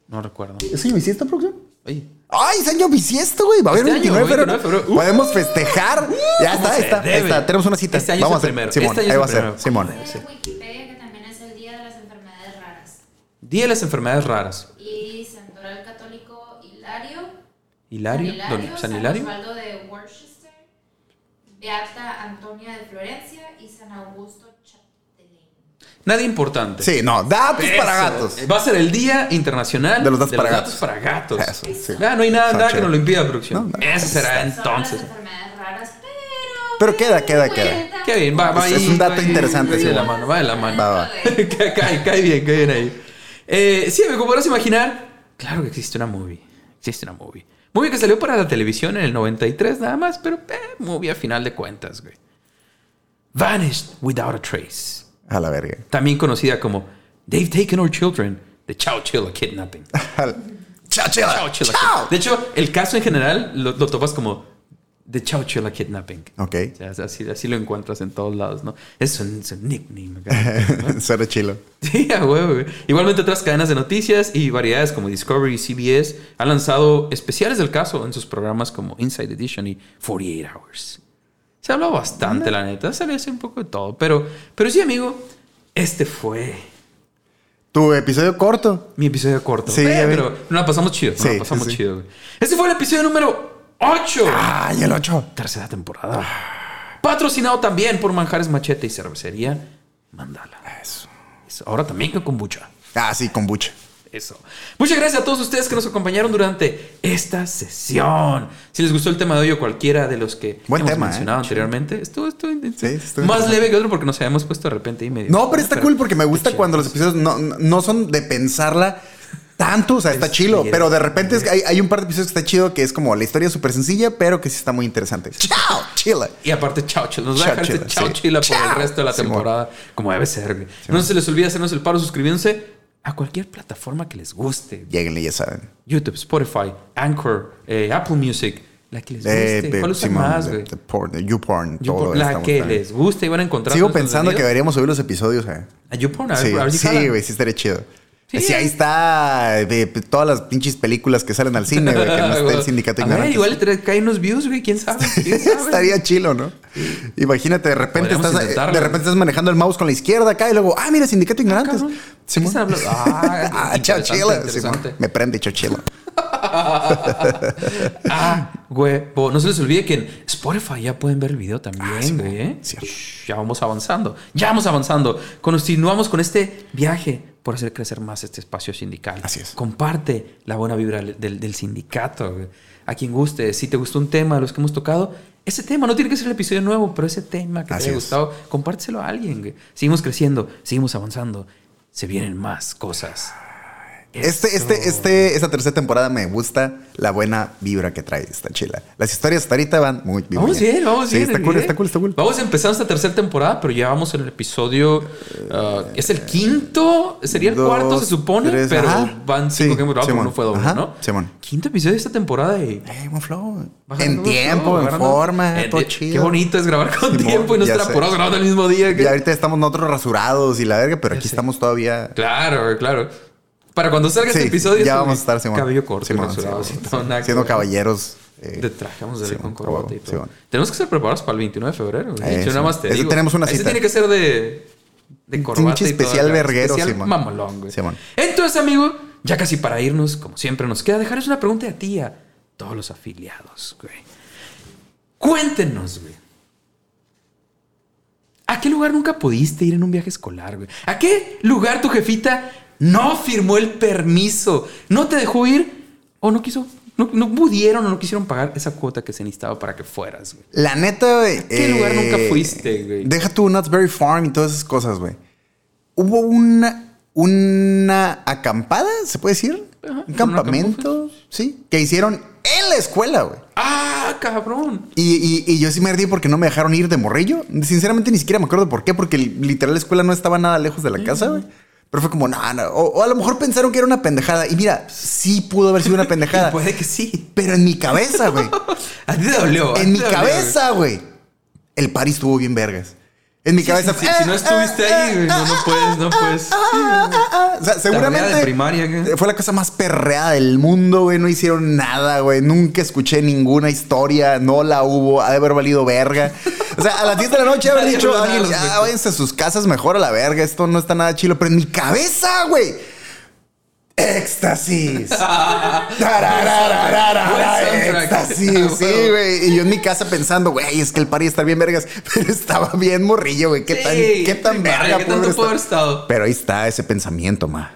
[SPEAKER 3] No recuerdo.
[SPEAKER 4] Eh. ¿Es año bisiesto, producción?
[SPEAKER 3] Oye,
[SPEAKER 4] ¡Ay, es año bisiesto, güey! Va a haber
[SPEAKER 3] Este
[SPEAKER 4] un
[SPEAKER 3] año,
[SPEAKER 4] 29 de febrero.
[SPEAKER 3] 29 de febrero.
[SPEAKER 4] Podemos festejar. ya
[SPEAKER 3] ¿cómo
[SPEAKER 4] está,
[SPEAKER 3] se
[SPEAKER 4] ahí está, ahí
[SPEAKER 3] debe?
[SPEAKER 4] está. Tenemos una cita.
[SPEAKER 3] Este año es
[SPEAKER 4] Vamos
[SPEAKER 3] el
[SPEAKER 4] a hacer.
[SPEAKER 3] primero.
[SPEAKER 4] Simón,
[SPEAKER 3] Este año es
[SPEAKER 4] ahí
[SPEAKER 3] el
[SPEAKER 4] va a ser.
[SPEAKER 3] primero.
[SPEAKER 4] Simón.
[SPEAKER 3] Sí.
[SPEAKER 1] En Wikipedia que también es el día de las enfermedades raras.
[SPEAKER 3] Día de las Enfermedades Raras.
[SPEAKER 1] Y santoral católico Hilario.
[SPEAKER 3] Hilario, don- San Hilario.
[SPEAKER 1] Osvaldo de Worcester. Beata Antonia de Florencia y San Augusto Chapdelaine.
[SPEAKER 3] Nadie importante.
[SPEAKER 4] Sí, no. Datos
[SPEAKER 3] Eso.
[SPEAKER 4] para gatos.
[SPEAKER 3] Va a ser el Día Internacional
[SPEAKER 4] De los datos para gatos.
[SPEAKER 3] para gatos.
[SPEAKER 4] Eso, sí.
[SPEAKER 3] Ah, no hay nada,
[SPEAKER 4] Está
[SPEAKER 3] nada que
[SPEAKER 4] chido.
[SPEAKER 3] nos lo impida, producción.
[SPEAKER 4] No, no.
[SPEAKER 3] Eso será
[SPEAKER 1] Son las
[SPEAKER 3] entonces.
[SPEAKER 1] enfermedades raras, pero.
[SPEAKER 4] Pero queda, queda,
[SPEAKER 1] cuenta.
[SPEAKER 4] queda.
[SPEAKER 3] Qué bien, va, va
[SPEAKER 4] Es-
[SPEAKER 3] ahí,
[SPEAKER 4] es un dato
[SPEAKER 3] va ahí,
[SPEAKER 4] interesante,
[SPEAKER 3] Va
[SPEAKER 4] sí.
[SPEAKER 3] de la mano, va de la mano.
[SPEAKER 4] Va, va.
[SPEAKER 3] cae, cae- cae bien, cae bien ahí. Eh, sí, amigo, como podrás imaginar, claro que existe una movie. Existe una movie. Movie que salió para la televisión en el 93 nada más, pero eh, movie a final de cuentas, güey. Vanished Without a Trace.
[SPEAKER 4] A la verga.
[SPEAKER 3] También conocida como They've Taken Our Children, The Chow Chilla Kidnapping.
[SPEAKER 4] Chao, chila.
[SPEAKER 3] Chow Chilla
[SPEAKER 4] Chao.
[SPEAKER 3] Kid- De hecho, el caso en general lo, lo topas como The Chow Chilla Kidnapping.
[SPEAKER 4] Ok.
[SPEAKER 3] O sea, así, así lo encuentras en todos lados, ¿no? Es un, es un nickname. acá.
[SPEAKER 4] Cero chilo.
[SPEAKER 3] Sí, a huevo, güey. Igualmente otras cadenas de noticias y variedades como Discovery y CBS han lanzado especiales del caso en sus programas como Inside Edition y 48 Hours. Se habló bastante, la neta. Se le hace un poco de todo. Pero, pero sí, amigo, este fue
[SPEAKER 4] Tu episodio corto.
[SPEAKER 3] mi episodio corto.
[SPEAKER 4] Sí,
[SPEAKER 3] Eh,
[SPEAKER 4] ya vi.
[SPEAKER 3] pero nos la pasamos chido. Nos
[SPEAKER 4] Sí,
[SPEAKER 3] la pasamos
[SPEAKER 4] sí, Ah, sí.
[SPEAKER 3] chido, güey. Este fue el episodio número 8.
[SPEAKER 4] ¡Ay, el 8!
[SPEAKER 3] Tercera temporada. Patrocinado también por Manjares Machete y Cervecería Mandala.
[SPEAKER 4] Eso.
[SPEAKER 3] Eso. Ahora también con kombucha.
[SPEAKER 4] Ah, sí, kombucha.
[SPEAKER 3] Eso. Muchas gracias a todos ustedes que nos acompañaron durante esta sesión. Si les gustó el tema de hoy o cualquiera de los que
[SPEAKER 4] Buen
[SPEAKER 3] hemos
[SPEAKER 4] tema,
[SPEAKER 3] mencionado
[SPEAKER 4] ¿eh?
[SPEAKER 3] anteriormente, estuvo, estuvo, estuvo
[SPEAKER 4] Sí, estuvo
[SPEAKER 3] más
[SPEAKER 4] interesante.
[SPEAKER 3] leve que otro porque nos habíamos puesto de repente y medio.
[SPEAKER 4] No, pero está cool porque me gusta
[SPEAKER 3] Eh, chido.
[SPEAKER 4] cuando los episodios no, no son de pensarla tanto. O sea, está
[SPEAKER 3] Es
[SPEAKER 4] chilo.
[SPEAKER 3] bien.
[SPEAKER 4] Pero de repente es- hay, hay un par de episodios que está chido que es como la historia súper sencilla, pero que sí está muy interesante. ¡Chao! Chila.
[SPEAKER 3] Y aparte, chao, chila. Nos va a dejar este
[SPEAKER 4] Chao,
[SPEAKER 3] chao,
[SPEAKER 4] chila, sí.
[SPEAKER 3] chila por el
[SPEAKER 4] Chao.
[SPEAKER 3] resto de la
[SPEAKER 4] Simón.
[SPEAKER 3] temporada, como debe ser. güey. No se les olvide hacernos el paro suscribiéndose a cualquier plataforma que les guste.
[SPEAKER 4] Lléguenle, ya saben.
[SPEAKER 3] YouTube, Spotify, Anchor, eh, Apple Music, la que les guste.
[SPEAKER 4] Eh, eh,
[SPEAKER 3] ¿Cuál usan
[SPEAKER 4] Simón,
[SPEAKER 3] este, más,
[SPEAKER 4] de-
[SPEAKER 3] güey?
[SPEAKER 4] de porn, de YouPorn, todo
[SPEAKER 3] YouPorn, La
[SPEAKER 4] estamos
[SPEAKER 3] que
[SPEAKER 4] también.
[SPEAKER 3] les guste y van a encontrar. Ah,
[SPEAKER 4] Sigo
[SPEAKER 3] nuestros
[SPEAKER 4] pensando que
[SPEAKER 3] contenidos.
[SPEAKER 4] deberíamos subir los episodios. Eh.
[SPEAKER 3] A YouPorn, a ver,
[SPEAKER 4] Sí,
[SPEAKER 3] a ver si
[SPEAKER 4] sí,
[SPEAKER 3] jalan.
[SPEAKER 4] güey, sí estaría chido.
[SPEAKER 3] Sí,
[SPEAKER 4] Sí, ahí
[SPEAKER 3] eh.
[SPEAKER 4] está de todas las pinches películas que salen al cine, güey, que no esté el sindicato
[SPEAKER 3] A ver,
[SPEAKER 4] ignorante.
[SPEAKER 3] igual te caen unos views, güey, quién sabe. ¿Quién sabe?
[SPEAKER 4] Estaría chilo, ¿no? Imagínate, de repente
[SPEAKER 3] Podríamos
[SPEAKER 4] estás eh,
[SPEAKER 3] intentarlo.
[SPEAKER 4] de repente estás manejando el mouse con la izquierda acá y luego, ah, mira, sindicato ignorantes.
[SPEAKER 3] cabrón.
[SPEAKER 4] Simón.
[SPEAKER 3] ¿Qué están hablando? Ah,
[SPEAKER 4] Ah, chao
[SPEAKER 3] interesante,
[SPEAKER 4] chila. Simón.
[SPEAKER 3] interesante.
[SPEAKER 4] Me prende chao chila.
[SPEAKER 3] Ah, güey. bo- No se les olvide que en Spotify ya pueden ver el video también,
[SPEAKER 4] Ah, sí,
[SPEAKER 3] güey. ¿eh?
[SPEAKER 4] cierto.
[SPEAKER 3] Shh, Ya vamos avanzando. Ya vamos avanzando. Continuamos con este viaje por hacer crecer más este espacio sindical.
[SPEAKER 4] Así es.
[SPEAKER 3] Comparte la buena vibra del, del sindicato. güey. A quien guste, si te gustó un tema de los que hemos tocado, Ese tema no tiene que ser el episodio nuevo, pero ese tema que te
[SPEAKER 4] Así
[SPEAKER 3] haya
[SPEAKER 4] es.
[SPEAKER 3] gustado, compártelo a alguien. güey. Seguimos creciendo, seguimos avanzando. Se vienen más cosas.
[SPEAKER 4] Este, este, este, esta tercera temporada me gusta la buena vibra que trae esta chila. Las historias hasta ahorita van muy bien.
[SPEAKER 3] Vamos bien, vamos
[SPEAKER 4] sí,
[SPEAKER 3] bien.
[SPEAKER 4] Está cool,
[SPEAKER 3] ¿eh?
[SPEAKER 4] está cool, está cool.
[SPEAKER 3] Vamos a empezar esta tercera temporada, pero ya vamos en el episodio. ah, es el quinto, sería el
[SPEAKER 4] Eh, Dos,
[SPEAKER 3] cuarto, se supone,
[SPEAKER 4] tres,
[SPEAKER 3] pero
[SPEAKER 4] ajá.
[SPEAKER 3] van
[SPEAKER 4] Sí,
[SPEAKER 3] cinco que hemos grabado,
[SPEAKER 4] Simón.
[SPEAKER 3] pero no fue doble,
[SPEAKER 4] Ajá,
[SPEAKER 3] ¿no?
[SPEAKER 4] Simón.
[SPEAKER 3] Quinto episodio de esta temporada y.
[SPEAKER 4] Eh, buen flow.
[SPEAKER 3] Bajando
[SPEAKER 4] En
[SPEAKER 3] los
[SPEAKER 4] tiempo,
[SPEAKER 3] shows,
[SPEAKER 4] en
[SPEAKER 3] bajando-
[SPEAKER 4] forma,
[SPEAKER 3] Eh,
[SPEAKER 4] todo
[SPEAKER 3] eh,
[SPEAKER 4] chido.
[SPEAKER 3] Qué bonito es grabar con
[SPEAKER 4] Simón,
[SPEAKER 3] tiempo y no
[SPEAKER 4] ya
[SPEAKER 3] estar
[SPEAKER 4] sé.
[SPEAKER 3] apurados grabando el mismo día. que-
[SPEAKER 4] Y ahorita estamos nosotros rasurados y la verga, pero aquí
[SPEAKER 3] sé.
[SPEAKER 4] estamos todavía.
[SPEAKER 3] Claro, claro. Para cuando salga este
[SPEAKER 4] Sí,
[SPEAKER 3] episodio,
[SPEAKER 4] ya
[SPEAKER 3] esto,
[SPEAKER 4] vamos a estar, Simón.
[SPEAKER 3] cabello corto,
[SPEAKER 4] Simón,
[SPEAKER 3] rasurado, así,
[SPEAKER 4] Simón,
[SPEAKER 3] todo
[SPEAKER 4] Simón.
[SPEAKER 3] naco.
[SPEAKER 4] Siendo caballeros. eh,
[SPEAKER 3] De traje, vamos a darle
[SPEAKER 4] Simón,
[SPEAKER 3] con corbata y
[SPEAKER 4] huevo,
[SPEAKER 3] todo.
[SPEAKER 4] Simón.
[SPEAKER 3] Tenemos que estar preparados para el 29 de febrero. güey.
[SPEAKER 4] Eh,
[SPEAKER 3] Yo nada
[SPEAKER 4] sí.
[SPEAKER 3] más te
[SPEAKER 4] Eso
[SPEAKER 3] digo.
[SPEAKER 4] tenemos una
[SPEAKER 3] Ese
[SPEAKER 4] cita.
[SPEAKER 3] tiene que ser de, de corbata.
[SPEAKER 4] pinche
[SPEAKER 3] y todo
[SPEAKER 4] especial
[SPEAKER 3] acá.
[SPEAKER 4] verguero,
[SPEAKER 3] Especial
[SPEAKER 4] Simón.
[SPEAKER 3] mamolón, güey.
[SPEAKER 4] Simón.
[SPEAKER 3] Entonces, amigo, ya casi para irnos, como siempre nos queda, dejarles una pregunta a ti, a todos los afiliados, güey. Cuéntenos, güey. ¿A qué lugar nunca pudiste ir en un viaje escolar, güey? ¿A qué lugar tu jefita no firmó el permiso? ¿No te dejó ir o no quiso? No, no pudieron o no quisieron pagar esa cuota que se necesitaba para que fueras, güey.
[SPEAKER 4] La neta, güey. eh,
[SPEAKER 3] qué lugar nunca fuiste, güey?
[SPEAKER 4] Deja tu Knott's Berry Farm y todas esas cosas, güey. Hubo una, una acampada, ¿se puede decir?
[SPEAKER 3] Ajá,
[SPEAKER 4] Un
[SPEAKER 3] una
[SPEAKER 4] campamento, sí, que hicieron en la escuela, güey.
[SPEAKER 3] ¡Ah, cabrón!
[SPEAKER 4] Y, y- y yo sí me ardí porque no me dejaron ir de morrillo. Sinceramente, ni siquiera me acuerdo por qué, porque literal la escuela no estaba nada lejos de la casa, güey. Pero fue como, no, no. O, o a lo mejor pensaron que era una pendejada. Y mira, sí pudo haber sido una pendejada.
[SPEAKER 3] Y puede que sí.
[SPEAKER 4] pero en mi cabeza, güey.
[SPEAKER 3] A ti te dolió. a ti
[SPEAKER 4] En mi
[SPEAKER 3] te dolió,
[SPEAKER 4] cabeza, güey. El París estuvo bien vergas. En mi cabeza. eh,
[SPEAKER 3] sí, sí, si no estuviste ahí, güey, no, no puedes, no puedes.
[SPEAKER 4] ah, O sea, seguramente.
[SPEAKER 3] rodea de primaria, güey.
[SPEAKER 4] Fue la cosa más perreada del mundo, güey. No hicieron nada, güey. Nunca escuché ninguna historia. No la hubo. Ha de haber valido verga. O sea, a las 10 de la noche habrá
[SPEAKER 3] Nadie
[SPEAKER 4] dicho
[SPEAKER 3] habló
[SPEAKER 4] a
[SPEAKER 3] nada
[SPEAKER 4] alguien,
[SPEAKER 3] al
[SPEAKER 4] ya
[SPEAKER 3] respecto".
[SPEAKER 4] váyanse a sus casas mejor a la verga. Esto no está nada chilo. Pero en mi cabeza, güey. Éxtasis. Tararararara,
[SPEAKER 3] Buen soundtrack.
[SPEAKER 4] éxtasis, sí, güey. Y yo en mi casa pensando, güey, es que el party está bien vergas, pero estaba bien morrillo, güey. ¿Qué tan,
[SPEAKER 3] Sí,
[SPEAKER 4] qué tan
[SPEAKER 3] primaria,
[SPEAKER 4] verga
[SPEAKER 3] ¿qué tanto
[SPEAKER 4] pudo
[SPEAKER 3] pudo
[SPEAKER 4] haber
[SPEAKER 3] haber
[SPEAKER 4] estado?
[SPEAKER 3] estado?
[SPEAKER 4] Pero ahí está ese pensamiento, ma.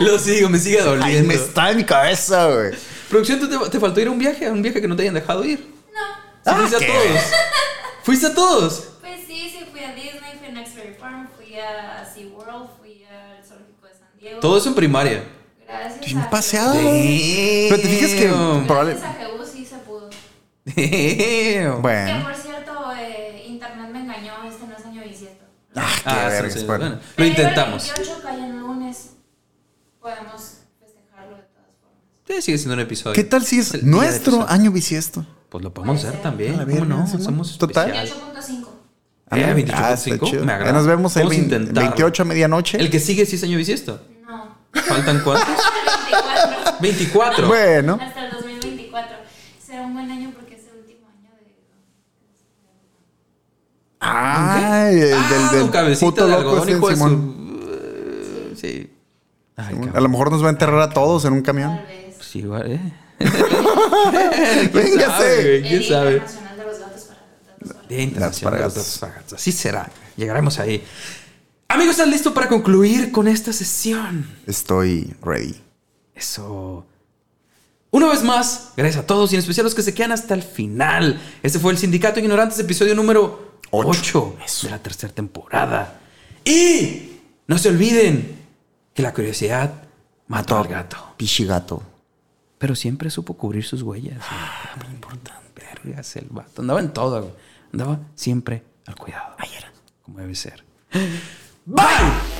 [SPEAKER 3] Lo sigo, me sigue
[SPEAKER 4] Ahí
[SPEAKER 3] doliendo.
[SPEAKER 4] me está en mi cabeza, güey.
[SPEAKER 3] Producción, ¿tú te, te faltó ir a un viaje? ¿A un viaje que no te hayan dejado ir?
[SPEAKER 1] No.
[SPEAKER 3] Sí,
[SPEAKER 4] Ah,
[SPEAKER 3] fuiste
[SPEAKER 4] ¿qué?
[SPEAKER 3] a todos. Fuiste a todos.
[SPEAKER 1] Pues sí, sí, fui a Disney, fui a Next Berry Farm, fui a SeaWorld, fui al Zoológico de San Diego.
[SPEAKER 3] Todo eso en primaria.
[SPEAKER 1] Gracias
[SPEAKER 4] Bien
[SPEAKER 1] a
[SPEAKER 4] paseado.
[SPEAKER 3] Damn.
[SPEAKER 4] Ah. Pero te fijas que probable-
[SPEAKER 1] Gracias a Jehú sí se pudo.
[SPEAKER 3] Damn.
[SPEAKER 1] Que
[SPEAKER 4] Bueno.
[SPEAKER 1] por cierto, eh, internet me engañó, este no es año bisiesto.
[SPEAKER 4] Ah, qué
[SPEAKER 3] Ah, sí,
[SPEAKER 4] vergas,
[SPEAKER 3] sí,
[SPEAKER 4] bueno.
[SPEAKER 3] bueno. Lo
[SPEAKER 1] Pero
[SPEAKER 3] intentamos.
[SPEAKER 1] El 28 cae en lunes. Podemos festejarlo de todas formas.
[SPEAKER 3] Sí, sigue siendo un episodio.
[SPEAKER 4] ¿Qué tal si es,
[SPEAKER 3] el día de
[SPEAKER 4] nuestro
[SPEAKER 3] episodio.
[SPEAKER 4] año bisiesto?
[SPEAKER 3] Pues lo podemos hacer también.
[SPEAKER 4] A la
[SPEAKER 3] ¿Cómo
[SPEAKER 4] verga,
[SPEAKER 3] no?
[SPEAKER 4] sí,
[SPEAKER 3] Somos
[SPEAKER 4] total.
[SPEAKER 3] especial.
[SPEAKER 1] 28.5.
[SPEAKER 3] Eh,
[SPEAKER 4] Ah,
[SPEAKER 3] 28.5,
[SPEAKER 4] ah, está chido.
[SPEAKER 3] me agrada.
[SPEAKER 4] Ya nos vemos el
[SPEAKER 3] Vamos a
[SPEAKER 4] 20
[SPEAKER 3] intentar.
[SPEAKER 4] 28 a medianoche.
[SPEAKER 3] El que sigue sí es año bisiesto.
[SPEAKER 1] No.
[SPEAKER 3] ¿Faltan cuántos?
[SPEAKER 1] 24.
[SPEAKER 3] 24.
[SPEAKER 4] Bueno,
[SPEAKER 1] Hasta el 2024. Será un buen año porque es el último año de.
[SPEAKER 4] ah, el
[SPEAKER 3] Ah,
[SPEAKER 4] del, del
[SPEAKER 3] un cabecita
[SPEAKER 4] puto
[SPEAKER 3] de
[SPEAKER 4] loco
[SPEAKER 3] algodón,
[SPEAKER 4] este,
[SPEAKER 3] hijo de su-
[SPEAKER 4] Simón.
[SPEAKER 3] uh, Sí. Ay,
[SPEAKER 4] A
[SPEAKER 3] cabrón.
[SPEAKER 4] lo mejor nos va a enterrar a todos en un camión.
[SPEAKER 1] Tal vez.
[SPEAKER 3] Sí, vale. ¿eh?
[SPEAKER 4] Véngase.
[SPEAKER 3] ¿Quién sabe, güey? ¿Quién
[SPEAKER 1] El Día
[SPEAKER 3] sabe?
[SPEAKER 1] Internacional de los Gatos para los Gatos.
[SPEAKER 3] Día Internacional de los
[SPEAKER 4] Las
[SPEAKER 3] Datos Fagatos. Así será. Llegaremos ahí. Amigos, ¿estás listo para concluir con esta sesión?
[SPEAKER 4] Estoy ready.
[SPEAKER 3] Eso. Una vez más, gracias a todos y en especial a los que se quedan hasta el final. Este fue el Sindicato de Ignorantes, episodio número
[SPEAKER 4] Ocho.
[SPEAKER 3] 8 de la tercera temporada. Y no se olviden que la curiosidad mató al gato.
[SPEAKER 4] Pichigato.
[SPEAKER 3] Pero siempre supo cubrir sus huellas. Ah, muy importante. Vergas, el vato. Andaba en todo, güey. Andaba siempre al cuidado. Ayer. Como debe ser. Bye.